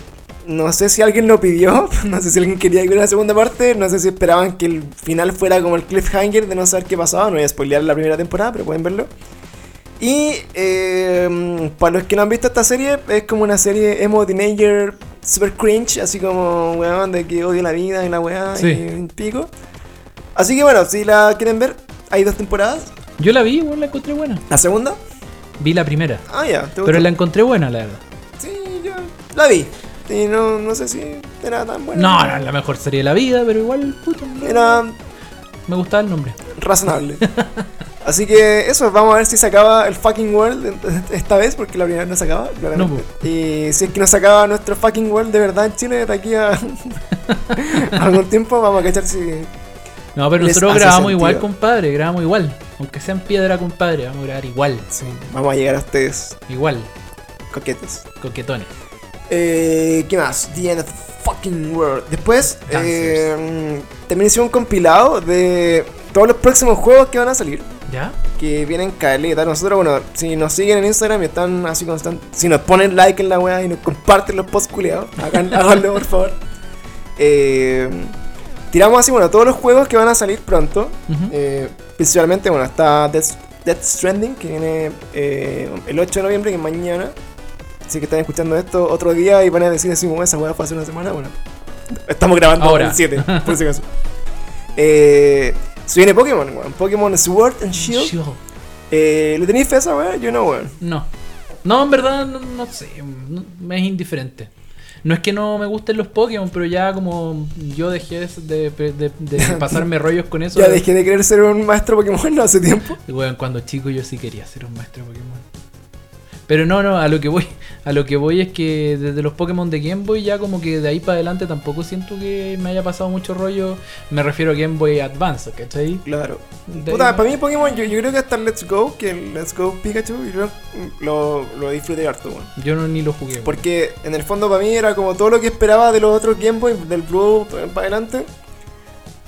Speaker 1: No sé si alguien lo pidió, no sé si alguien quería que hubiera una segunda parte, no sé si esperaban que el final fuera como el cliffhanger de no saber qué pasaba, no voy a spoilear la primera temporada, pero pueden verlo. Y eh, para los que no han visto esta serie, es como una serie emo teenager super cringe, así como weón de que odio la vida y la weá
Speaker 2: Sí.
Speaker 1: y un pico. Así que bueno, si la quieren ver, hay dos temporadas.
Speaker 2: Yo la vi, weón, la encontré buena.
Speaker 1: ¿La segunda?
Speaker 2: Vi la primera.
Speaker 1: Ah, ya. ¿te
Speaker 2: Pero
Speaker 1: gustó?
Speaker 2: la encontré buena, la verdad.
Speaker 1: Sí, yo la vi. Y no, no sé si era tan buena.
Speaker 2: No, no es la mejor serie de la vida, pero igual, puta, no-
Speaker 1: Era
Speaker 2: me gustaba el nombre.
Speaker 1: razonable. Así que eso, vamos a ver si se acaba el fucking world en- esta vez, porque la primera vez no se acaba, claramente.
Speaker 2: No,
Speaker 1: y si es que no se acaba nuestro fucking world de verdad en Chile de aquí a a algún tiempo, vamos a cachar si.
Speaker 2: No, pero
Speaker 1: Les
Speaker 2: nosotros
Speaker 1: hace
Speaker 2: grabamos igual,
Speaker 1: sentido.
Speaker 2: compadre, grabamos igual. Aunque sea en piedra, compadre, vamos a grabar igual,
Speaker 1: si vamos a llegar a ustedes
Speaker 2: igual,
Speaker 1: coquetes.
Speaker 2: coquetones.
Speaker 1: Eh, ¿Qué más? The End of Fucking World. Después,
Speaker 2: Dancers.
Speaker 1: eh, también hice un compilado de todos los próximos juegos que van a salir.
Speaker 2: ¿Ya?
Speaker 1: que vienen caleta. Nosotros, bueno, si nos siguen en Instagram y están así constantes, si nos ponen like en la weá y nos comparten los posts culiados, hagan- háganlo por favor. Eh, tiramos así, bueno, todos los juegos que van a salir pronto.
Speaker 2: Ujú.
Speaker 1: Eh, principalmente, bueno, está Death, Death Stranding, que viene eh, el 8 de noviembre, que es mañana. Así que están escuchando esto otro día y van a decir así, "Bueno, esa weá fue hace una semana. Bueno, estamos grabando
Speaker 2: Ahora.
Speaker 1: el 7, por si acaso. Eh, se viene Pokémon, weón. Pokémon Sword and Shield.
Speaker 2: Yo-
Speaker 1: Eh, ¿Le tenéis fe a esa weá? Yo no, weón.
Speaker 2: No. No, en verdad, no, no sé. no- me es indiferente. No es que no me gusten los Pokémon, pero ya como yo dejé de, de- de- de pasarme rollos con eso.
Speaker 1: Ya dejé de querer ser un maestro Pokémon hace tiempo.
Speaker 2: Weón, cuando chico yo sí quería ser un maestro de Pokémon. Pero no, no, a lo que voy, a lo que voy es que desde los Pokémon de Game Boy ya como que de ahí para adelante tampoco siento que me haya pasado mucho rollo. Me refiero a Game Boy Advance, ¿cachai?
Speaker 1: Claro.
Speaker 2: De ahí-
Speaker 1: Puta, para mí Pokémon, yo, yo creo que hasta el Let's Go, que el Let's Go Pikachu, yo lo, lo disfruté harto, weón.
Speaker 2: Yo no ni lo jugué. weón.
Speaker 1: Porque en el fondo para mí era como todo lo que esperaba de los otros Game Boy, del Blue para adelante.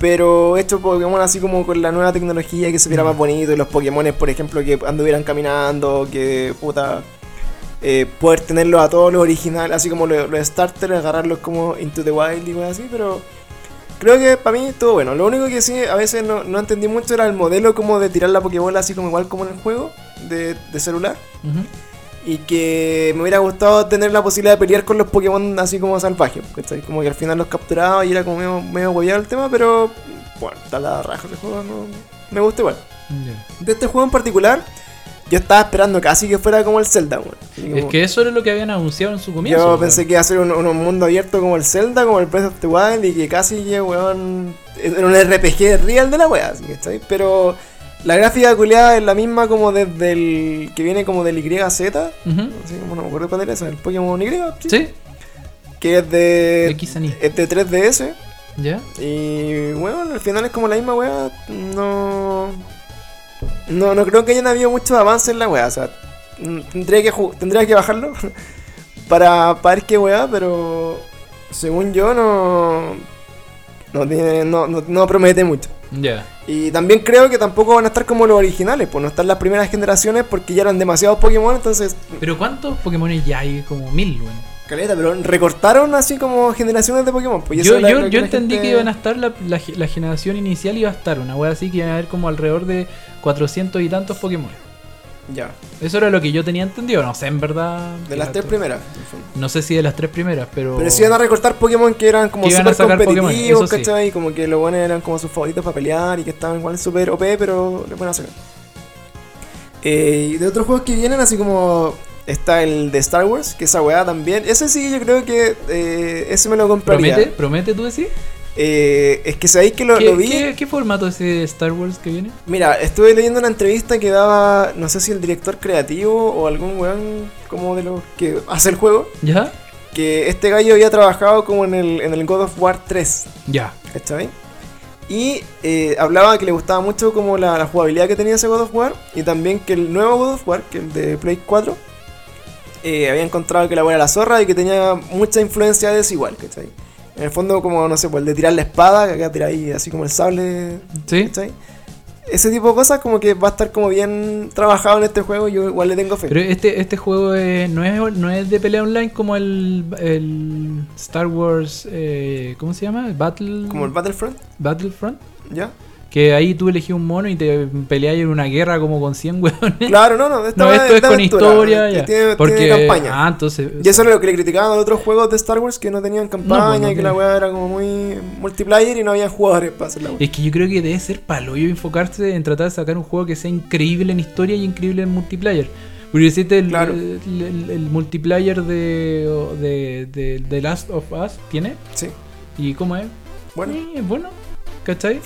Speaker 1: Pero hecho Pokémon así como con la nueva tecnología que se viera
Speaker 2: Mm.
Speaker 1: más bonito. Y los Pokémones, por ejemplo, que anduvieran caminando, que puta. eh, poder tenerlos a todos los originales, así como los, los starters, agarrarlos como Into the Wild y cosas así, pero creo que para mí todo bueno. Lo único que sí, a veces no, no entendí mucho era el modelo como de tirar la Pokébola así como igual como en el juego de- de celular.
Speaker 2: Ujú.
Speaker 1: Y que me hubiera gustado tener la posibilidad de pelear con los Pokémon así como salvajes. ¿cachai? Como que al final los capturaba y era como medio, medio hueveado el tema, pero bueno, está la raja el juego, no- me gusta igual.
Speaker 2: Ya.
Speaker 1: De este juego en particular, yo estaba esperando casi que fuera como el Zelda, weón. Así
Speaker 2: Es
Speaker 1: como-
Speaker 2: que eso era lo que habían anunciado en su comienzo.
Speaker 1: yo
Speaker 2: weón.
Speaker 1: pensé que iba a ser un, un mundo abierto como el Zelda, como el Breath of the Wild, y que casi que, weón, era un RPG real de la wea, así, ¿cachai? Pero la gráfica culiada es la misma como desde el. que viene como del YZ.
Speaker 2: Ujú.
Speaker 1: Sí, como no me acuerdo cuál era esa, el Pokémon Y, sí,
Speaker 2: Sí,
Speaker 1: que es de, este
Speaker 2: X and Y.
Speaker 1: es de 3DS.
Speaker 2: ya.
Speaker 1: Y bueno, al final es como la misma weá. No, no, no creo que hayan habido muchos avances en la weá. O sea, mm, tendría que, ju- tendría que bajarlo para, para ver qué weá, pero según yo no, no, tiene, no, no, no promete mucho.
Speaker 2: Ya.
Speaker 1: Y también creo que tampoco van a estar como los originales, pues no están las primeras generaciones porque ya eran demasiados Pokémon, entonces
Speaker 2: Pero ¿cuántos Pokémon ya hay? Como mil, weón.
Speaker 1: Caleta, pero recortaron así como generaciones de Pokémon. Pues y eso
Speaker 2: Yo,
Speaker 1: es la-
Speaker 2: yo-
Speaker 1: lo
Speaker 2: yo
Speaker 1: la
Speaker 2: entendí
Speaker 1: gente-
Speaker 2: que iban a estar la, la ge- la generación inicial iba a estar una wea así que iban a haber como alrededor de 400 y tantos Pokémon.
Speaker 1: Ya,
Speaker 2: Eso era lo que yo tenía entendido, no sé en verdad.
Speaker 1: de las tres
Speaker 2: Exacto.
Speaker 1: primeras. en el fondo.
Speaker 2: No sé si de las tres primeras, pero.
Speaker 1: Pero sí iban a recortar Pokémon que eran como
Speaker 2: Que iban a
Speaker 1: súper
Speaker 2: sacar Pokémon, eso
Speaker 1: competitivos,
Speaker 2: sí.
Speaker 1: ¿cachai? Y como que los buenos eran como sus favoritos para pelear y que estaban igual súper OP, pero les van a sacar. Eh, y de otros juegos que vienen, así como está el de Star Wars, que esa weá también. Ese sí, yo creo que eh, ese me lo compraría.
Speaker 2: ¿Promete? ¿Promete tú decís?
Speaker 1: Eh, es que sabéis que lo,
Speaker 2: ¿Qué,
Speaker 1: lo vi.
Speaker 2: qué- qué formato es ese de Star Wars que viene?
Speaker 1: Mira, estuve leyendo una entrevista que daba, no sé si el director creativo o algún weón como de los que hace el juego,
Speaker 2: ¿Ya?
Speaker 1: que este gallo había trabajado como en el, en el God of War 3,
Speaker 2: Ya.
Speaker 1: ¿cachai? Y eh, hablaba que le gustaba mucho como la, la jugabilidad que tenía ese God of War y también que el nuevo God of War, que el de Play 4, eh, había encontrado que la buena era la zorra y que tenía mucha influencia desigual, ¿cachai? En el fondo como, no sé, pues el de tirar la espada, que acá tiráis así como el sable
Speaker 2: Sí.
Speaker 1: ¿Cachai? Ese tipo de cosas como que va a estar como bien trabajado en este juego, yo igual le tengo fe.
Speaker 2: Pero este, este juego eh, no, es, no es de pelea online como el, el Star Wars. eh, ¿Cómo se llama? Battle.
Speaker 1: Como el Battlefront,
Speaker 2: Battlefront.
Speaker 1: ¿ya?
Speaker 2: Que ahí tú elegís un mono y te peleás en una guerra como con 100 hueones.
Speaker 1: Claro, no, no. esta
Speaker 2: No,
Speaker 1: va
Speaker 2: esto
Speaker 1: de-
Speaker 2: es
Speaker 1: de
Speaker 2: con
Speaker 1: aventura,
Speaker 2: historia.
Speaker 1: eh,
Speaker 2: ya.
Speaker 1: Tiene,
Speaker 2: Porque,
Speaker 1: tiene campaña.
Speaker 2: Ah, entonces.
Speaker 1: y eso era lo que le criticaban a otros juegos de Star Wars que no tenían campaña
Speaker 2: No, pues, no
Speaker 1: y que la
Speaker 2: tiene.
Speaker 1: weá era como muy multiplayer y no había jugadores para hacer la weá.
Speaker 2: Es que yo creo que debe ser paloyo enfocarse en tratar de sacar un juego que sea increíble en historia y increíble en multiplayer. Porque decirte, el,
Speaker 1: Claro.
Speaker 2: el, el- el multiplayer de, de, de- de Last of Us tiene.
Speaker 1: Sí,
Speaker 2: ¿Y cómo es?
Speaker 1: bueno.
Speaker 2: Sí, es bueno. ¿Cachai?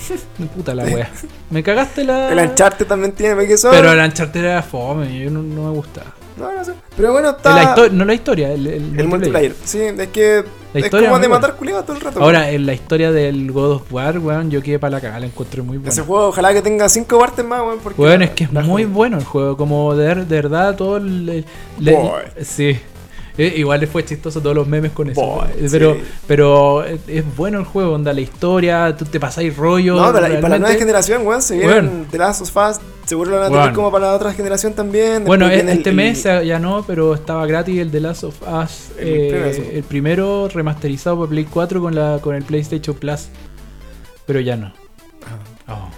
Speaker 2: Puta la wea. Me cagaste la.
Speaker 1: El Uncharted también tiene, ¿ve que son?
Speaker 2: Pero el Uncharted era fome, yo no, no me gustaba.
Speaker 1: No, no sé. Pero bueno, está.
Speaker 2: La histo- no la historia, el, el
Speaker 1: el
Speaker 2: multiplayer.
Speaker 1: multiplayer. Sí, es que.
Speaker 2: La
Speaker 1: Es
Speaker 2: historia
Speaker 1: como
Speaker 2: es
Speaker 1: de
Speaker 2: muy
Speaker 1: matar culiados todo el rato.
Speaker 2: Ahora, en la historia del God of War, weón, yo quedé para la cagada, la encontré muy buena.
Speaker 1: Ese juego, ojalá que tenga cinco partes más, weón. porque
Speaker 2: Weón,
Speaker 1: la-
Speaker 2: es que es
Speaker 1: la-
Speaker 2: muy bueno el juego, como de, de verdad todo el... el- le-
Speaker 1: Boy.
Speaker 2: sí. Eh, igual fue chistoso todos los memes con eso.
Speaker 1: Boy,
Speaker 2: Eh, pero
Speaker 1: sí.
Speaker 2: pero es, es bueno el juego, onda, la historia, tú te pasáis rollo.
Speaker 1: No, para, y para la nueva
Speaker 2: realmente.
Speaker 1: generación, weón, se
Speaker 2: Weón.
Speaker 1: vienen The Last of Us. Seguro lo van a tener
Speaker 2: Weón.
Speaker 1: como para la otra generación también.
Speaker 2: Bueno,
Speaker 1: después
Speaker 2: e-
Speaker 1: viene el-
Speaker 2: este
Speaker 1: el-
Speaker 2: mes ya no, pero estaba gratis el The Last of Us,
Speaker 1: El
Speaker 2: eh,
Speaker 1: primero.
Speaker 2: el primero remasterizado por Play 4 con, la, con el PlayStation Plus. Pero ya no. Oh.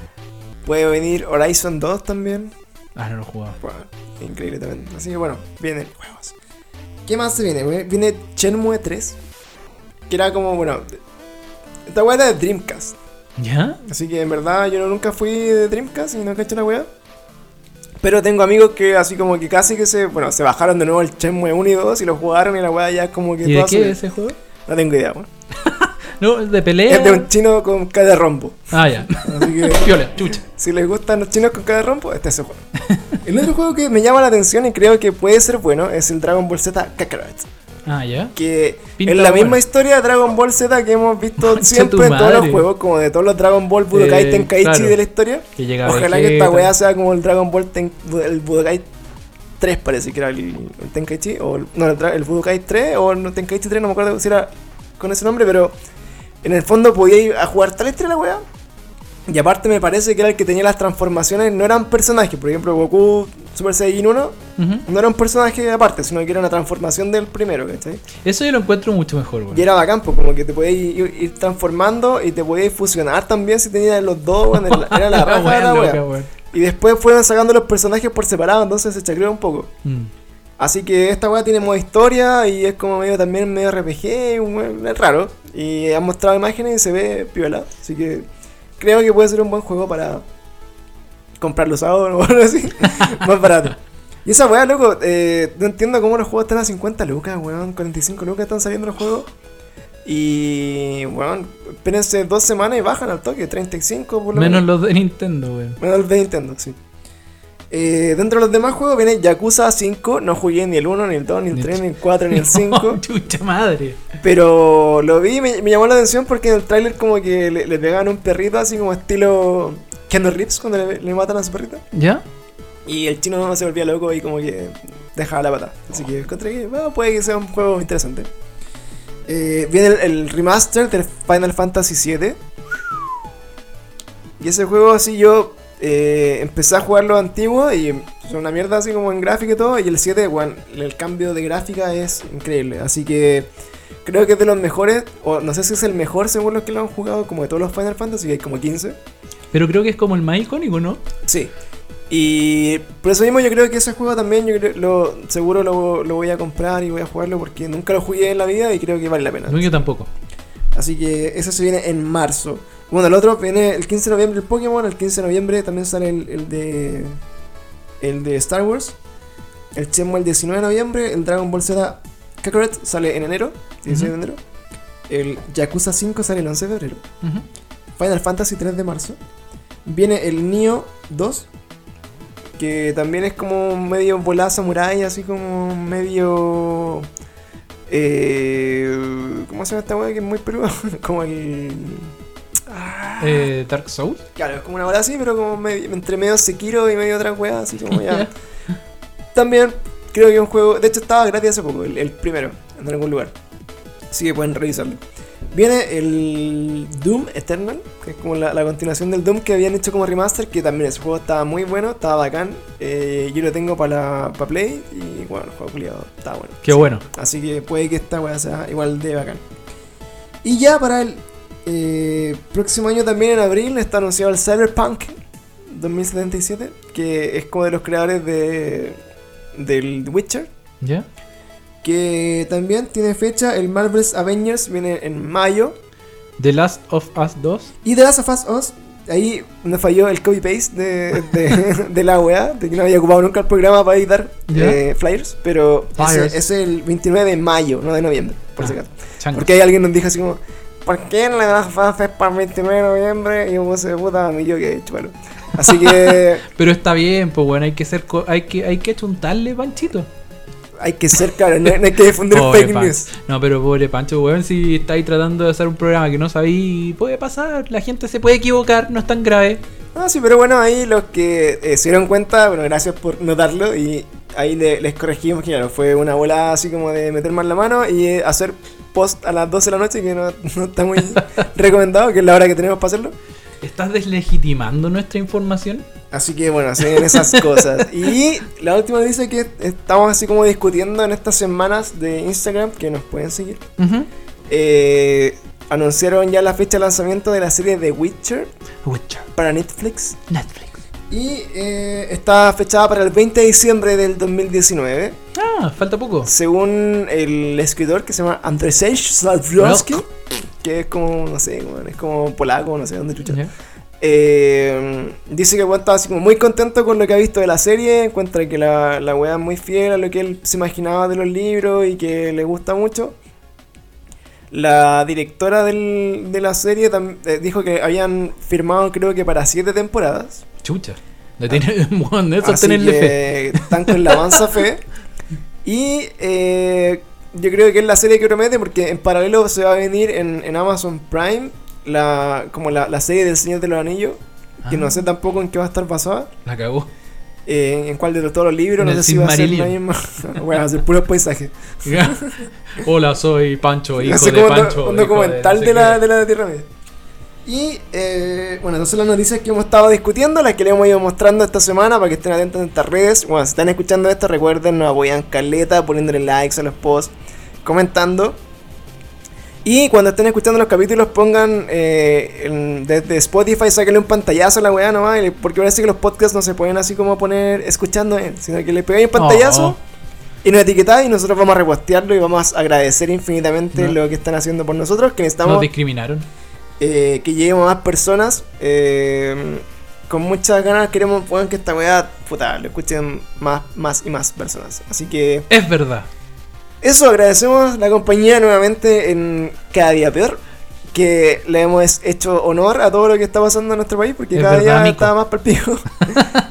Speaker 1: Puede venir Horizon 2 también.
Speaker 2: Ah, no lo jugaba.
Speaker 1: Bueno, increíble también. Así que bueno, vienen juegos. ¿Qué más se viene? güey? Viene Shenmue 3. Que era como, bueno. Esta weá era de Dreamcast.
Speaker 2: ¿Ya?
Speaker 1: Así que en verdad yo no- nunca fui de Dreamcast y no cacho la weá. Pero tengo amigos que así como que casi que se. Bueno, se bajaron de nuevo el Shenmue 1 y 2 y lo jugaron y la weá ya es como que
Speaker 2: ¿Y de
Speaker 1: toda su
Speaker 2: qué
Speaker 1: vida.
Speaker 2: es Eh, ese juego?
Speaker 1: No tengo idea, weón.
Speaker 2: No, de pelea.
Speaker 1: Es de un chino con cara de rombo.
Speaker 2: Ah, ya.
Speaker 1: Así que.
Speaker 2: Piola, chucha.
Speaker 1: Si les gustan los chinos con cada rompo, este es el juego. El otro juego que me llama la atención y creo que puede ser bueno es el Dragon Ball Z Kakarot.
Speaker 2: Ah, ya.
Speaker 1: Que
Speaker 2: Pinta
Speaker 1: es la
Speaker 2: bueno.
Speaker 1: misma historia de Dragon Ball Z que hemos visto
Speaker 2: Concha tu
Speaker 1: siempre en todos
Speaker 2: madre.
Speaker 1: los juegos, como de todos los Dragon Ball Budokai
Speaker 2: Eh,
Speaker 1: Tenkaichi
Speaker 2: claro.
Speaker 1: de la historia.
Speaker 2: Que llega
Speaker 1: Ojalá que
Speaker 2: Vegeta.
Speaker 1: esta weá sea como el Dragon Ball Ten- el Budokai 3, parece que era el, el Tenkaichi. O el- no, el, Dra- el Budokai 3 o el Tenkaichi 3, no me acuerdo si era con ese nombre, pero en el fondo podía ir a jugar tal estrella la weá. Y aparte me parece que era el que tenía las transformaciones, no eran personajes. Por ejemplo, Goku Super Saiyan 1
Speaker 2: Ujú.
Speaker 1: no era un personaje aparte, sino que era una transformación del primero, ¿cachai?
Speaker 2: Eso yo lo encuentro mucho mejor, weón.
Speaker 1: Y era bacán, pues, como que te podías ir, ir- ir transformando y te podías fusionar también si tenías los dos, weón, era la- era
Speaker 2: Ah,
Speaker 1: la raja de la
Speaker 2: Weón,
Speaker 1: wea.
Speaker 2: loca, weón.
Speaker 1: Y después fueron sacando los personajes por separado, entonces se chacreó un poco.
Speaker 2: Mm.
Speaker 1: Así que esta weá tiene modo historia y es como medio también medio RPG, weón, es raro. Y han mostrado imágenes y se ve piola. Así que creo que puede ser un buen juego para comprarlo usado o algo así, más barato. Y esa weá, loco, eh, no entiendo cómo los juegos están a 50 lucas, weón, 45 lucas están saliendo los juegos. Y, weón, espérense dos semanas y bajan al toque, 35 por lo
Speaker 2: Menos los de Nintendo, weón.
Speaker 1: bueno, el de Nintendo, sí. Eh, dentro de los demás juegos viene Yakuza 5. No jugué ni el 1, ni el 2, ni el
Speaker 2: Ni el
Speaker 1: 3, ni el 4, ni el
Speaker 2: No,
Speaker 1: 5.
Speaker 2: Oh, chucha madre.
Speaker 1: Pero lo vi y me, me llamó la atención porque en el tráiler como que le, le pegaban un perrito así como estilo Keanu Reeves cuando le, le matan a su perrito.
Speaker 2: ¿Ya?
Speaker 1: Y el chino se volvía loco y como que dejaba la pata. Así que encontré que bueno, puede que sea un juego interesante. Eh, viene el, el remaster del Final Fantasy VII. Y ese juego así yo eh, empecé a jugar los antiguos y son una mierda así como en gráfica y todo. Y el 7, bueno, el cambio de gráfica es increíble. Así que creo que es de los mejores, o no sé si es el mejor según los que lo han jugado, como de todos los Final Fantasy, que hay como 15.
Speaker 2: Pero creo que es como el más icónico, ¿no?
Speaker 1: Sí. Y por eso mismo yo creo que ese juego también yo creo- lo, seguro lo, lo voy a comprar y voy a jugarlo porque nunca lo jugué en la vida y creo que vale la pena.
Speaker 2: No, yo tampoco.
Speaker 1: Así que ese se viene en marzo. Bueno, el otro viene el 15 de noviembre el Pokémon, el 15 de noviembre también sale el, el de el de Star Wars. El Chemo el 19 de noviembre, el Dragon Ball Z Kakarot sale en enero, 16 de enero. El Yakuza 5 sale el 11 de febrero.
Speaker 2: Ujú.
Speaker 1: Final Fantasy 3 de marzo. Viene el Nioh 2. Que también es como medio volada samurai, así como medio. Eh, ¿Cómo se llama esta weá que es muy peluda? como el. Ah,
Speaker 2: Eh, Dark Souls.
Speaker 1: Claro, es como una bola así, pero como medio- entre medio Sekiro y medio otra weá, así como ya. También creo que es un juego. De hecho, estaba gratis hace poco, el, el primero, en algún lugar. Así que pueden revisarlo. Viene el Doom Eternal, que es como la, la continuación del Doom que habían hecho como remaster, que también ese juego estaba muy bueno, estaba bacán. Eh, yo lo tengo para para Play y bueno, el juego culiado estaba bueno.
Speaker 2: Qué bueno.
Speaker 1: Así que puede que esta weá sea igual de bacán. Y ya para el Eh, próximo año también en abril está anunciado el Cyberpunk 2077, que es como de los creadores de del Witcher,
Speaker 2: ¿Ya?
Speaker 1: que también tiene fecha el Marvel's Avengers viene en mayo
Speaker 2: The Last of Us 2.
Speaker 1: y The Last of Us Us, ahí nos falló el copy paste de, de- de la weá, de que no había ocupado nunca el programa para editar
Speaker 2: Ya.
Speaker 1: eh, flyers, pero ese
Speaker 2: Flyers.
Speaker 1: ese es el 29 de mayo, no de noviembre, por si
Speaker 2: Ah.
Speaker 1: acaso.
Speaker 2: Chango.
Speaker 1: Porque ahí alguien nos dijo así como, ¿por qué no le das hacer para el 29 de noviembre? Y yo puse, puta, mi yo que he hecho, bueno. Así que
Speaker 2: Pero está bien, pues bueno, hay que ser co- hay que hay que chuntarle panchito.
Speaker 1: hay que ser, claro, no, no hay que difundir
Speaker 2: Pobre
Speaker 1: fake
Speaker 2: Pan-
Speaker 1: news.
Speaker 2: No, pero pobre Pancho, weón, si estáis tratando de hacer un programa que no sabéis, puede pasar, la gente se puede equivocar, no es tan grave.
Speaker 1: Ah, sí, pero bueno, ahí los que eh, se dieron cuenta, bueno, gracias por notarlo y ahí le- les corregimos, que claro, fue una bola así como de meter más la mano y eh, hacer post a las 12 de la noche, que no, no está muy recomendado, que es la hora que tenemos para hacerlo.
Speaker 2: ¿Estás deslegitimando nuestra información?
Speaker 1: Así que bueno, se ven esas cosas. Y la última dice que estamos así como discutiendo en estas semanas de Instagram, que nos pueden seguir. Eh, anunciaron ya la fecha de lanzamiento de la serie The Witcher
Speaker 2: Witcher,
Speaker 1: para Netflix.
Speaker 2: Netflix.
Speaker 1: Y eh, está fechada para el 20 de diciembre del 2019.
Speaker 2: Ah, falta poco.
Speaker 1: Según el escritor que se llama Andrzej Slavlowski, que es como, no sé, bueno, es como polaco, no sé dónde chucha.
Speaker 2: Ya.
Speaker 1: Eh, dice que bueno, estaba así como muy contento con lo que ha visto de la serie. Encuentra que la, la weá es muy fiel a lo que él se imaginaba de los libros y que le gusta mucho. La directora del- de la serie tam- eh, dijo que habían firmado, creo que para siete temporadas.
Speaker 2: Chucha. Le tiene, weón, eso es
Speaker 1: Ah. así
Speaker 2: tenerle fe.
Speaker 1: que están con la avanza fe. Y eh, yo creo que es la serie que promete porque en paralelo se va a venir en, en Amazon Prime la, como la, la serie del Señor de los Anillos que no sé tampoco en qué va a estar basada,
Speaker 2: Ah, La cagó.
Speaker 1: eh, en cuál de los- todos los libros,
Speaker 2: En
Speaker 1: no
Speaker 2: el
Speaker 1: sé si va a ser la
Speaker 2: Silmarillion.
Speaker 1: misma. bueno, va a ser puros paisajes.
Speaker 2: Hola, soy Pancho, hijo
Speaker 1: Así
Speaker 2: de
Speaker 1: como
Speaker 2: Pancho.
Speaker 1: un
Speaker 2: hijo de
Speaker 1: documental
Speaker 2: no sé
Speaker 1: de, la,
Speaker 2: qué.
Speaker 1: de la Tierra Media. Y eh, bueno, entonces las noticias que hemos estado discutiendo, las que le hemos ido mostrando esta semana para que estén atentos en estas redes. Bueno, si están escuchando esto, recuerden, nos apoyan caleta, poniéndole likes a los posts, comentando. Y cuando estén escuchando los capítulos, pongan eh, en- desde Spotify, sáquenle un pantallazo a la weá nomás, y- porque parece que los podcasts no se pueden así como poner escuchando, eh, sino que le pegáis un pantallazo
Speaker 2: Oh.
Speaker 1: y nos etiquetáis y nosotros vamos a repostearlo y vamos a agradecer infinitamente
Speaker 2: No.
Speaker 1: lo que están haciendo por nosotros, que
Speaker 2: Nos
Speaker 1: necesitamos
Speaker 2: discriminaron.
Speaker 1: eh, que lleguemos a más personas. eh, con muchas ganas queremos weón, que esta weá, puta, lo escuchen más, más y más personas. Así que
Speaker 2: Es verdad.
Speaker 1: eso, agradecemos la compañía nuevamente en Cada Día Peor, que le hemos hecho honor a todo lo que está pasando en nuestro país, porque
Speaker 2: Es
Speaker 1: cada
Speaker 2: verdad,
Speaker 1: día
Speaker 2: Nico.
Speaker 1: está más palpijo.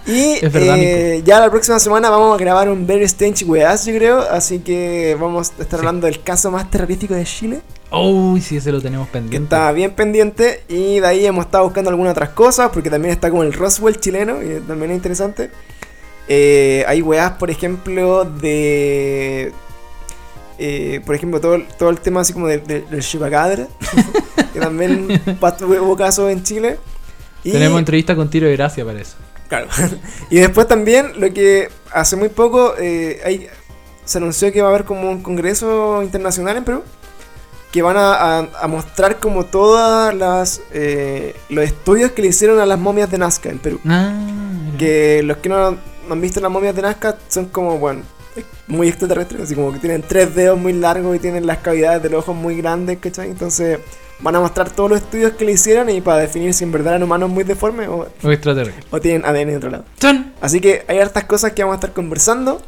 Speaker 1: y
Speaker 2: Es verdad,
Speaker 1: eh, ya la próxima semana vamos a grabar un Very Strange Weas, yo creo, así que vamos a estar
Speaker 2: Sí.
Speaker 1: hablando del caso más terrorífico de Chile,
Speaker 2: Uy, sí, ese lo tenemos
Speaker 1: que
Speaker 2: pendiente.
Speaker 1: está bien pendiente, y de ahí hemos estado buscando algunas otras cosas, porque también está como el Roswell chileno, y también es interesante. Eh, hay weas, por ejemplo, de. eh, por ejemplo, todo, el- todo el tema así como de- de- del Chupacabra, que también pas- hubo casos en Chile. Y,
Speaker 2: Tenemos entrevista con tiro de gracia para eso.
Speaker 1: claro. y después también, lo que hace muy poco eh, hay- se anunció que va a haber como un congreso internacional en Perú que van a, a- a mostrar como todas las eh, los estudios que le hicieron a las momias de Nazca en Perú.
Speaker 2: Ah,
Speaker 1: Que los que no han visto las momias de Nazca son como, bueno, muy extraterrestres, así como que tienen tres dedos muy largos y tienen las cavidades del ojo muy grandes, ¿cachai? Entonces van a mostrar todos los estudios que le hicieron y para definir si en verdad eran humanos muy deformes o,
Speaker 2: Un extraterrestre.
Speaker 1: o tienen ADN de otro lado.
Speaker 2: ¡Chan!
Speaker 1: Así que hay hartas cosas que vamos a estar conversando.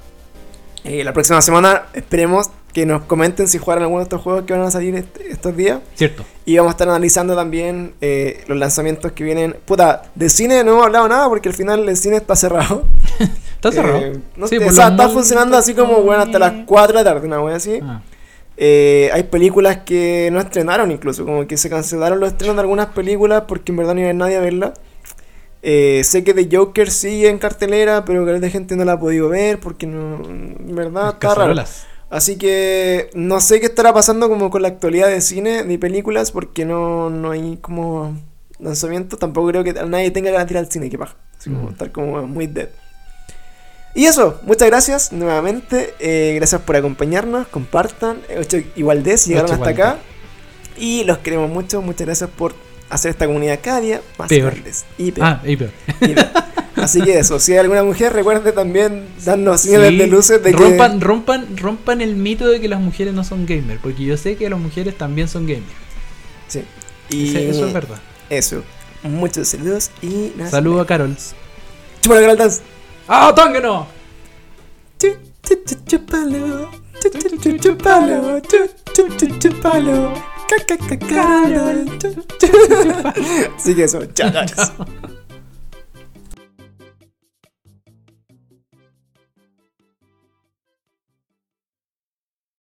Speaker 1: Eh, la próxima semana esperemos que nos comenten si jugaron alguno de estos juegos que van a salir este- estos días.
Speaker 2: Cierto.
Speaker 1: Y vamos a estar analizando también eh, los lanzamientos que vienen. Puta, de cine no hemos hablado nada porque al final el cine está cerrado.
Speaker 2: ¿Está cerrado?
Speaker 1: Eh, no
Speaker 2: Sí,
Speaker 1: sé,
Speaker 2: por
Speaker 1: o sea,
Speaker 2: los
Speaker 1: está
Speaker 2: malls-
Speaker 1: funcionando así como, bueno, hasta las 4 de la tarde, una wea así.
Speaker 2: Ah.
Speaker 1: Eh, hay películas que no estrenaron incluso, como que se cancelaron los estrenos de algunas películas porque en verdad no iba a nadie a verla. Eh, sé que The Joker sigue en cartelera, pero que la gente no la ha podido ver porque no, en verdad está raro.
Speaker 2: Cacerolas.
Speaker 1: Así que no sé qué estará pasando como con la actualidad de cine ni películas porque no, no hay como lanzamiento. Tampoco creo que a nadie tenga ganas de ir al cine, que paja. Así como
Speaker 2: Mm.
Speaker 1: estar como muy dead. Y eso, muchas gracias nuevamente. eh, gracias por acompañarnos, compartan. eh, Ocho igualdez, llegaron
Speaker 2: Ocho
Speaker 1: hasta acá. Y los queremos mucho. Muchas gracias por hacer esta comunidad cada día más
Speaker 2: Peor.
Speaker 1: grande. Y peor.
Speaker 2: Ah, y peor.
Speaker 1: Y peor. Así que eso, si hay alguna mujer, recuerde también darnos señales
Speaker 2: Sí,
Speaker 1: de luces de que-
Speaker 2: rompan, rompan, rompan el mito de que las mujeres no son gamers, porque yo sé que las mujeres también son gamers.
Speaker 1: Sí.
Speaker 2: O
Speaker 1: Y
Speaker 2: sea, Eso es verdad.
Speaker 1: Eso. Muchos saludos y nos
Speaker 2: Saludo a Carol.
Speaker 1: vemos. Chúpalo, Carol Dance.
Speaker 2: ¡Ah, tónguenos!
Speaker 1: Chu, chu, chu, Chúpalo. Chu, chu, chu, Chúpalo. Chu, chu, chu, Chúpalo. Ca, ca, ca, Carol. Chu, chu, chu, chúpalo. Así que eso, chao. guys.